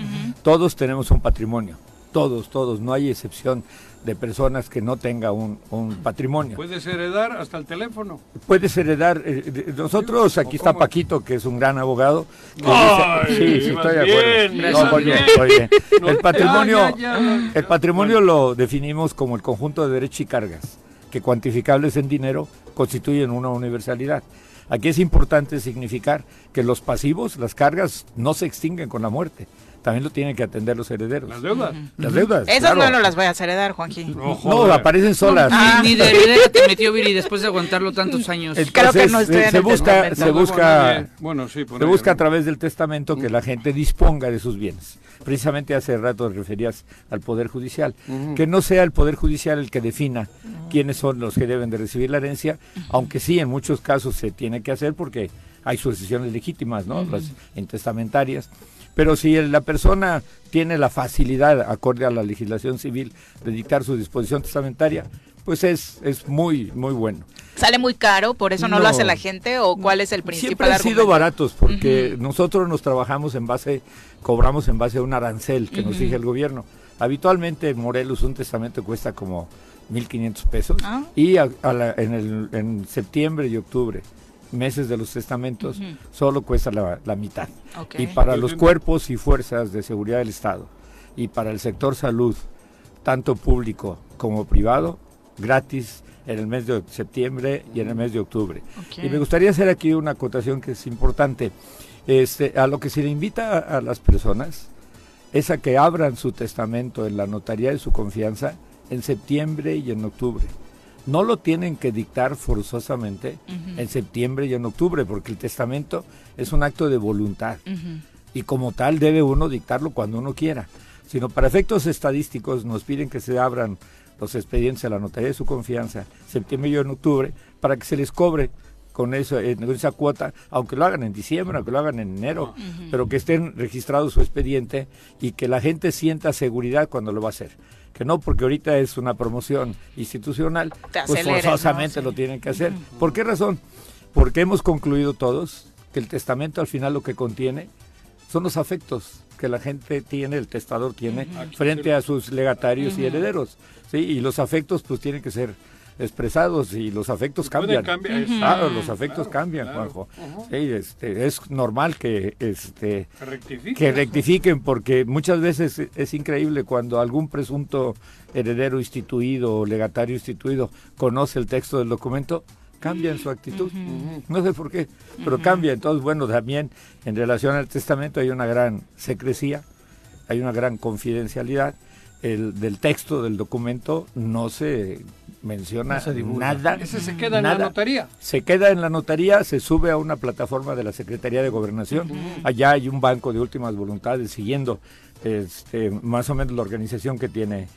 S7: Todos tenemos un patrimonio, todos, todos, no hay excepción de personas que no tenga un, un patrimonio.
S2: Puedes heredar hasta el teléfono.
S7: Puedes heredar, eh, de- nosotros, aquí está
S2: ¿Cómo?
S7: Paquito, que es un gran abogado. que
S2: Ay,
S7: dice- sí, sí,
S2: ibas
S7: estoy de
S2: bien,
S7: acuerdo. No,
S2: ibas
S7: muy bien,
S2: bien.
S7: muy bien.
S2: No,
S7: El
S2: ya,
S7: patrimonio...
S2: ya, ya, ya.
S7: El patrimonio lo definimos como el conjunto de derechos y cargas, que cuantificables en dinero constituyen una universalidad. Aquí es importante significar que los pasivos, las cargas, no se extinguen con la muerte. También lo tienen que atender los herederos.
S2: Las deudas.
S7: Las deudas.
S1: Esas
S7: claro.
S1: no, no las voy a heredar, Juanji.
S2: No,
S7: No,
S2: joder.
S7: aparecen solas.
S5: Ni, ni de heredera te metió Viri después de aguantarlo tantos años.
S1: Creo que no estoy
S7: eh,
S1: en
S7: se
S1: el
S7: busca,
S1: testamento.
S7: se
S2: No debo a
S7: busca,
S2: nadie. Bueno, sí, por
S7: Se
S2: ahí,
S7: busca a
S2: ¿no?
S7: través del testamento que la gente disponga de sus bienes. Precisamente hace rato te referías al Poder Judicial. Que no sea el Poder Judicial el que defina quiénes son los que deben de recibir la herencia, aunque sí, en muchos casos se tiene que hacer porque hay sucesiones legítimas, ¿no? Las intestamentarias. Pero si el- la persona tiene la facilidad, acorde a la legislación civil, de dictar su disposición testamentaria, pues es, es muy, muy bueno.
S1: ¿Sale muy caro? ¿Por eso no, lo
S7: No.
S1: hace la gente? ¿O cuál es el principal
S7: Siempre han sido
S1: argumento?
S7: baratos porque nosotros nos trabajamos en base, cobramos en base a un arancel que nos fija el gobierno. Habitualmente en Morelos un testamento cuesta como 1.500 pesos
S1: Ah.
S7: y a- a la- en, el- en septiembre y octubre, meses de los testamentos, solo cuesta la, la mitad.
S1: Ok.
S7: Y para
S2: Yo
S7: los
S2: entiendo.
S7: cuerpos y fuerzas de seguridad del Estado. y para el sector salud, tanto público como privado, gratis en el mes de septiembre y en el mes de octubre.
S1: Ok.
S7: Y me gustaría hacer aquí una acotación que es importante. Este, a lo que se le invita a, a las personas es a que abran su testamento en la notaría de su confianza en septiembre y en octubre. No lo tienen que dictar forzosamente en septiembre y en octubre, porque el testamento es un acto de voluntad y como tal debe uno dictarlo cuando uno quiera. Sino para efectos estadísticos nos piden que se abran los expedientes a la notaría de su confianza septiembre y en octubre para que se les cobre con, eso, eh, con esa cuota, aunque lo hagan en diciembre, aunque lo hagan en enero, pero que estén registrados su expediente y que la gente sienta seguridad cuando lo va a hacer. Que no porque ahorita es una promoción institucional,
S1: Te
S7: pues
S1: aceleres, ¿no?
S7: forzosamente
S1: Sí.
S7: lo tienen que hacer. ¿Por qué razón? Porque hemos concluido todos que el testamento al final lo que contiene son los afectos que la gente tiene, el testador tiene, frente a sus legatarios y herederos. ¿sí? Y los afectos pues tienen que ser expresados y los afectos
S2: Pueden
S7: cambian.
S2: cambiar,
S7: Claro, los afectos
S2: claro,
S7: cambian,
S2: claro.
S7: Juanjo.
S2: Ujú.
S7: Sí, este, es normal que este,
S2: Que rectifique.
S7: que rectifiquen porque muchas veces e- es increíble cuando algún presunto heredero instituido o legatario instituido conoce el texto del documento cambian su actitud. No sé por qué, pero cambia. Entonces, bueno, también en relación al testamento hay una gran secrecía, hay una gran confidencialidad. El, del texto del documento no se menciona
S3: No se divulga.
S7: nada.
S2: Ese se queda en la
S7: nada.
S2: notaría.
S7: Se queda en la notaría, se sube a una plataforma de la Secretaría de Gobernación. Allá hay un banco de últimas voluntades siguiendo este, más o menos la organización que tiene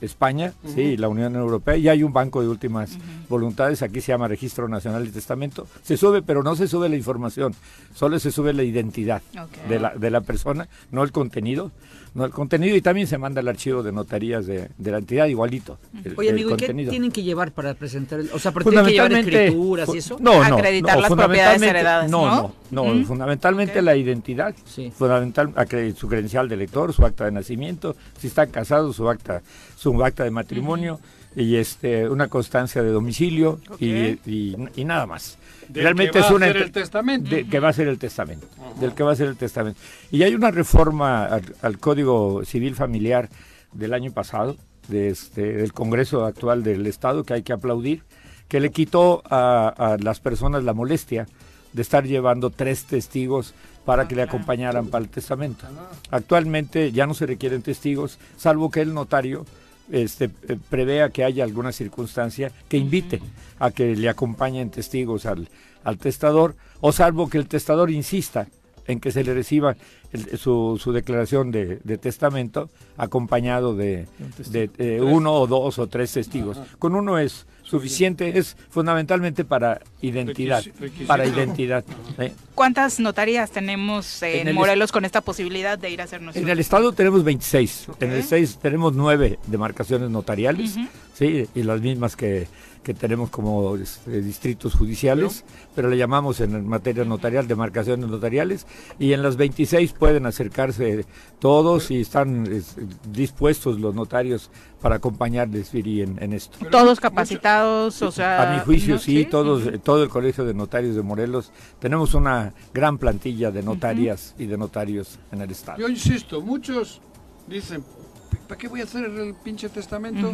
S7: España, sí, y la Unión Europea. Y hay un banco de últimas voluntades, aquí se llama Registro Nacional de Testamento. Se sube, pero no se sube la información, solo se sube la identidad
S1: Ok.
S7: de, la, de la persona, no el contenido. No el contenido y también se manda el archivo de notarías de, de la entidad igualito. el-
S5: Oye,
S7: el
S5: amigo, ¿y qué
S7: contenido.
S5: tienen que llevar para presentar? El, o sea, ¿pero tienen que llevar escrituras y eso? Mm.
S7: No, no.
S1: Acreditar
S7: no,
S1: las propiedades
S7: fundamentalmente-
S1: heredadas, ¿no?
S7: No, no, no, fundamentalmente la identidad.
S5: Sí.
S7: Fundamental, acre- su credencial de lector, su acta de nacimiento, si están casados, su acta, su acta de matrimonio y este una constancia de domicilio y, y- y nada más.
S2: Del que va a hacer
S7: entre-
S2: el testamento.
S7: de- que va a ser el testamento, del que va a ser el testamento. Y hay una reforma al, al Código Civil Familiar del año pasado, de este, del Congreso actual del Estado, que hay que aplaudir, que le quitó a, a las personas la molestia de estar llevando tres testigos para que le acompañaran para el testamento. Actualmente ya no se requieren testigos, salvo que el notario este, eh, prevea que haya alguna circunstancia que invite a que le acompañen testigos al, al testador, o salvo que el testador insista en que se le reciba el- su, su declaración de, de testamento acompañado de, de, eh, uno o dos o tres testigos. Con uno es suficiente, es fundamentalmente para identidad,
S2: Requisi- requisito.
S7: para identidad. ¿eh?
S1: ¿Cuántas notarías tenemos eh, en,
S7: En el
S1: Morelos con esta posibilidad de ir a hacernos?
S7: En
S1: una?
S7: el estado tenemos 26, en
S1: Ok.
S7: el 6 tenemos 9 demarcaciones notariales, sí, y las mismas que, que tenemos como este, distritos judiciales, pero le llamamos en materia notarial demarcaciones notariales, y en las 26 pueden acercarse todos y están es, dispuestos los notarios para acompañarles, Viri, en, en esto.
S1: Todos capacitados, o sea.
S7: A mi juicio,
S1: ¿no?
S7: sí, todos, eh, todo el Colegio de Notarios de Morelos, tenemos una gran plantilla de notarias y de notarios en el Estado.
S2: Yo insisto, muchos dicen, ¿para qué voy a hacer el pinche testamento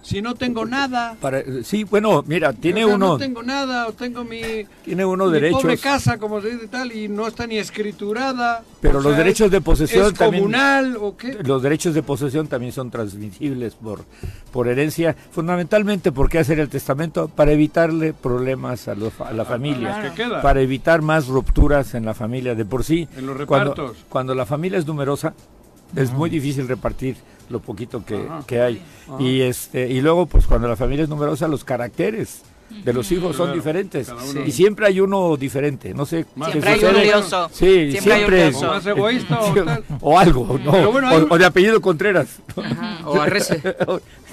S2: si no tengo nada?
S7: Para- sí, bueno, mira, tiene
S2: O sea,
S7: uno,
S2: No tengo nada, o tengo mi,
S7: tiene uno
S2: mi pobre
S7: derechos,
S2: casa, como se dice tal, y no está ni escriturada.
S7: Pero
S2: O
S7: los derechos de posesión
S2: ¿Es
S7: también-
S2: comunal o qué?
S7: los derechos de posesión también son transmisibles por, por herencia, fundamentalmente porque hacer el testamento para evitarle problemas a, los-
S2: Ah,
S7: a la familia,
S2: los que quedan.
S7: para evitar más rupturas en la familia de por sí.
S2: En los
S7: cuando,
S2: repartos. Ah.
S7: cuando la familia es numerosa, es muy difícil repartir lo poquito que,
S2: Ajá. Ah.
S7: que hay. Y este y luego pues cuando la familia es numerosa los caracteres de los hijos son
S2: Claro,
S7: diferentes
S2: cada uno.
S7: y siempre hay uno diferente, no sé
S2: Más
S7: qué
S1: Siempre hay un
S7: sucede.
S1: odioso.
S7: Sí,
S1: Siempre hay un
S7: siempre.
S1: odioso.
S2: O más egoísta o tal.
S7: o algo, ¿no?
S2: Pero bueno, hay
S7: o,
S2: un-
S7: o de apellido Contreras.
S5: Ajá, O arrece.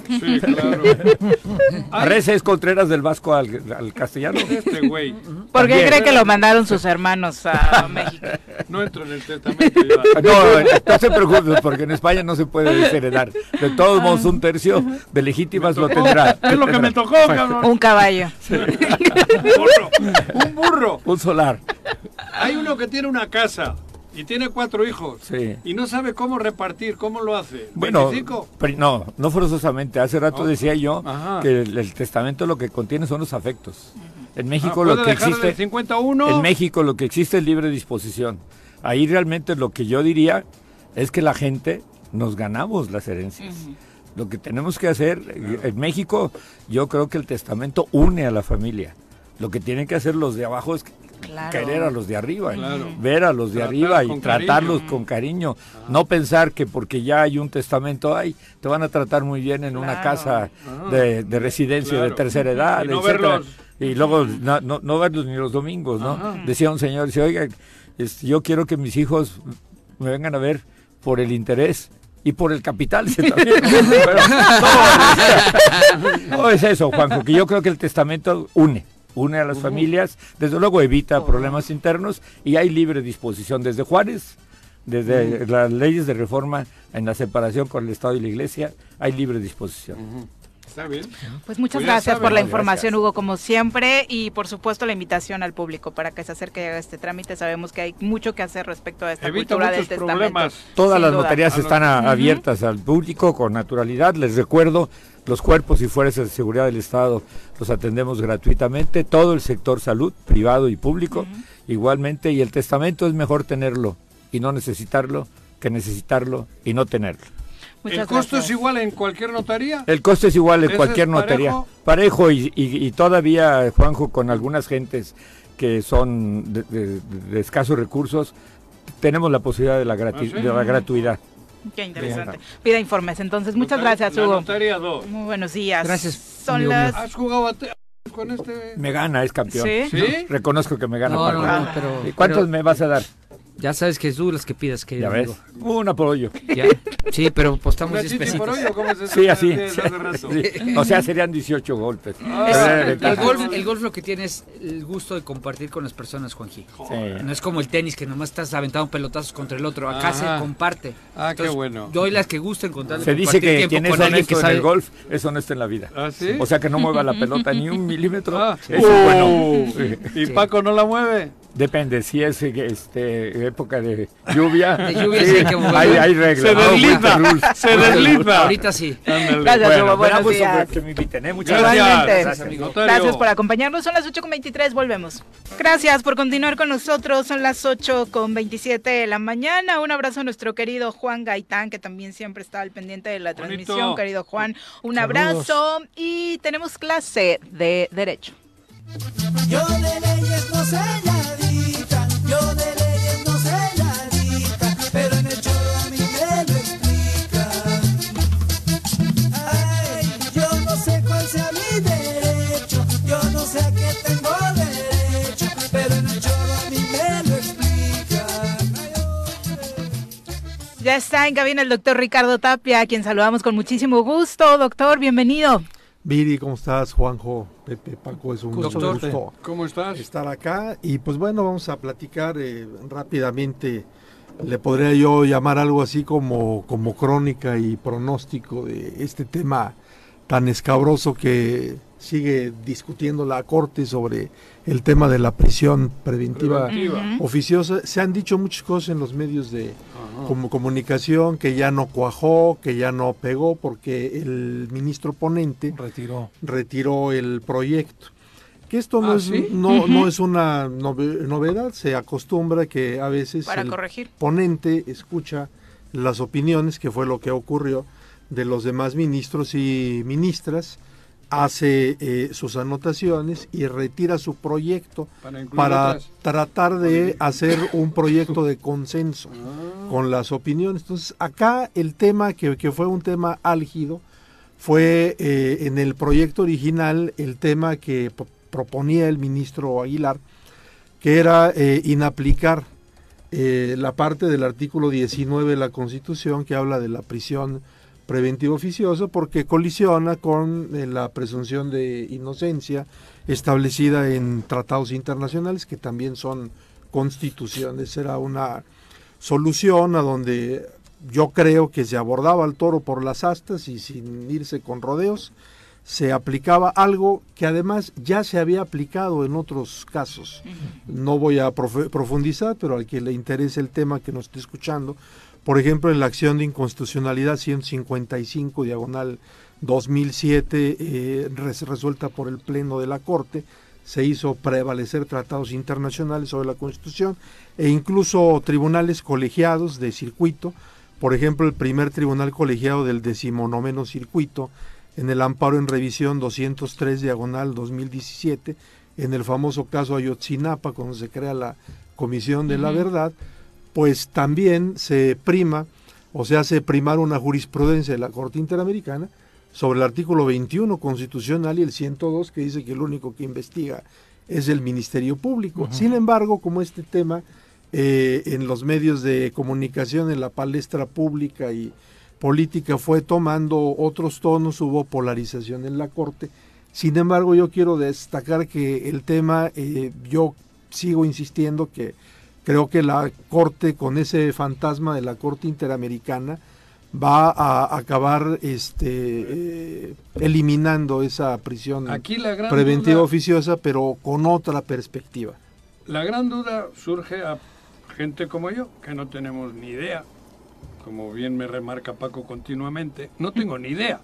S2: Sí, claro. Ay,
S7: Arrece es Contreras del Vasco al, al castellano.
S2: este güey
S1: ¿Por qué
S7: También.
S1: cree que lo mandaron sus hermanos a México?
S2: no entra en el testamento. ya.
S7: No, no se preocupe, porque en España no se puede desheredar. De todos modos, un tercio de legítimas lo tendrá.
S2: Es lo que me tocó, cabrón.
S1: Un caballo.
S2: Un burro. Un burro.
S7: Un solar.
S2: Hay uno que tiene una casa Y tiene cuatro hijos.
S7: Sí.
S2: Y no sabe cómo repartir, cómo lo hace.
S7: Bueno,
S2: 25.
S7: pri- no, no forzosamente. Hace rato
S2: Oh.
S7: decía yo
S2: Ajá.
S7: que el, el testamento lo que contiene son los afectos. En
S2: Ah,
S7: México
S2: puede
S7: lo que
S2: dejar
S7: existe...
S2: del 51.
S7: En México lo que existe es libre disposición. Ahí realmente lo que yo diría es que la gente nos ganamos las herencias. Lo que tenemos que hacer eh, en México, yo creo que el testamento une a la familia. Lo que tienen que hacer los de abajo es que-
S1: Claro.
S7: querer a los de arriba, y
S2: Claro.
S7: ver a los de
S2: Tratar
S7: arriba y
S2: con Ah.
S7: tratarlos con cariño. No pensar que porque ya hay un testamento, ay, te van a tratar muy bien en una
S1: Claro.
S7: casa de, de residencia de
S2: Ah. Claro.
S7: tercera edad.
S2: Y no
S7: etcétera.
S2: verlos.
S7: Y luego no, no, no verlos ni los domingos, ¿no? Decía un señor, dice, oiga, este, yo quiero que mis hijos me vengan a ver por el interés y por el capital. dice, también. Pero, no, o sea, no es eso, Juanjo, que yo creo que el testamento une. Une a las familias, desde luego evita problemas internos y hay libre disposición desde Juárez, desde las leyes de reforma en la separación con el Estado y la Iglesia, hay libre disposición.
S2: Está bien.
S1: Pues muchas
S2: Pues ya
S1: gracias
S2: saben,
S1: por la
S2: ¿no?
S1: información,
S7: Gracias.
S1: Hugo, como siempre, y por supuesto la invitación al público para que se acerque y haga este trámite. Sabemos que hay mucho que hacer respecto a esta
S2: Evita
S1: cultura del
S2: muchos
S1: testamento.
S2: problemas.
S7: Todas
S1: Sin
S7: las
S1: duda.
S7: notarías están a- abiertas al público con naturalidad. Les recuerdo, los cuerpos y fuerzas de seguridad del Estado los atendemos gratuitamente. Todo el sector salud, privado y público, igualmente. Y el testamento es mejor tenerlo y no necesitarlo que necesitarlo y no tenerlo.
S1: Muchas
S2: ¿El costo
S1: gracias.
S2: es igual en cualquier notaría?
S7: El costo es igual en
S2: ¿Ese es
S7: cualquier notaría.
S2: parejo?
S7: Parejo, y, y- y todavía, Juanjo, con algunas gentes que son de, de- de escasos recursos, tenemos la posibilidad de la, grati-
S2: Ah, sí.
S7: de la gratuidad.
S1: Qué interesante. Pida informes. Entonces, muchas
S2: Notar-
S1: gracias,
S2: la
S1: Hugo.
S2: notaría 2.
S1: Muy buenos días.
S5: Gracias,
S1: Son
S5: amigo mío.
S1: las...
S2: ¿Has jugado a te- con este?
S7: Me gana, es campeón.
S1: ¿Sí?
S2: ¿Sí?
S7: Reconozco que me gana.
S5: No,
S7: Paco.
S5: no, no, pero.
S7: ¿Y cuántos
S5: pero
S7: me vas a dar?
S5: Ya sabes que es tú las que pidas, que
S7: Ya ves. Un apoyo.
S5: Sí, pero postamos
S2: ¿Una
S5: 10
S2: chichi por
S5: pesitos.
S2: hoyo? ¿Cómo se
S7: Sí, así.
S2: hace hace rato? Ah,
S7: Sí. O sea, serían 18 golpes.
S5: Es-
S7: Pero era
S2: el
S5: el,
S7: ventaja.
S5: golf, el golf lo que tiene es el gusto de compartir con las personas, Juanji. No
S7: Sí.
S5: es como el tenis que nomás estás aventando pelotazos contra el otro. Acá
S2: Ajá.
S5: se comparte.
S2: Ah, qué bueno.
S5: Doy las que gusten con tal de
S7: Se dice
S5: compartir
S7: que
S5: tiempo
S7: quien es
S5: con alguien
S7: honesto
S5: que
S7: en
S5: sabe.
S7: el golf es honesto en la vida.
S2: ¿Ah, sí?
S7: O sea, que no mueva la pelota ni un milímetro.
S2: Ah,
S7: Eso es
S5: Uh.
S2: ¡oh!
S7: bueno.
S2: ¿Y Paco no la mueve?
S7: Depende, si es este, época de lluvia,
S5: De lluvia sí hay que moverlo.
S7: hay, hay reglas.
S2: Se desliza,
S7: Rules.
S2: se desliza.
S5: Ahorita sí.
S2: Ándale.
S1: Gracias, Hugo.
S7: Bueno, me da
S1: Buenos
S7: gusto
S1: días.
S7: que me inviten, ¿eh? Muchas
S2: Gracias.
S1: Igualmente.
S2: Gracias, amigo.
S1: Gracias
S2: Notario.
S1: por acompañarnos. Son las 8.23, volvemos. Gracias por continuar con nosotros. Son las 8.27 de la mañana. Un abrazo a nuestro querido Juan Gaitán, que también siempre está al pendiente de la
S2: Juanito.
S1: transmisión. Querido Juan, un
S3: Saludos.
S1: abrazo. Y tenemos clase de Derecho.
S8: Yo de leyes no sé nadita, yo de leyes no sé nadita, pero en el choro a mí me lo explica. Ay, yo no sé cuál sea mi derecho, yo no sé a qué tengo derecho, pero en el choro a mí me lo explica. Ay, hombre.
S1: Ya está en cabina el doctor Ricardo Tapia, a quien saludamos con muchísimo gusto. Doctor, bienvenido.
S9: Viri, ¿cómo estás? Juanjo, Pepe, Paco, es un
S3: Doctor.
S9: gusto
S2: ¿Cómo estás?
S9: estar acá. Y pues bueno, vamos a platicar eh, rápidamente. Le podría yo llamar algo así como, como crónica y pronóstico de este tema tan escabroso que sigue discutiendo la Corte sobre el tema de la prisión preventiva
S2: Preventiva.
S1: Ujú.
S9: oficiosa. Se han dicho muchas cosas en los medios de como comunicación que ya no cuajó, que ya no pegó, porque el ministro ponente
S3: Retiró.
S9: retiró el proyecto. Que esto no,
S2: ¿Ah,
S9: es,
S2: sí?
S9: no, no es una nove- novedad, se acostumbra que a veces
S1: Para
S9: el
S1: corregir.
S9: ponente escucha las opiniones, que fue lo que ocurrió, de los demás ministros y ministras, hace eh, sus anotaciones y retira su proyecto
S2: Para incluir
S9: para
S2: otras.
S9: tratar de hacer un proyecto de consenso
S2: Ah.
S9: con las opiniones. Entonces, acá el tema que, que fue un tema álgido fue eh, en el proyecto original el tema que p- proponía el ministro Aguilar, que era eh, inaplicar eh, la parte del artículo 19 de la Constitución que habla de la prisión preventiva oficiosa porque colisiona con eh, la presunción de inocencia establecida en tratados internacionales que también son constituciones. Era una solución a donde yo creo que se abordaba al toro por las astas y sin irse con rodeos se aplicaba algo que además ya se había aplicado en otros casos. No voy a profe- profundizar, pero al que le interese el tema que nos esté escuchando, por ejemplo, en la acción de inconstitucionalidad 155, diagonal 2007, eh, res- resuelta por el Pleno de la Corte, se hizo prevalecer tratados internacionales sobre la Constitución e incluso tribunales colegiados de circuito, por ejemplo, el primer tribunal colegiado del decimonoveno circuito, en el amparo en revisión 203 diagonal 2017, en el famoso caso Ayotzinapa, cuando se crea la Comisión de la Verdad, pues también se prima, o sea, se hace primar una jurisprudencia de la Corte Interamericana sobre el artículo 21 constitucional y el 102 que dice que el único que investiga es el Ministerio Público. Sin embargo, como este tema eh, en los medios de comunicación, en la palestra pública y política fue tomando otros tonos, hubo polarización en la Corte. Sin embargo, yo quiero destacar que el tema, eh, yo sigo insistiendo que creo que la Corte, con ese fantasma de la Corte Interamericana, va a acabar este, eh, eliminando esa prisión
S2: Aquí la gran
S9: preventiva
S2: duda-
S9: oficiosa, pero con otra perspectiva.
S2: La gran duda surge a gente como yo, que no tenemos ni idea, como bien me remarca Paco continuamente, no tengo ni idea.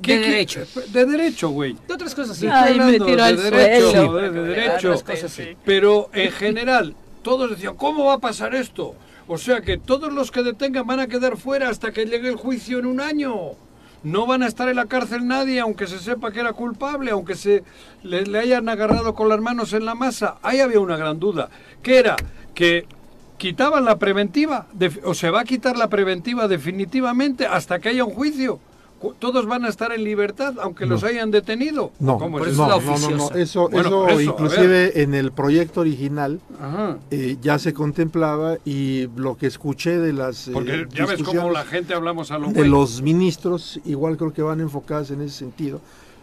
S5: De derecho.
S2: De derecho, güey.
S5: De otras cosas sí.
S2: Estoy
S1: Ay, me
S2: hablando
S1: tiró
S2: de
S1: al
S2: derecho,
S1: suelo.
S2: de derecho.
S5: Otras cosas sí.
S2: Pero en general, todos decían, ¿cómo va a pasar esto? O sea que todos los que detengan van a quedar fuera hasta que llegue el juicio en un año. No van a estar en la cárcel nadie, aunque se sepa que era culpable, aunque se le, le hayan agarrado con las manos en la masa. Ahí había una gran duda, que era que quitaban la preventiva, def- o se va a quitar la preventiva definitivamente hasta que haya un juicio. Cu- Todos van a estar en libertad, aunque los hayan detenido.
S9: No, pues
S2: ¿Cómo
S5: por
S2: es
S5: eso
S9: no,
S5: es la
S9: no,
S2: eso?
S9: no, no,
S5: oficiosa.
S9: Eso,
S2: Bueno,
S9: eso
S2: por eso, a
S9: inclusive en el proyecto original
S2: Ajá.
S9: eh, ya se contemplaba y lo que escuché de las eh,
S2: Porque ya ves cómo
S9: discusiones
S2: la gente hablamos a lo
S9: de
S2: güey.
S9: los ministros, igual creo que van enfocadas en ese sentido.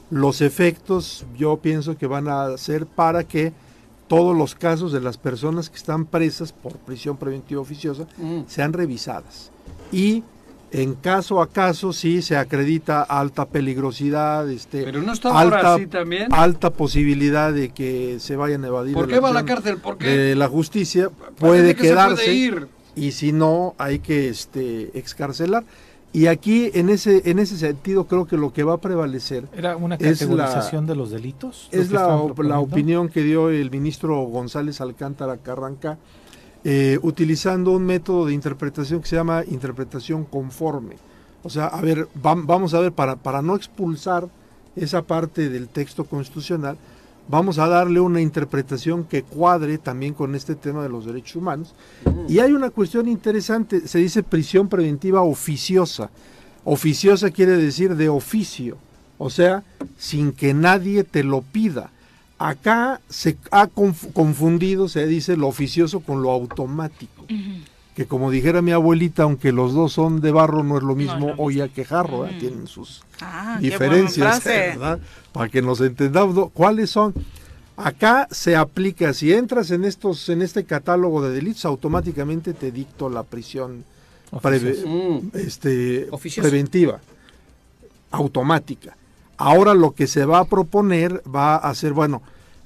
S9: Los efectos yo pienso que van a ser para que todos los casos de las personas que están presas por prisión preventiva oficiosa
S2: Mm.
S9: sean revisadas. Y en caso a caso sí se acredita alta peligrosidad, este,
S2: Pero no está ahora así también.
S9: alta posibilidad de que se vayan a evadir.
S2: ¿Por
S9: de
S2: qué va a la
S9: acción
S2: cárcel? ¿Por qué?
S9: De la justicia
S2: Parece
S9: puede
S2: que se
S9: quedarse
S2: puede ir.
S9: y si no hay que este, excarcelar. Y aquí en ese en ese sentido creo que lo que va a prevalecer
S3: ¿Era una
S9: Es la-
S3: categorización de los delitos? lo
S9: es
S3: que
S9: la,
S3: estaban
S9: op- la
S3: proponiendo?
S9: opinión que dio el ministro González Alcántara Carranca eh, utilizando un método de interpretación que se llama interpretación conforme. O sea, a ver, vam- vamos a ver, para, para no expulsar esa parte del texto constitucional, vamos a darle una interpretación que cuadre también con este tema de los derechos humanos. Y hay una cuestión interesante, se dice prisión preventiva oficiosa. Oficiosa quiere decir de oficio, o sea, sin que nadie te lo pida. Acá se ha conf- confundido, se dice lo oficioso con lo automático. Que como dijera mi abuelita, aunque los dos son de barro, no es lo mismo Mm.
S1: lo mismo.
S9: olla que jarro, ¿verdad? tienen sus
S1: Ah, qué buena
S9: diferencias,
S1: frase.
S9: ¿verdad? Para que nos entendamos ¿no? cuáles son. Acá se aplica, si entras en estos, en este catálogo de delitos, automáticamente te dicto la prisión preve-
S2: Mm.
S9: este,
S5: Oficiosa.
S9: preventiva, automática. Ahora lo que se va a proponer va a ser, bueno,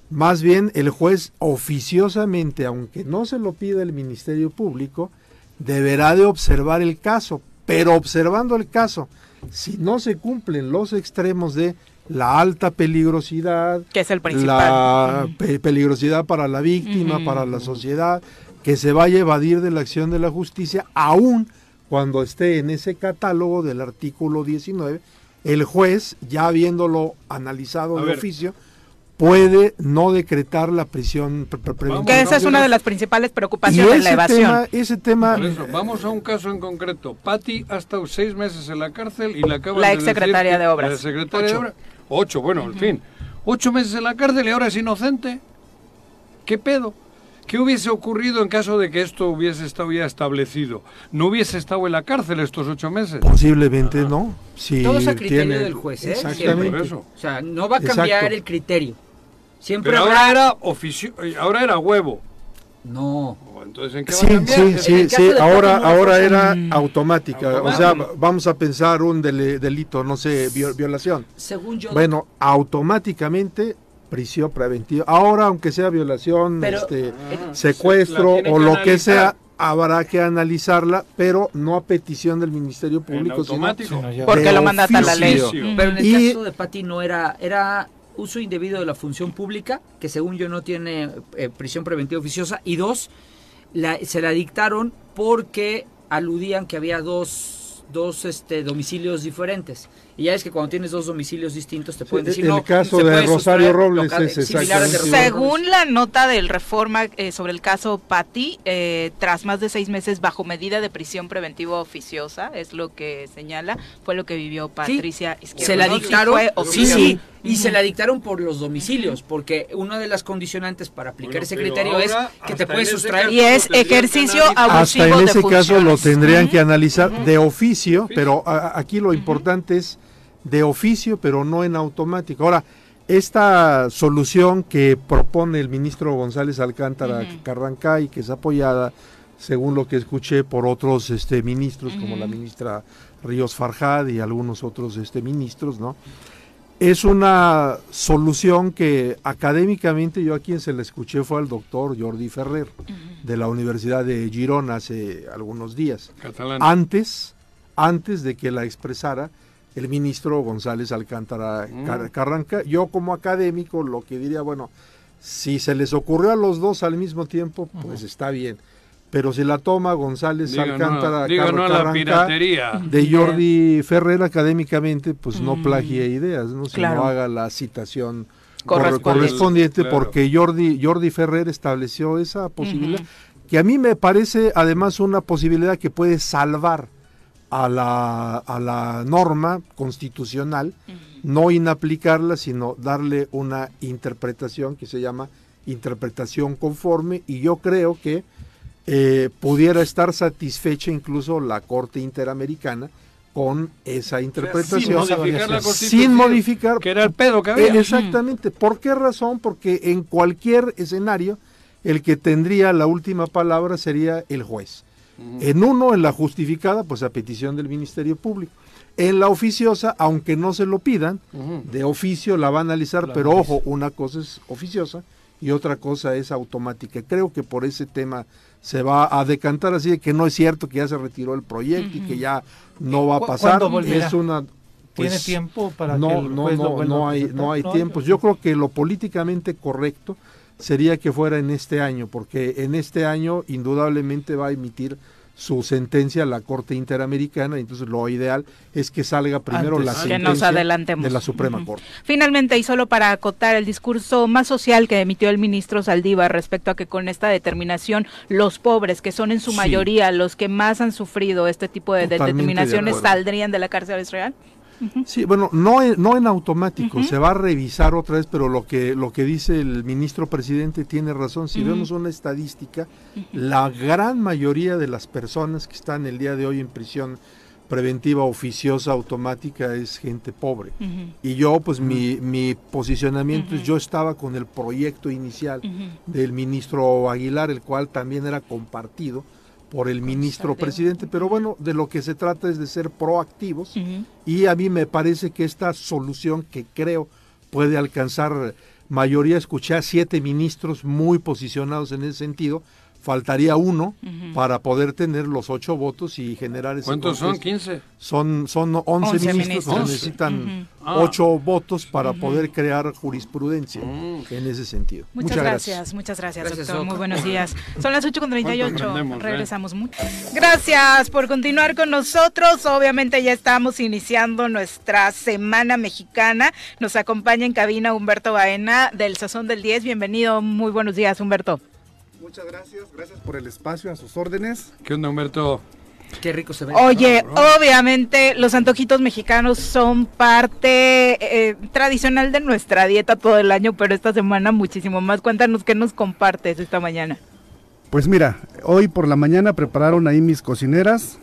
S9: más bien el juez oficiosamente, aunque no se lo pida el Ministerio Público, deberá de observar el caso, pero observando el caso, si no se cumplen los extremos de la alta peligrosidad,
S1: Que es el principal.
S9: la pe- peligrosidad para la víctima, para la sociedad, que se vaya a evadir de la acción de la justicia, aún cuando esté en ese catálogo del artículo 19, el juez, ya habiéndolo analizado
S2: A
S9: de
S2: ver.
S9: oficio, puede no decretar la prisión pre- pre- preventiva.
S1: Que esa es una de las principales preocupaciones, la evasión.
S9: tema, ese tema
S2: Por eso, vamos a un caso en concreto. Patti ha estado seis meses en la cárcel y la acaban
S1: La
S2: de decir
S1: exsecretaria
S2: que-
S1: de Obras.
S2: La secretaria
S9: Ocho.
S2: de Obras. Ocho, bueno, en fin. Ocho meses en la cárcel y ahora es inocente. ¿Qué pedo? ¿Qué hubiese ocurrido en caso de que esto hubiese estado ya establecido? ¿No hubiese estado en la cárcel estos ocho meses?
S9: posiblemente no. Si
S5: Todo es a criterio
S9: tiene-
S5: del juez, ¿eh?
S9: Exactamente.
S2: Por eso.
S5: O sea, no va a cambiar
S9: Exacto.
S5: el criterio. Siempre
S2: Pero
S5: habrá
S2: ahora era, oficio- ahora era eh, huevo.
S5: No.
S2: O Entonces, ¿en qué va
S9: Sí,
S2: a cambiar?
S9: sí, sí,
S5: caso
S9: sí.
S5: del
S9: Ahora,
S5: plátano,
S9: ahora
S5: pues,
S9: era
S5: mm,
S9: automática. O
S2: automática.
S9: sea, vamos a pensar un dele- delito, no sé, viol- violación.
S5: Según yo.
S9: Bueno, automáticamente prisión preventiva. Ahora, aunque sea violación,
S5: Pero-
S9: este,
S5: Ah,
S2: se la
S9: secuestro
S2: tiene
S9: o
S2: que
S9: lo que
S2: analizar.
S9: sea, habrá que analizarla, pero no a petición del Ministerio
S2: En
S9: Público. sino-
S2: automático.
S3: sino ya-
S1: Porque
S9: de
S1: lo manda tal la ley.
S2: oficio.
S1: Ujú.
S5: Pero en el
S9: Y-
S5: caso de Pati no era, era uso indebido de la función pública, que según yo no tiene eh, prisión preventiva oficiosa, y dos, la- se la dictaron porque aludían que había dos, dos este, domicilios diferentes. Y ya es que cuando tienes dos domicilios distintos te pueden
S9: Sí,
S5: decir,
S9: el
S5: no,
S9: caso
S5: se
S9: de
S5: puede
S9: Rosario
S5: sustraer
S9: Robles
S5: locales
S9: es
S5: similares
S9: exactamente
S5: de Rosario
S9: igual.
S5: Robles.
S1: Según la nota del Reforma eh, sobre el caso Patti, eh, tras más de seis meses bajo medida de prisión preventiva oficiosa, es lo que señala, fue lo que vivió Patricia Izquierdo.
S5: se la
S1: ¿no? Sí
S5: dictaron
S1: fue
S5: sí
S1: oficiosa.
S5: sí y se la dictaron por los domicilios porque una de las condicionantes para aplicar
S2: Bueno,
S5: ese
S2: pero
S5: criterio es
S2: ahora,
S5: que
S2: hasta
S5: te puedes
S2: en ese
S5: sustraer
S2: caso,
S1: Y es
S2: Tendrían que
S1: ejercicio
S2: analizar.
S1: abusivo
S9: Hasta en ese
S1: de
S9: caso lo
S1: funciones.
S9: tendrían
S1: Ujú.
S9: que analizar de oficio, pero a- aquí lo importante es de oficio, pero no en automático. Ahora, esta solución que propone el ministro González Alcántara
S1: Ujú.
S9: Carrancay, que es apoyada, según lo que escuché, por otros este, ministros, como la ministra Ríos Farjad y algunos otros este, ministros, ¿no? Es una solución que académicamente yo a quien se la escuché fue al doctor Jordi Ferrer de la Universidad de Girona hace algunos días.
S2: Catalán.
S9: Antes, antes de que la expresara el ministro González Alcántara Car- Carranca, yo como académico lo que diría, bueno, si se les ocurrió a los dos al mismo tiempo, pues está bien. Pero si la toma González
S2: Diga no,
S9: Alcántara
S2: a- diga no a la
S9: Carranca
S2: piratería. Mm.
S9: de Jordi Ferrer académicamente, pues no plagie ideas, ¿no? sino
S1: Claro.
S9: haga la citación cor-
S1: Correspondiente.
S9: correspondiente,
S2: Claro.
S9: porque Jordi, Jordi Ferrer estableció esa posibilidad, que a mí me parece además una posibilidad que puede salvar a la, a la norma constitucional, no inaplicarla, sino darle una interpretación que se llama interpretación conforme, y yo creo que eh, pudiera estar satisfecha incluso la Corte Interamericana con esa
S2: Sin
S9: interpretación.
S2: modificar la Constitución.
S9: Sin modificar.
S2: Que era el pedo que
S9: Eh,
S2: había.
S9: Exactamente. ¿Por qué razón? Porque en cualquier escenario, el que tendría la última palabra sería el juez. En uno, en la justificada, pues a petición del Ministerio Público. En la oficiosa, aunque no se lo pidan, de oficio la va a analizar, pero ojo, una cosa es oficiosa y otra cosa es automática. Creo que por ese tema se va a decantar así de que no es cierto que ya se retiró el proyecto y que ya no va a
S3: Eh, ¿Cu-
S9: pasar.
S3: cuándo volverá?
S9: Es una
S3: ¿Tiene
S9: pues,
S3: tiempo para
S9: no,
S3: que el
S9: no,
S3: juez lo
S9: no,
S3: vuelva
S9: no
S3: a
S9: hay,
S3: presentar?
S9: no hay
S3: No,
S9: tiempos. pues Yo creo que lo políticamente correcto sería que fuera en este año, porque en este año indudablemente va a emitir su sentencia la Corte Interamericana, entonces lo ideal es que salga primero
S3: Antes.
S9: la
S1: Que nos
S9: sentencia
S1: adelantemos.
S9: de la Suprema
S1: Ujú.
S9: Corte.
S1: Finalmente, y solo para acotar el discurso más social que emitió el ministro Saldívar respecto a que con esta determinación los pobres, que son en su
S9: Sí.
S1: mayoría los que más han sufrido este tipo de, de
S9: Totalmente de
S1: determinaciones,
S9: acuerdo.
S1: saldrían de la cárcel israel.
S9: Sí, bueno, no en, no en automático, se va a revisar otra vez, pero lo que, lo que dice el ministro presidente tiene razón. Si vemos una estadística, la gran mayoría de las personas que están el día de hoy en prisión preventiva oficiosa automática es gente pobre. Y yo, pues mi, mi posicionamiento es, yo estaba con el proyecto inicial del ministro Aguilar, el cual también era compartido por el ministro
S1: Santiago.
S9: presidente, pero bueno, de lo que se trata es de ser proactivos y a mí me parece que esta solución que creo puede alcanzar mayoría, escuché a siete ministros muy posicionados en ese sentido, faltaría uno para poder tener los ocho votos y generar ese
S2: ¿Cuántos son?
S9: consenso.
S2: ¿15?
S9: Son, son
S1: 11
S9: 11, ministros,
S1: ministros.
S9: que
S2: 11.
S9: necesitan
S2: Ujú. Ah.
S9: ocho votos para poder crear jurisprudencia
S2: Mm.
S9: en ese sentido.
S1: Muchas, gracias. muchas gracias,
S5: Gracias,
S1: doctor. Muy
S5: Doc.
S1: buenos días. Son las 8 con 38.
S2: aprendemos, eh?
S1: Regresamos mucho. Gracias por continuar con nosotros. Obviamente ya estamos iniciando nuestra semana mexicana. Nos acompaña en cabina Humberto Baena del Sazón del 10. Bienvenido. Muy buenos días, Humberto.
S10: Muchas gracias, gracias por el espacio, a sus órdenes.
S2: ¿Qué onda, Humberto? Ah,
S5: Qué rico se ve.
S1: Oye, obviamente los antojitos mexicanos son parte eh, tradicional de nuestra dieta todo el año, pero esta semana muchísimo más. Cuéntanos qué nos compartes esta mañana.
S10: Pues mira, hoy por la mañana prepararon ahí mis cocineras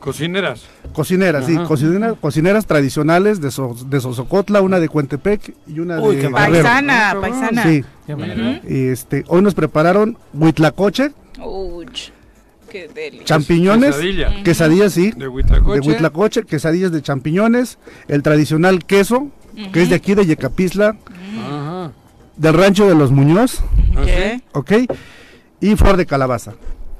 S2: Cocineras.
S10: Cocineras, sí,
S2: Ajá.
S10: cocineras, cocineras tradicionales de, So- de Sosocotla, una de Cuentepec y una
S3: Uy,
S10: de
S3: qué
S10: Guerrero.
S2: Ah,
S1: Paisana, paisana.
S10: Sí,
S3: Qué maravilla.
S1: Ujú.
S10: y este, hoy nos prepararon huitlacoche,
S1: Uch, qué deli.
S10: champiñones,
S2: Quesadilla.
S10: quesadillas, sí,
S2: De
S10: de
S2: Huitlacoche.
S10: huitlacoche, quesadillas de champiñones, el tradicional queso, que es de aquí de Yecapizla,
S2: Ajá.
S10: del rancho de los Muñoz,
S2: ¿Ah,
S1: ¿Qué?
S10: ¿ok? Y flor de calabaza.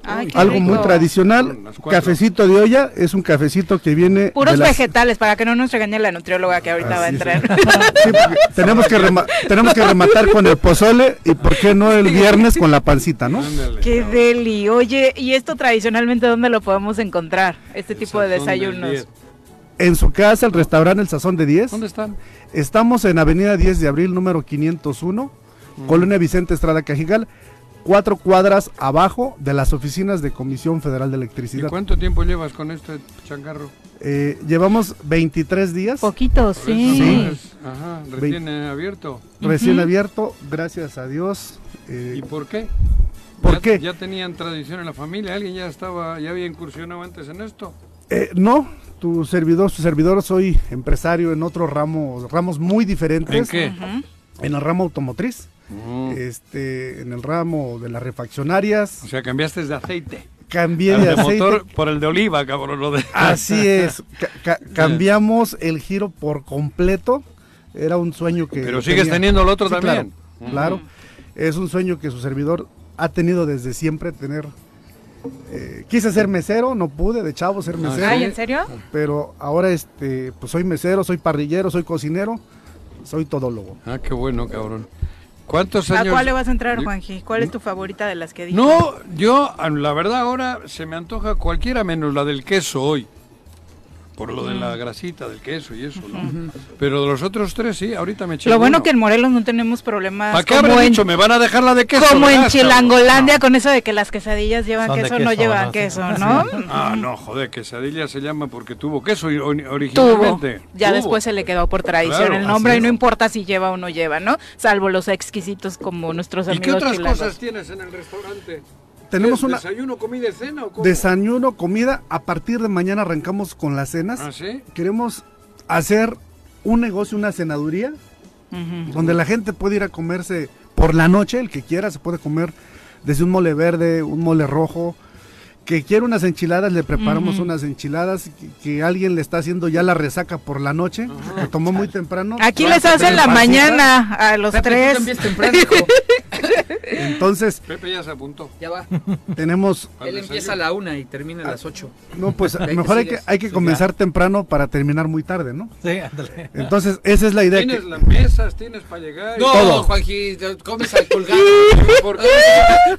S1: Ay, qué
S10: Algo muy
S1: rico.
S10: tradicional,
S2: Las cuatro.
S10: cafecito de olla, es un cafecito que viene...
S1: Puros
S10: de las-
S1: vegetales, para que no nos regañe la nutrióloga que ahorita va a
S10: Así es.
S1: entrar.
S10: Sí, porque tenemos, que rema- tenemos que rematar con el pozole y por qué no el viernes con la pancita, ¿no?
S2: Ándale.
S1: Qué deli. Oye, ¿y esto tradicionalmente dónde lo podemos encontrar? Este tipo
S2: Sazón
S1: de
S2: del
S1: desayunos.
S2: diez.
S10: En su casa, el restaurante El Sazón de 10.
S2: ¿Dónde están?
S10: Estamos en Avenida 10 de Abril, número 501,
S2: Mm.
S10: Colonia Vicente Estrada Cajigal, cuatro cuadras abajo de las oficinas de Comisión Federal de
S2: ¿Y
S10: Electricidad.
S2: cuánto tiempo llevas con este changarro?
S10: Eh, llevamos 23 días
S1: Poquito, sí.
S10: Sí.
S2: Ajá, recién eh, abierto.
S10: recién abierto, gracias a Dios. eh,
S2: ¿Y por qué?
S10: ¿Por
S2: Ya-
S10: qué?
S2: Ya tenían tradición en la familia, alguien ya estaba, ya había incursionado antes en esto.
S10: Eh, no, tu servidor, su servidor, soy empresario en otros ramos, ramos muy diferentes.
S1: Pues,
S2: ¿En qué?
S10: En el ramo automotriz,
S2: Mm.
S10: este, en el ramo de las refaccionarias,
S2: O sea, cambiaste de aceite.
S10: cambié
S2: Al
S10: de
S2: de
S10: aceite.
S2: motor por el de oliva, cabrón. lo de-
S10: Así es, ca- ca- cambiamos el giro por completo. Era un sueño que.
S2: Pero sigues
S10: tenía-
S2: teniendo el otro
S10: Sí,
S2: también.
S10: Claro, claro. es un sueño que su servidor ha tenido desde siempre, tener. eh, quise ser mesero, no pude, de chavo ser
S2: Ah,
S10: mesero.
S1: Ay, ¿en serio?
S10: pero ahora este pues soy mesero, soy parrillero, soy cocinero, soy todólogo.
S2: Ah, qué bueno, cabrón. ¿Cuántos
S1: ¿A
S2: años?
S1: cuál le vas a entrar, Juanji? ¿Cuál es tu favorita de las que dije?
S2: No, yo, a- la verdad, ahora se me antoja cualquiera menos la del queso hoy. Por lo de
S1: Mm.
S2: la grasita del queso y eso, ¿no? Pero de los otros tres, sí, ahorita me eché
S1: Lo bueno
S2: uno.
S1: que en Morelos no tenemos problemas.
S2: ¿Para qué
S1: como
S2: habré
S1: en-
S2: dicho? ¿Me van a dejar la de queso? Ah,
S1: Como en
S2: ¿verdad,
S1: Chilangolandia, con eso de que las quesadillas llevan
S3: Son de
S1: queso, no
S3: queso,
S1: llevan
S3: ¿no?
S1: queso, ¿no?
S2: cabrón? Ah, no, joder, quesadilla se llama porque tuvo queso y- ori-
S1: Tuvo.
S2: originalmente.
S1: Ya
S2: Tuvo.
S1: después se le quedó por tradición
S2: Claro,
S1: el nombre
S2: así
S1: y no
S2: es.
S1: importa si lleva o no lleva, ¿no? Salvo los exquisitos como nuestros
S2: ¿Y qué
S1: amigos
S2: otras
S1: chilangos.
S2: cosas tienes en el restaurante?
S10: Tenemos
S2: ¿Qué,
S10: una
S2: ¿Desayuno, comida y cena o cómo?
S10: desayuno, comida, a partir de mañana arrancamos con las cenas.
S2: ¿Ah, sí?
S10: Queremos hacer un negocio, una cenaduría, donde la gente puede ir a comerse por la noche, el que quiera, se puede comer desde un mole verde, un mole rojo. Que quiera unas enchiladas, le preparamos unas enchiladas. Que, que alguien le está haciendo ya la resaca por la noche, que tomó muy temprano.
S1: Aquí les hacen la
S10: Pancita.
S1: mañana a los tres.
S5: temprano, hijo.
S10: Entonces,
S2: Pepe ya se apuntó.
S5: Ya va.
S10: tenemos
S2: al
S5: Él empieza a la una y termina a las ocho.
S10: No, pues
S5: Hay que
S10: mejor hay que,
S5: sigues.
S10: hay que
S5: Sí,
S10: comenzar temprano para terminar muy tarde, ¿no?
S3: Sí, ándale.
S10: Entonces, esa es la idea.
S2: Ah. Tienes
S10: que-
S2: las mesas, tienes para llegar. y-
S5: No,
S10: Todo.
S5: Juanji, te comes al colgado.
S2: ¿Por qué?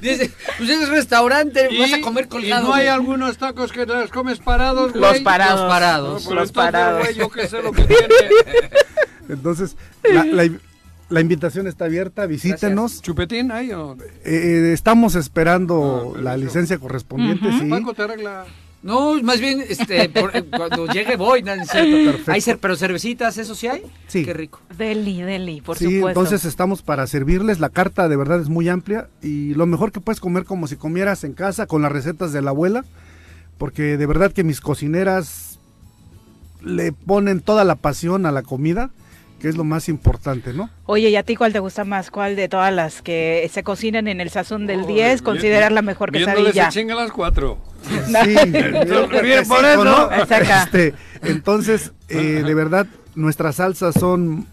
S5: Dice, pues es restaurante, vas a comer colgado.
S2: y no hay
S5: güey.
S2: algunos tacos que los comes parados, güey.
S1: Los parados.
S5: Los
S2: No, pues entonces,
S1: Los
S5: parados.
S1: parados.
S2: güey, yo qué sé lo que tiene.
S10: Entonces, la, la- la invitación está abierta, visítenos.
S2: ¿Chupetín hay o...?
S10: Eh, eh, estamos esperando
S2: Ah, pero
S10: la
S2: eso-
S10: licencias licencia correspondiente, sí.
S2: Paco te arregla.
S5: No, más bien, este, por- eh, cuando llegue voy, no, no es cierto.
S10: Perfecto.
S5: Hay cer- pero cervecitas, eso sí hay.
S10: Sí.
S5: Qué rico.
S1: Deli, deli, por
S10: sí,
S1: supuesto.
S10: entonces estamos para servirles. La carta de verdad es muy amplia y lo mejor que puedes comer como si comieras en casa con las recetas de la abuela, porque de verdad que mis cocineras le ponen toda la pasión a la comida, que es lo más importante, ¿no?
S1: Oye, ¿y a ti cuál te gusta más? ¿Cuál de todas las que se cocinan en el sazón del 10 consideras la mejor
S2: Viéndoles
S1: quesadilla?
S2: se chinga a las cuatro.
S10: Sí, yo creo
S2: Bien, pues,
S10: que
S2: por
S10: sí,
S2: eso.
S10: ¿no?
S1: Exacto.
S10: Este, entonces, eh, de verdad, nuestras salsas son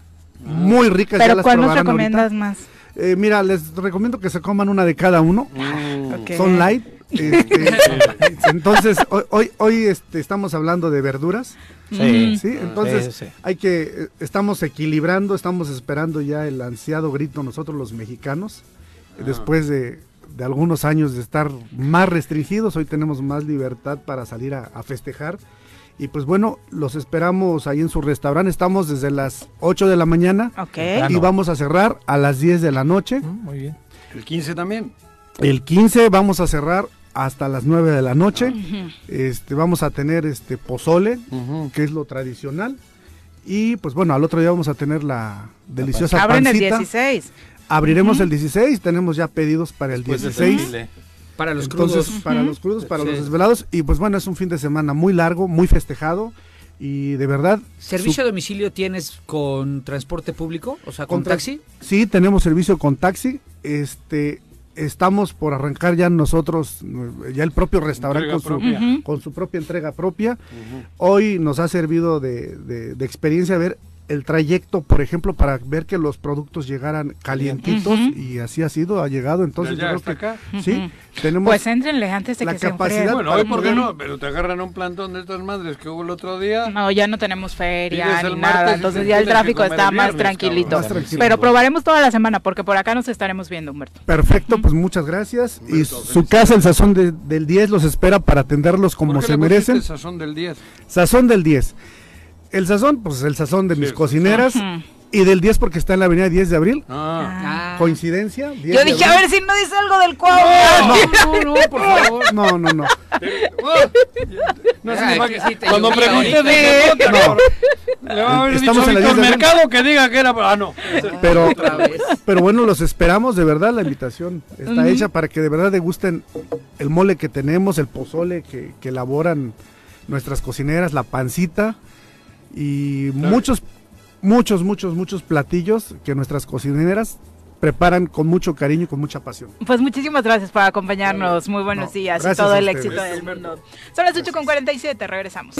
S10: muy ricas. ya
S1: Pero
S10: las
S1: ¿cuál nos
S10: probarán ahorita.
S1: recomiendas más?
S10: Eh, mira, les recomiendo que se coman una de cada uno.
S3: Mm.
S1: Ok.
S10: Son light. este, entonces, hoy, hoy, hoy, este, estamos hablando de verduras.
S3: Sí.
S10: ¿sí? Entonces,
S3: sí, sí.
S10: hay que, eh, estamos equilibrando, estamos esperando ya el ansiado grito nosotros los mexicanos. Eh,
S3: Ah.
S10: Después de, de algunos años de estar más restringidos, hoy tenemos más libertad para salir a, a festejar. Y pues bueno, los esperamos ahí en su restaurante. Estamos desde las 8 de la mañana
S1: Ok.
S10: y vamos a cerrar a las 10 de la noche.
S3: Mm, Muy bien.
S2: El 15 también.
S10: El 15 vamos a cerrar hasta las 9 de la noche. Este, vamos a tener este pozole, que es lo tradicional. Y pues bueno, al otro día vamos a tener la deliciosa
S1: Abren el
S10: pancita.
S1: 16.
S10: Abriremos el 16, tenemos ya pedidos para el
S3: Después del
S10: 16.
S3: desfile.
S5: Para los
S10: Entonces,
S5: crudos.
S10: para
S5: Ujú.
S10: los crudos, para
S5: Sí.
S10: los desvelados. Y pues bueno, es un fin de semana muy largo, muy festejado. Y de verdad.
S5: ¿Servicio a domicilio tienes con transporte público? O sea, con,
S10: Contra-
S5: taxi.
S10: Sí, tenemos servicio con taxi. Este, estamos por arrancar ya nosotros, eh, ya el propio restaurante
S2: Entrega
S10: con su,
S2: propia.
S1: Ujú.
S10: con su propia entrega propia. Hoy nos ha servido de, de- de experiencia ver el trayecto, por ejemplo, para ver que los productos llegaran calientitos
S1: Ujú.
S10: y así ha sido, ha llegado. Entonces,
S2: allá
S10: yo
S2: hasta
S10: creo que
S2: acá.
S10: sí, tenemos
S1: Pues éntrenle antes de
S10: la
S1: que se
S10: capacidad-
S1: enfríe.
S2: Bueno, hoy por qué
S10: Ujú.
S2: no, pero te agarran un plantón de estas madres que hubo el otro día.
S1: No, ya no tenemos feria
S2: Pides el
S1: ni
S2: martes y
S1: nada,
S2: te
S1: entonces ya
S2: tienes
S1: el
S2: que
S1: tráfico
S2: comer el
S1: está más
S2: viernes,
S1: tranquilito.
S2: cabrón.
S10: Más tranquilo.
S1: Pero probaremos toda la semana porque por acá nos estaremos viendo, Humberto.
S10: perfecto, pues muchas gracias. Y
S2: Humberto,
S10: su casa, el sazón de- del 10, los espera para atenderlos
S2: ¿Por
S10: como
S2: qué
S10: se
S2: le pusiste
S10: merecen.
S2: sazón del 10?
S10: Sazón del 10. El sazón, pues el sazón de
S2: Sí,
S10: mis
S2: el
S10: cocineras.
S1: Ujú.
S10: Y del 10 porque está en la avenida 10 de abril.
S2: Ah,
S5: Ah.
S10: Coincidencia. 10
S1: Yo
S10: de
S1: dije, a
S10: abril.
S1: ver si no dice algo del cuadro.
S10: No, no, no, por favor. No, no, no.
S2: no
S5: Ah,
S2: se le va a
S5: que
S2: que-
S5: sí te
S2: Cuando
S5: llovía
S2: preguntes
S5: ahorita.
S2: de puta,
S10: No.
S2: le va a haber dicho
S10: Estamos en la
S2: Víctor
S10: 10 de abril.
S2: Mercado que diga que era. Ah, no.
S10: Pero,
S5: Otra vez.
S10: pero bueno, los esperamos, de verdad, la invitación está hecha para que de verdad degusten el mole que tenemos, el pozole que, que elaboran nuestras cocineras, la pancita y muchos, muchos, muchos, muchos platillos que nuestras cocineras preparan con mucho cariño y con mucha pasión.
S1: Pues muchísimas gracias por acompañarnos. Muy buenos
S10: No,
S1: días y
S10: gracias
S1: todo
S10: a
S1: el
S10: ustedes.
S1: éxito del mundo. Son las 8.47, regresamos.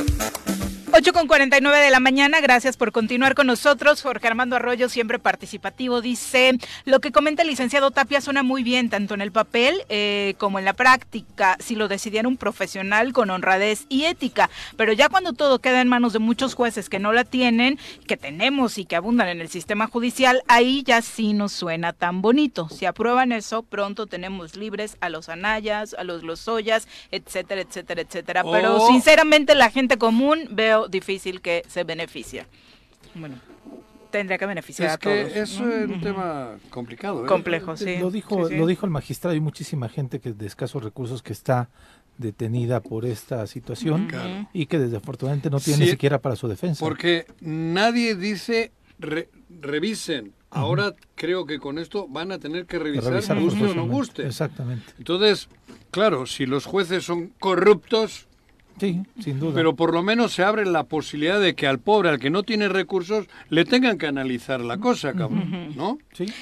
S1: 8.49 de la mañana, gracias por continuar con nosotros. Jorge Armando Arroyo, siempre participativo, dice, lo que comenta el licenciado Tapia suena muy bien, tanto en el papel eh, como en la práctica, si lo decidiera un profesional con honradez y ética. Pero ya cuando todo queda en manos de muchos jueces que no la tienen, que tenemos y que abundan en el sistema judicial, ahí ya sí nos suena tan bonito. Si aprueban eso, pronto tenemos libres a los Anayas, a los Lozoyas, etcétera, etcétera, etcétera. Pero
S2: Oh.
S1: sinceramente la gente común veo difícil que se beneficie. Bueno, tendría que beneficiar
S2: Es
S1: a todos.
S2: que eso es un tema complicado. ¿eh?
S1: Complejo, sí.
S3: Lo dijo,
S1: Sí, sí.
S3: lo dijo el magistrado, hay muchísima gente que de escasos recursos que está detenida por esta situación
S2: Claro.
S3: y que desafortunadamente no tiene
S2: Sí.
S3: ni siquiera para su defensa.
S2: Porque nadie dice re- revisen. Ahora creo que con esto van a tener que revisar,
S3: Revisar
S2: guste o no
S3: forzosamente.
S2: guste.
S3: Exactamente.
S2: Entonces, claro, si los jueces son corruptos,
S3: Sí, sin duda.
S2: pero por lo menos se abre la posibilidad de que al pobre, al que no tiene recursos, le tengan que analizar la cosa, cabrón, ¿no?
S3: Sí.
S2: Es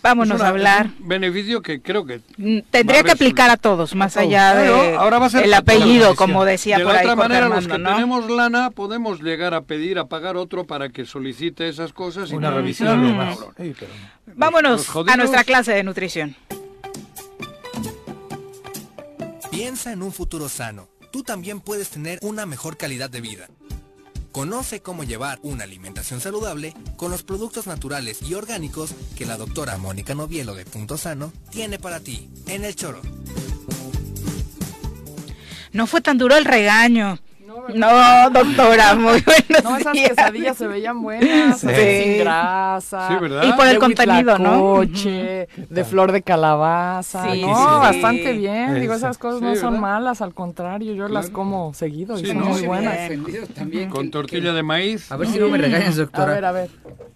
S1: Vámonos
S2: una-
S1: a hablar.
S2: es un beneficio que creo que
S1: Mm, Tendría
S2: va
S1: que
S2: a
S1: aplicar a todos, más allá de
S2: Claro, ahora va a ser
S1: el
S2: para todos,
S1: apellido,
S2: decía.
S1: como decía
S2: de
S1: por
S2: la
S1: ahí
S2: otra
S1: Jorge
S2: manera, los
S1: Armando,
S2: que
S1: ¿no?
S2: tenemos lana podemos llegar a pedir a pagar otro para que solicite esas cosas y
S3: Una
S2: no
S3: revisión.
S2: revisarlo,
S3: más.
S2: cabrón.
S3: Sí, pero no.
S1: Vámonos
S2: los jodidos.
S1: a nuestra clase de nutrición.
S11: Piensa en un futuro sano. Tú también puedes tener una mejor calidad de vida. Conoce cómo llevar una alimentación saludable con los productos naturales y orgánicos que la doctora Mónica Novielo de Punto Sano tiene para ti en el choro.
S1: No fue tan duro el regaño. No, doctora, muy buenos
S12: No, esas
S1: días.
S12: quesadillas se veían buenas,
S1: Sí.
S12: así sin grasa.
S2: Sí, ¿verdad?
S1: Y por el contenido, ¿no?
S12: coche, de flor de calabaza.
S1: Sí,
S12: no,
S1: sí, sí.
S12: bastante bien. Digo,
S3: Eso.
S12: esas cosas
S2: Sí,
S12: no son
S2: ¿verdad?
S12: malas, al contrario, yo las
S2: Claro.
S12: como seguido y
S2: Sí,
S12: son
S2: ¿no?
S12: muy
S2: Sí,
S12: buenas. Mm.
S5: Ofendido también que-
S2: Con tortilla
S5: que-
S2: de maíz.
S5: A ver si no me regañas,
S12: A
S5: doctora.
S12: ver, a ver.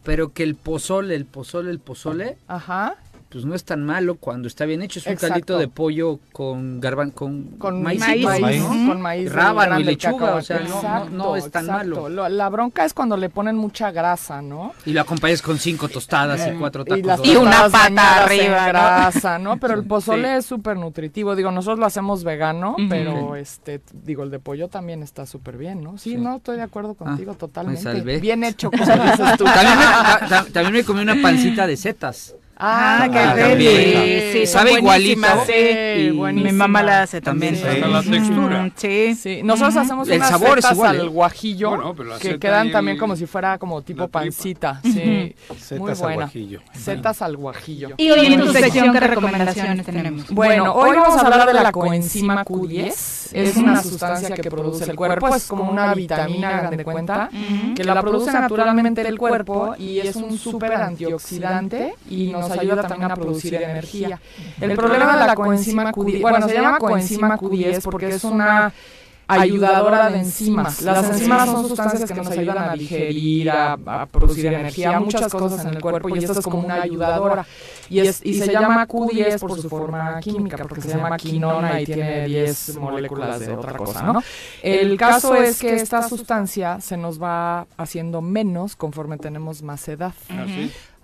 S5: Pero que el pozole, el pozole, el pozole,
S12: Ajá.
S5: pues no es tan malo cuando está bien hecho. Es un
S12: Exacto.
S5: caldito de pollo con garban, con,
S12: Con
S5: maíz,
S12: maíz,
S1: maíz,
S12: maíz,
S3: ¿no?
S12: ¿no? con maíz.
S5: Rábano y
S12: grande
S5: lechuga,
S12: cacahuate.
S5: o sea, no- no- no es tan malo.
S12: Lo- la bronca es cuando le ponen mucha grasa, ¿no?
S5: y lo acompañas con cinco tostadas y cuatro tacos.
S12: Eh, Y, las
S5: dorados.
S1: Y una
S12: tostadas
S1: pata
S12: bañadas en
S1: arriba, ¿no?
S12: grasa, ¿no? Pero el pozole
S5: Sí.
S12: es súper nutritivo. Digo, nosotros lo hacemos vegano,
S1: Ujú.
S12: pero este, digo, el de pollo también está súper bien, ¿no? Sí,
S5: Sí. Ah,
S12: no, estoy de acuerdo contigo
S5: me
S12: totalmente.
S5: salvé.
S12: Bien hecho, como dices tú.
S5: También me, ta- ta- también me comí una pancita de setas.
S1: Ah, qué
S5: Ah,
S1: rico.
S5: también.
S1: Sí, sí,
S5: Sabe
S1: son buenísimas,
S5: igualito.
S1: sí.
S12: Sí,
S5: Y
S1: Mi
S12: buenísima.
S1: mamá la hace también.
S2: También, hasta la
S1: Mm,
S2: textura.
S1: Sí.
S12: Sí, nosotros hacemos
S5: El
S12: unas
S5: sabor es
S12: setas
S5: igual,
S12: al
S5: ¿eh?
S12: guajillo
S2: Bueno, pero la
S12: que
S2: seta y
S12: quedan
S2: el-
S12: también como si fuera como tipo
S2: la tripa.
S12: pancita, sí,
S3: Setas
S12: muy
S3: al
S12: buena.
S3: guajillo.
S12: Setas al guajillo.
S1: Y hoy en tu sección, ¿qué recomendaciones tenemos?
S12: Bueno, hoy vamos a hablar de la coenzima Q10. Es una sustancia que produce el cuerpo, es como una vitamina, hagan de cuenta, que la produce naturalmente el cuerpo y es un súper antioxidante y nos ayuda también a producir energía. El problema de la coenzima Q10, bueno, se llama coenzima Q10 porque es una ayudadora de enzimas. Las enzimas son sustancias que nos ayudan a digerir, a, a producir energía, muchas cosas en el cuerpo y esta es como una ayudadora. Y, es, y se llama Q10 por su forma química, porque se llama quinona y tiene 10 moléculas de otra cosa, ¿no? El caso es que esta sustancia se nos va haciendo menos conforme tenemos más edad.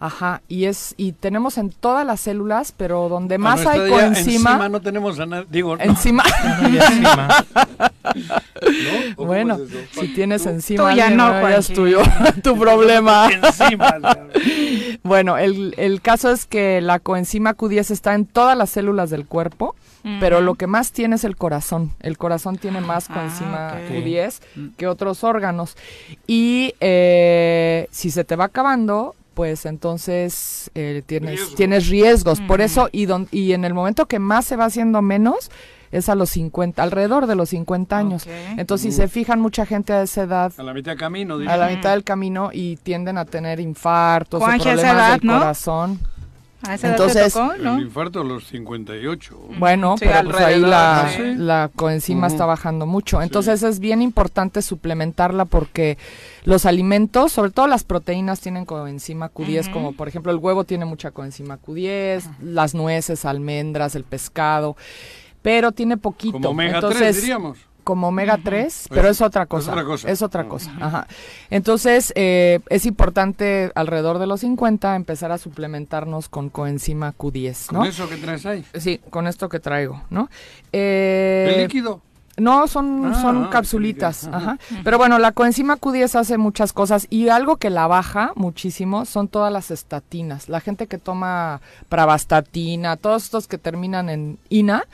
S12: Ajá, y es y tenemos en todas las células, pero donde más hay
S2: Encima
S12: coenzima,
S2: no tenemos a nadie. Digo, no.
S12: encima.
S2: ¿O
S12: Bueno,
S2: cómo es eso?
S12: si tienes encima,
S1: Tú ya
S12: alguien,
S1: no,
S12: ya es
S1: Juanji.
S12: tuyo, tu problema.
S2: Encima,
S12: Bueno, el, el caso es que la coenzima Q10 está en todas las células del cuerpo, pero lo que más tiene es el corazón. El corazón tiene más
S1: Ah,
S12: coenzima
S1: ok.
S2: Mm.
S12: Q10 que otros órganos. Y eh, si se te va acabando, pues entonces eh, tienes,
S2: Riesgo.
S12: tienes riesgos. Por
S1: Ujú.
S12: eso, y, don- y en el momento que más se va haciendo menos, es a los 50, alrededor de los 50 años.
S1: Ok.
S12: Entonces, si se fijan, mucha gente a esa edad
S2: a la mitad de camino,
S12: a la
S2: diría.
S12: mitad del camino y tienden a tener infartos o
S1: Juanji, a esa
S12: problemas
S1: edad,
S12: del
S1: ¿no?
S12: corazón.
S1: A esa edad te
S12: Entonces-
S1: tocó,
S2: El
S1: ¿no?
S2: infarto a los 58.
S12: Bueno,
S1: Sí,
S12: pero pues ahí
S1: alrededor,
S2: Ah,
S12: la,
S1: sí.
S12: la coenzima
S2: Ujú.
S12: está bajando mucho. Entonces es bien importante suplementarla porque los alimentos, sobre todo las proteínas, tienen coenzima Q10,
S1: Ujú.
S12: como por ejemplo el huevo tiene mucha coenzima Q10, las nueces, almendras, el pescado, pero tiene poquito.
S2: Como omega
S12: Entonces,
S2: 3, diríamos.
S12: como omega 3, pero es otra cosa.
S2: otra cosa.
S12: Es otra
S2: Ah.
S12: cosa, ajá. Entonces, eh, es importante alrededor de los 50 empezar a suplementarnos con coenzima Q10,
S2: ¿Con
S12: ¿no?
S2: eso que traes ahí?
S12: Sí, con esto que traigo, ¿no?
S2: ¿El
S12: Eh,
S2: líquido?
S12: no, son,
S2: Ah,
S12: son
S2: ah,
S12: capsulitas.
S2: líquido,
S12: Ajá. Pero bueno, la coenzima Q10 hace muchas cosas y algo que la baja muchísimo son todas las estatinas. La gente que toma pravastatina, todos estos que terminan en INA,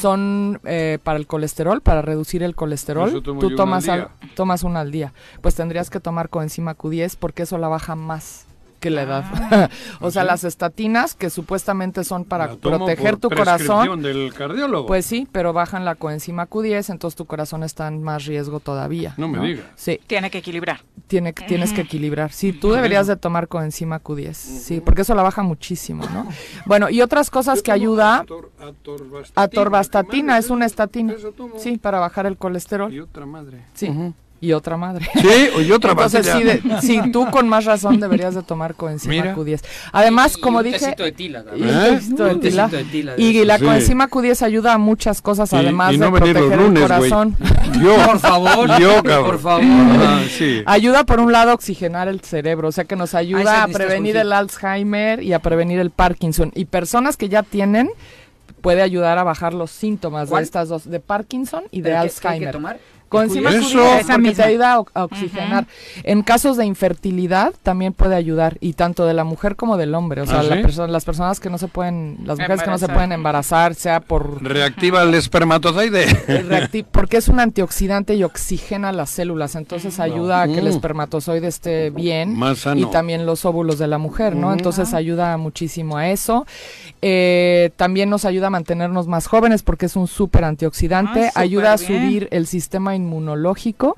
S12: son eh, para el colesterol, para reducir el
S2: Eso
S12: colesterol.
S2: tomo yo
S12: Tú
S2: una
S12: tomas,
S2: al
S12: al- tomas una al día. Pues tendrías que tomar coenzima Q10 porque eso la baja más que la edad. o sea, las estatinas que supuestamente son para
S2: La tomo
S12: proteger
S2: por
S12: tu corazón.
S2: prescripción del cardiólogo.
S12: Pues sí, pero bajan la coenzima Q10, entonces tu corazón está en más riesgo todavía.
S2: No me digas.
S12: Sí,
S1: Tiene que equilibrar.
S12: tiene, que- tienes que equilibrar. Sí, tú deberías de tomar coenzima Q10, sí, porque eso la baja muchísimo, ¿no? Bueno, y otras cosas que ayuda,
S2: Ator- atorvastatina.
S12: atorvastatina es una estatina,
S2: Eso tomo.
S12: sí, para bajar el
S2: Y
S12: colesterol,
S2: otra madre.
S12: sí, y otra madre.
S2: Sí, y otra
S12: Entonces, sí, de- sí, tú con más razón deberías de tomar coenzima
S2: Mira.
S12: Q10. Además, como
S5: un
S12: dije,
S5: tecito de tila,
S12: y
S5: también.
S12: un
S2: ¿Eh?
S12: tecito de
S5: Un
S12: tila.
S5: tecito de tila. de
S12: Y
S5: eso.
S12: la
S2: Sí.
S12: coenzima Q10 ayuda a muchas cosas,
S2: Y-
S12: además
S2: y no
S12: de
S2: venir los
S12: proteger
S2: lunes,
S12: el
S2: güey.
S12: corazón.
S2: Yo,
S5: Por favor,
S2: yo, cabrón.
S5: por favor.
S2: Ah, sí.
S12: Ayuda por un lado a oxigenar el cerebro, o sea que nos
S5: Ah, ese
S12: ayuda a
S5: necesitas
S12: prevenir
S5: Juanji.
S12: el Alzheimer y a prevenir el Parkinson. Y personas que ya tienen puede ayudar a bajar los síntomas
S5: ¿Cuál?
S12: de estas dos, de Parkinson y de
S5: ¿Pero qué- qué hay que
S12: Alzheimer.
S5: tomar?
S12: Coenzima
S2: Eso.
S12: Q10
S1: Esa
S12: porque te
S1: misma.
S12: ayuda a, o- a oxigenar. En casos de infertilidad también puede ayudar y tanto de la mujer como del hombre, o sea,
S2: ¿Ah,
S12: la
S2: sí?
S12: perso- las personas que no se pueden, las mujeres que no se
S1: Embarazar.
S12: pueden embarazar, sea por
S2: Reactiva el espermatozoide.
S12: reacti- porque es un antioxidante y oxigena las células,
S1: Mm.
S12: entonces ayuda a que el espermatozoide esté bien
S2: Mm. Más sano.
S12: y también los óvulos de la mujer, ¿no?
S1: Mm.
S12: Entonces ayuda muchísimo a eso. Eh, también nos ayuda a mantenernos más jóvenes porque es un súper antioxidante,
S1: Ay, Ah, súper
S12: ayuda a
S1: bien.
S12: subir el sistema inmunológico.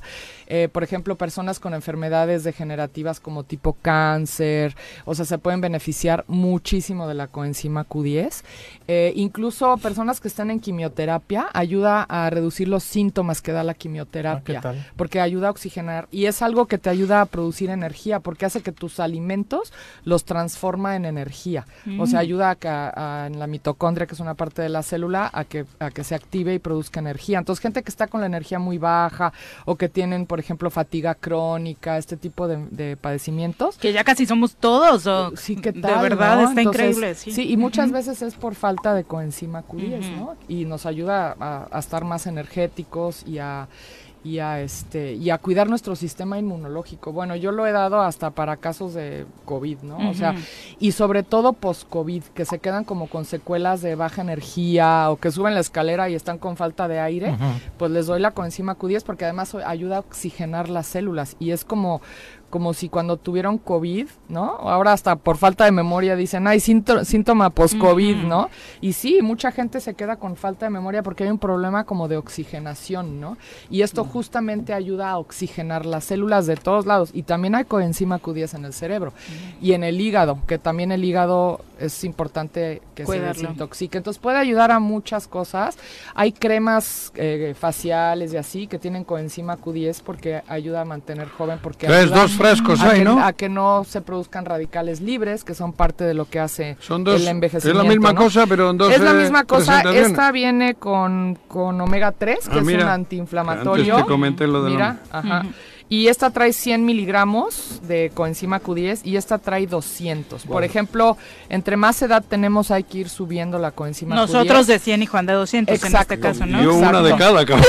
S12: Eh, por ejemplo, personas con enfermedades degenerativas como tipo cáncer, o sea, se pueden beneficiar muchísimo de la coenzima Q10. Eh, incluso personas que están en quimioterapia, ayuda a reducir los síntomas que da la quimioterapia,
S3: Ah, ¿qué tal?
S12: porque ayuda a oxigenar y es algo que te ayuda a producir energía, porque hace que tus alimentos los transforma en energía. O sea, ayuda a, que- a- en la mitocondria, que es una parte de la célula, a que, a que se active y produzca energía. Entonces, gente que está con la energía muy baja o que tienen, por ejemplo, fatiga crónica, este tipo de- de padecimientos,
S1: Que ya casi somos todos, Doc.
S12: Sí, ¿qué tal,
S1: De verdad,
S12: no?
S1: está
S12: Entonces,
S1: increíble. Sí,
S12: y muchas veces es por falta de coenzima Q10, ¿no? Y nos ayuda a, a estar más energéticos y a y a este y a cuidar nuestro sistema inmunológico. Bueno, yo lo he dado hasta para casos de COVID, ¿no? O sea,
S1: Ujú.
S12: y sobre todo post-COVID, que se quedan como con secuelas de baja energía o que suben la escalera y están con falta de aire, pues les doy la coenzima Q10 porque además o- ayuda a oxigenar las células y es como como si cuando tuvieron COVID, ¿no? Ahora hasta por falta de memoria dicen, ay, sínto- síntoma post-COVID, ¿no? Y sí, mucha gente se queda con falta de memoria porque hay un problema como de oxigenación, ¿no? Y esto justamente ayuda a oxigenar las células de todos lados. Y también hay coenzima Q10 en el cerebro y en el hígado, que también el hígado es importante que
S1: Cuidarlo.
S12: se desintoxique. Entonces puede ayudar a muchas cosas. Hay cremas eh, faciales y así que tienen coenzima Q10 porque ayuda a mantener joven. porque
S2: Traes
S12: ayuda
S2: dos frescos
S12: a
S2: ahí,
S12: que-
S2: ¿no?
S12: A que no se produzcan radicales libres, que son parte de lo que hace
S2: Son dos-
S12: el
S2: es
S12: envejecimiento.
S2: la misma
S12: ¿no?
S2: cosa, pero en dos
S12: Es la
S2: eh,
S12: misma cosa.
S2: presentaciones.
S12: Esta viene con, con omega 3, que
S2: Ah,
S12: es
S2: mira,
S12: un
S2: que
S12: antiinflamatorio.
S2: antes te comenté lo del
S12: Mira,
S2: omega.
S12: ajá. Y esta trae 100 miligramos de coenzima Q10 y esta trae 200. Por
S1: Wow.
S12: ejemplo, entre más edad tenemos hay que ir subiendo la coenzima
S1: Nosotros
S12: Q10.
S1: de 100 y Juan de 200
S12: Exacto.
S1: en este caso, ¿no?
S2: Yo una de cada, cabrón.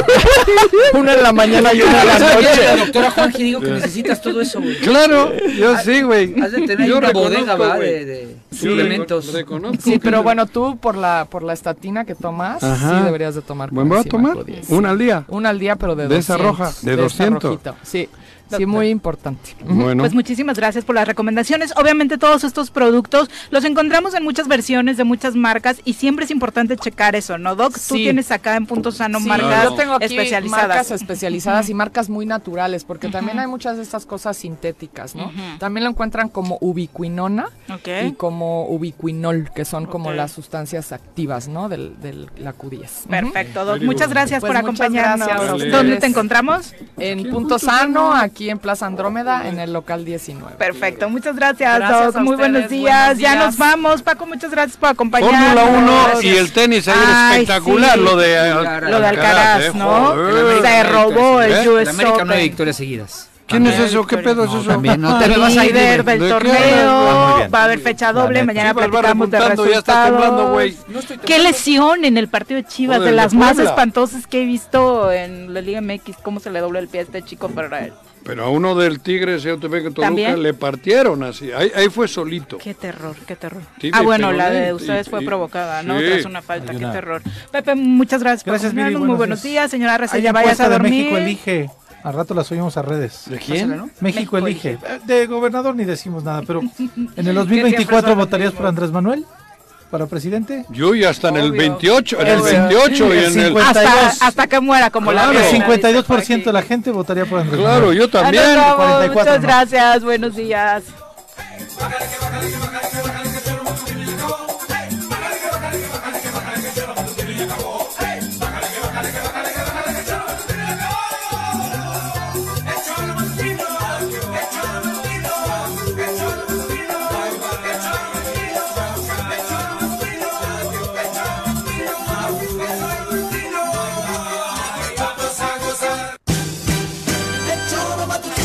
S12: una en la mañana y una en la
S5: La
S12: noche.
S5: doctora Juanji digo que necesitas todo eso, güey.
S2: Claro, yo
S5: Has-
S2: sí, güey.
S5: Has de tener
S2: Yo
S5: una
S2: reconozco,
S5: bodega, ¿va?
S2: güey.
S5: De, de
S2: Yo
S5: suplementos.
S2: reco- reconozco
S12: Sí,
S2: que
S12: pero
S2: yo-
S12: bueno, tú por la por la estatina que tomas,
S2: Ajá.
S12: sí deberías de tomar
S2: Bueno, ¿me voy a
S12: coenzima
S2: tomar?
S12: Q10.
S2: ¿Una al día?
S12: Una al día, pero de,
S2: ¿De esa
S12: 200,
S2: roja? ¿De
S12: esa
S2: 200?
S12: rojita. Sí, sí, muy importante.
S2: Bueno.
S1: Pues muchísimas gracias por las recomendaciones. Obviamente todos estos productos los encontramos en muchas versiones de muchas marcas y siempre es importante checar eso, ¿no, Doc? Tú
S12: Sí.
S1: tienes acá en Punto Sano
S12: Sí,
S1: marcas
S12: yo tengo aquí
S1: especializadas.
S12: marcas especializadas y marcas muy naturales, porque también hay muchas de estas cosas sintéticas, ¿no?
S1: Ujú.
S12: También lo encuentran como ubiquinona
S1: Ok.
S12: y como ubiquinol, que son como
S1: Ok.
S12: las sustancias activas, ¿no? Del, del- la Q10.
S1: Perfecto, Doc.
S2: Very
S1: Muchas
S2: good.
S1: gracias
S12: Pues
S1: por
S12: muchas
S1: acompañarnos.
S12: gracias a ustedes.
S1: ¿Dónde te encontramos?
S12: En Punto Sano, aquí en Plaza Andrómeda, en el local 19.
S1: Perfecto, muchas gracias,
S12: Gracias
S1: Doc.
S12: a
S1: Muy buenos
S12: ustedes,
S1: días.
S12: buenos
S1: Ya
S12: días.
S1: nos vamos. Paco, muchas gracias por acompañarnos.
S2: Fórmula 1 y el tenis ayer
S1: Ay,
S2: espectacular,
S1: sí.
S2: lo de
S5: Alcaraz.
S1: Lo de Alcaraz,
S2: eh,
S1: ¿no?
S2: joder.
S1: Se robó el
S2: ¿Eh?
S5: En
S1: US
S5: América no hay
S1: Open.
S5: victorias seguidas.
S2: ¿Quién es
S5: También.
S2: eso? ¿Qué pedo es
S5: No,
S2: eso? Ah,
S5: también, no te me vas a ir
S1: líder
S5: de-
S1: del
S2: ¿de qué
S1: torneo,
S2: hablas? Ah,
S7: Muy bien.
S1: va a haber fecha doble,
S7: Vale.
S1: mañana
S2: Chivas va
S1: platicamos de
S2: remontando, ya
S1: resultados.
S2: está temblando, güey.
S5: No estoy
S1: Qué lesión en el partido de Chivas,
S2: Joder,
S1: de las
S2: de
S1: más
S2: Puebla.
S1: espantosas que he visto en la Liga MX, cómo se le dobló el pie a este chico para
S2: Pero a uno del Tigre, se que Toluca,
S1: ¿También?
S2: le partieron así. Ahí, ahí fue solito.
S1: Qué terror, qué terror.
S2: Tigre,
S1: ah, bueno,
S2: pero
S1: la
S2: no,
S1: de
S2: y-
S1: ustedes fue
S2: y-
S1: provocada, ¿no?
S2: sí.
S1: Tras una falta,
S3: Hay
S1: qué
S3: una-
S1: terror. Pepe, muchas gracias por
S3: Gracias, Viri,
S1: acompañarnos. Muy buenos
S3: buenos días.
S1: días, señora
S3: Hay
S1: Recilla, váyase a
S3: encuesta de
S1: dormir.
S3: México elige. Al rato la subimos a redes.
S2: ¿De quién?
S1: México
S3: México elige. Eh, De gobernador ni decimos nada, pero en el
S1: siempre son
S3: 2024
S1: los
S3: votarías por
S1: mismos.
S3: Andrés Manuel para presidente.
S2: Yo y hasta en el
S1: Obvio.
S2: 28, en el
S3: El
S2: 28 y en el...
S3: 50.
S1: Hasta,
S3: 52.
S1: hasta que muera, como
S2: Claro.
S1: la
S3: El
S1: reina, dice
S3: 52% de la
S1: Joaquín.
S3: gente votaría por Andrés Manuel.
S2: Claro, yo también.
S1: Ah, nos vamos,
S3: 44,
S1: muchas
S3: ¿no?
S1: gracias, buenos días.
S8: El choro matutino.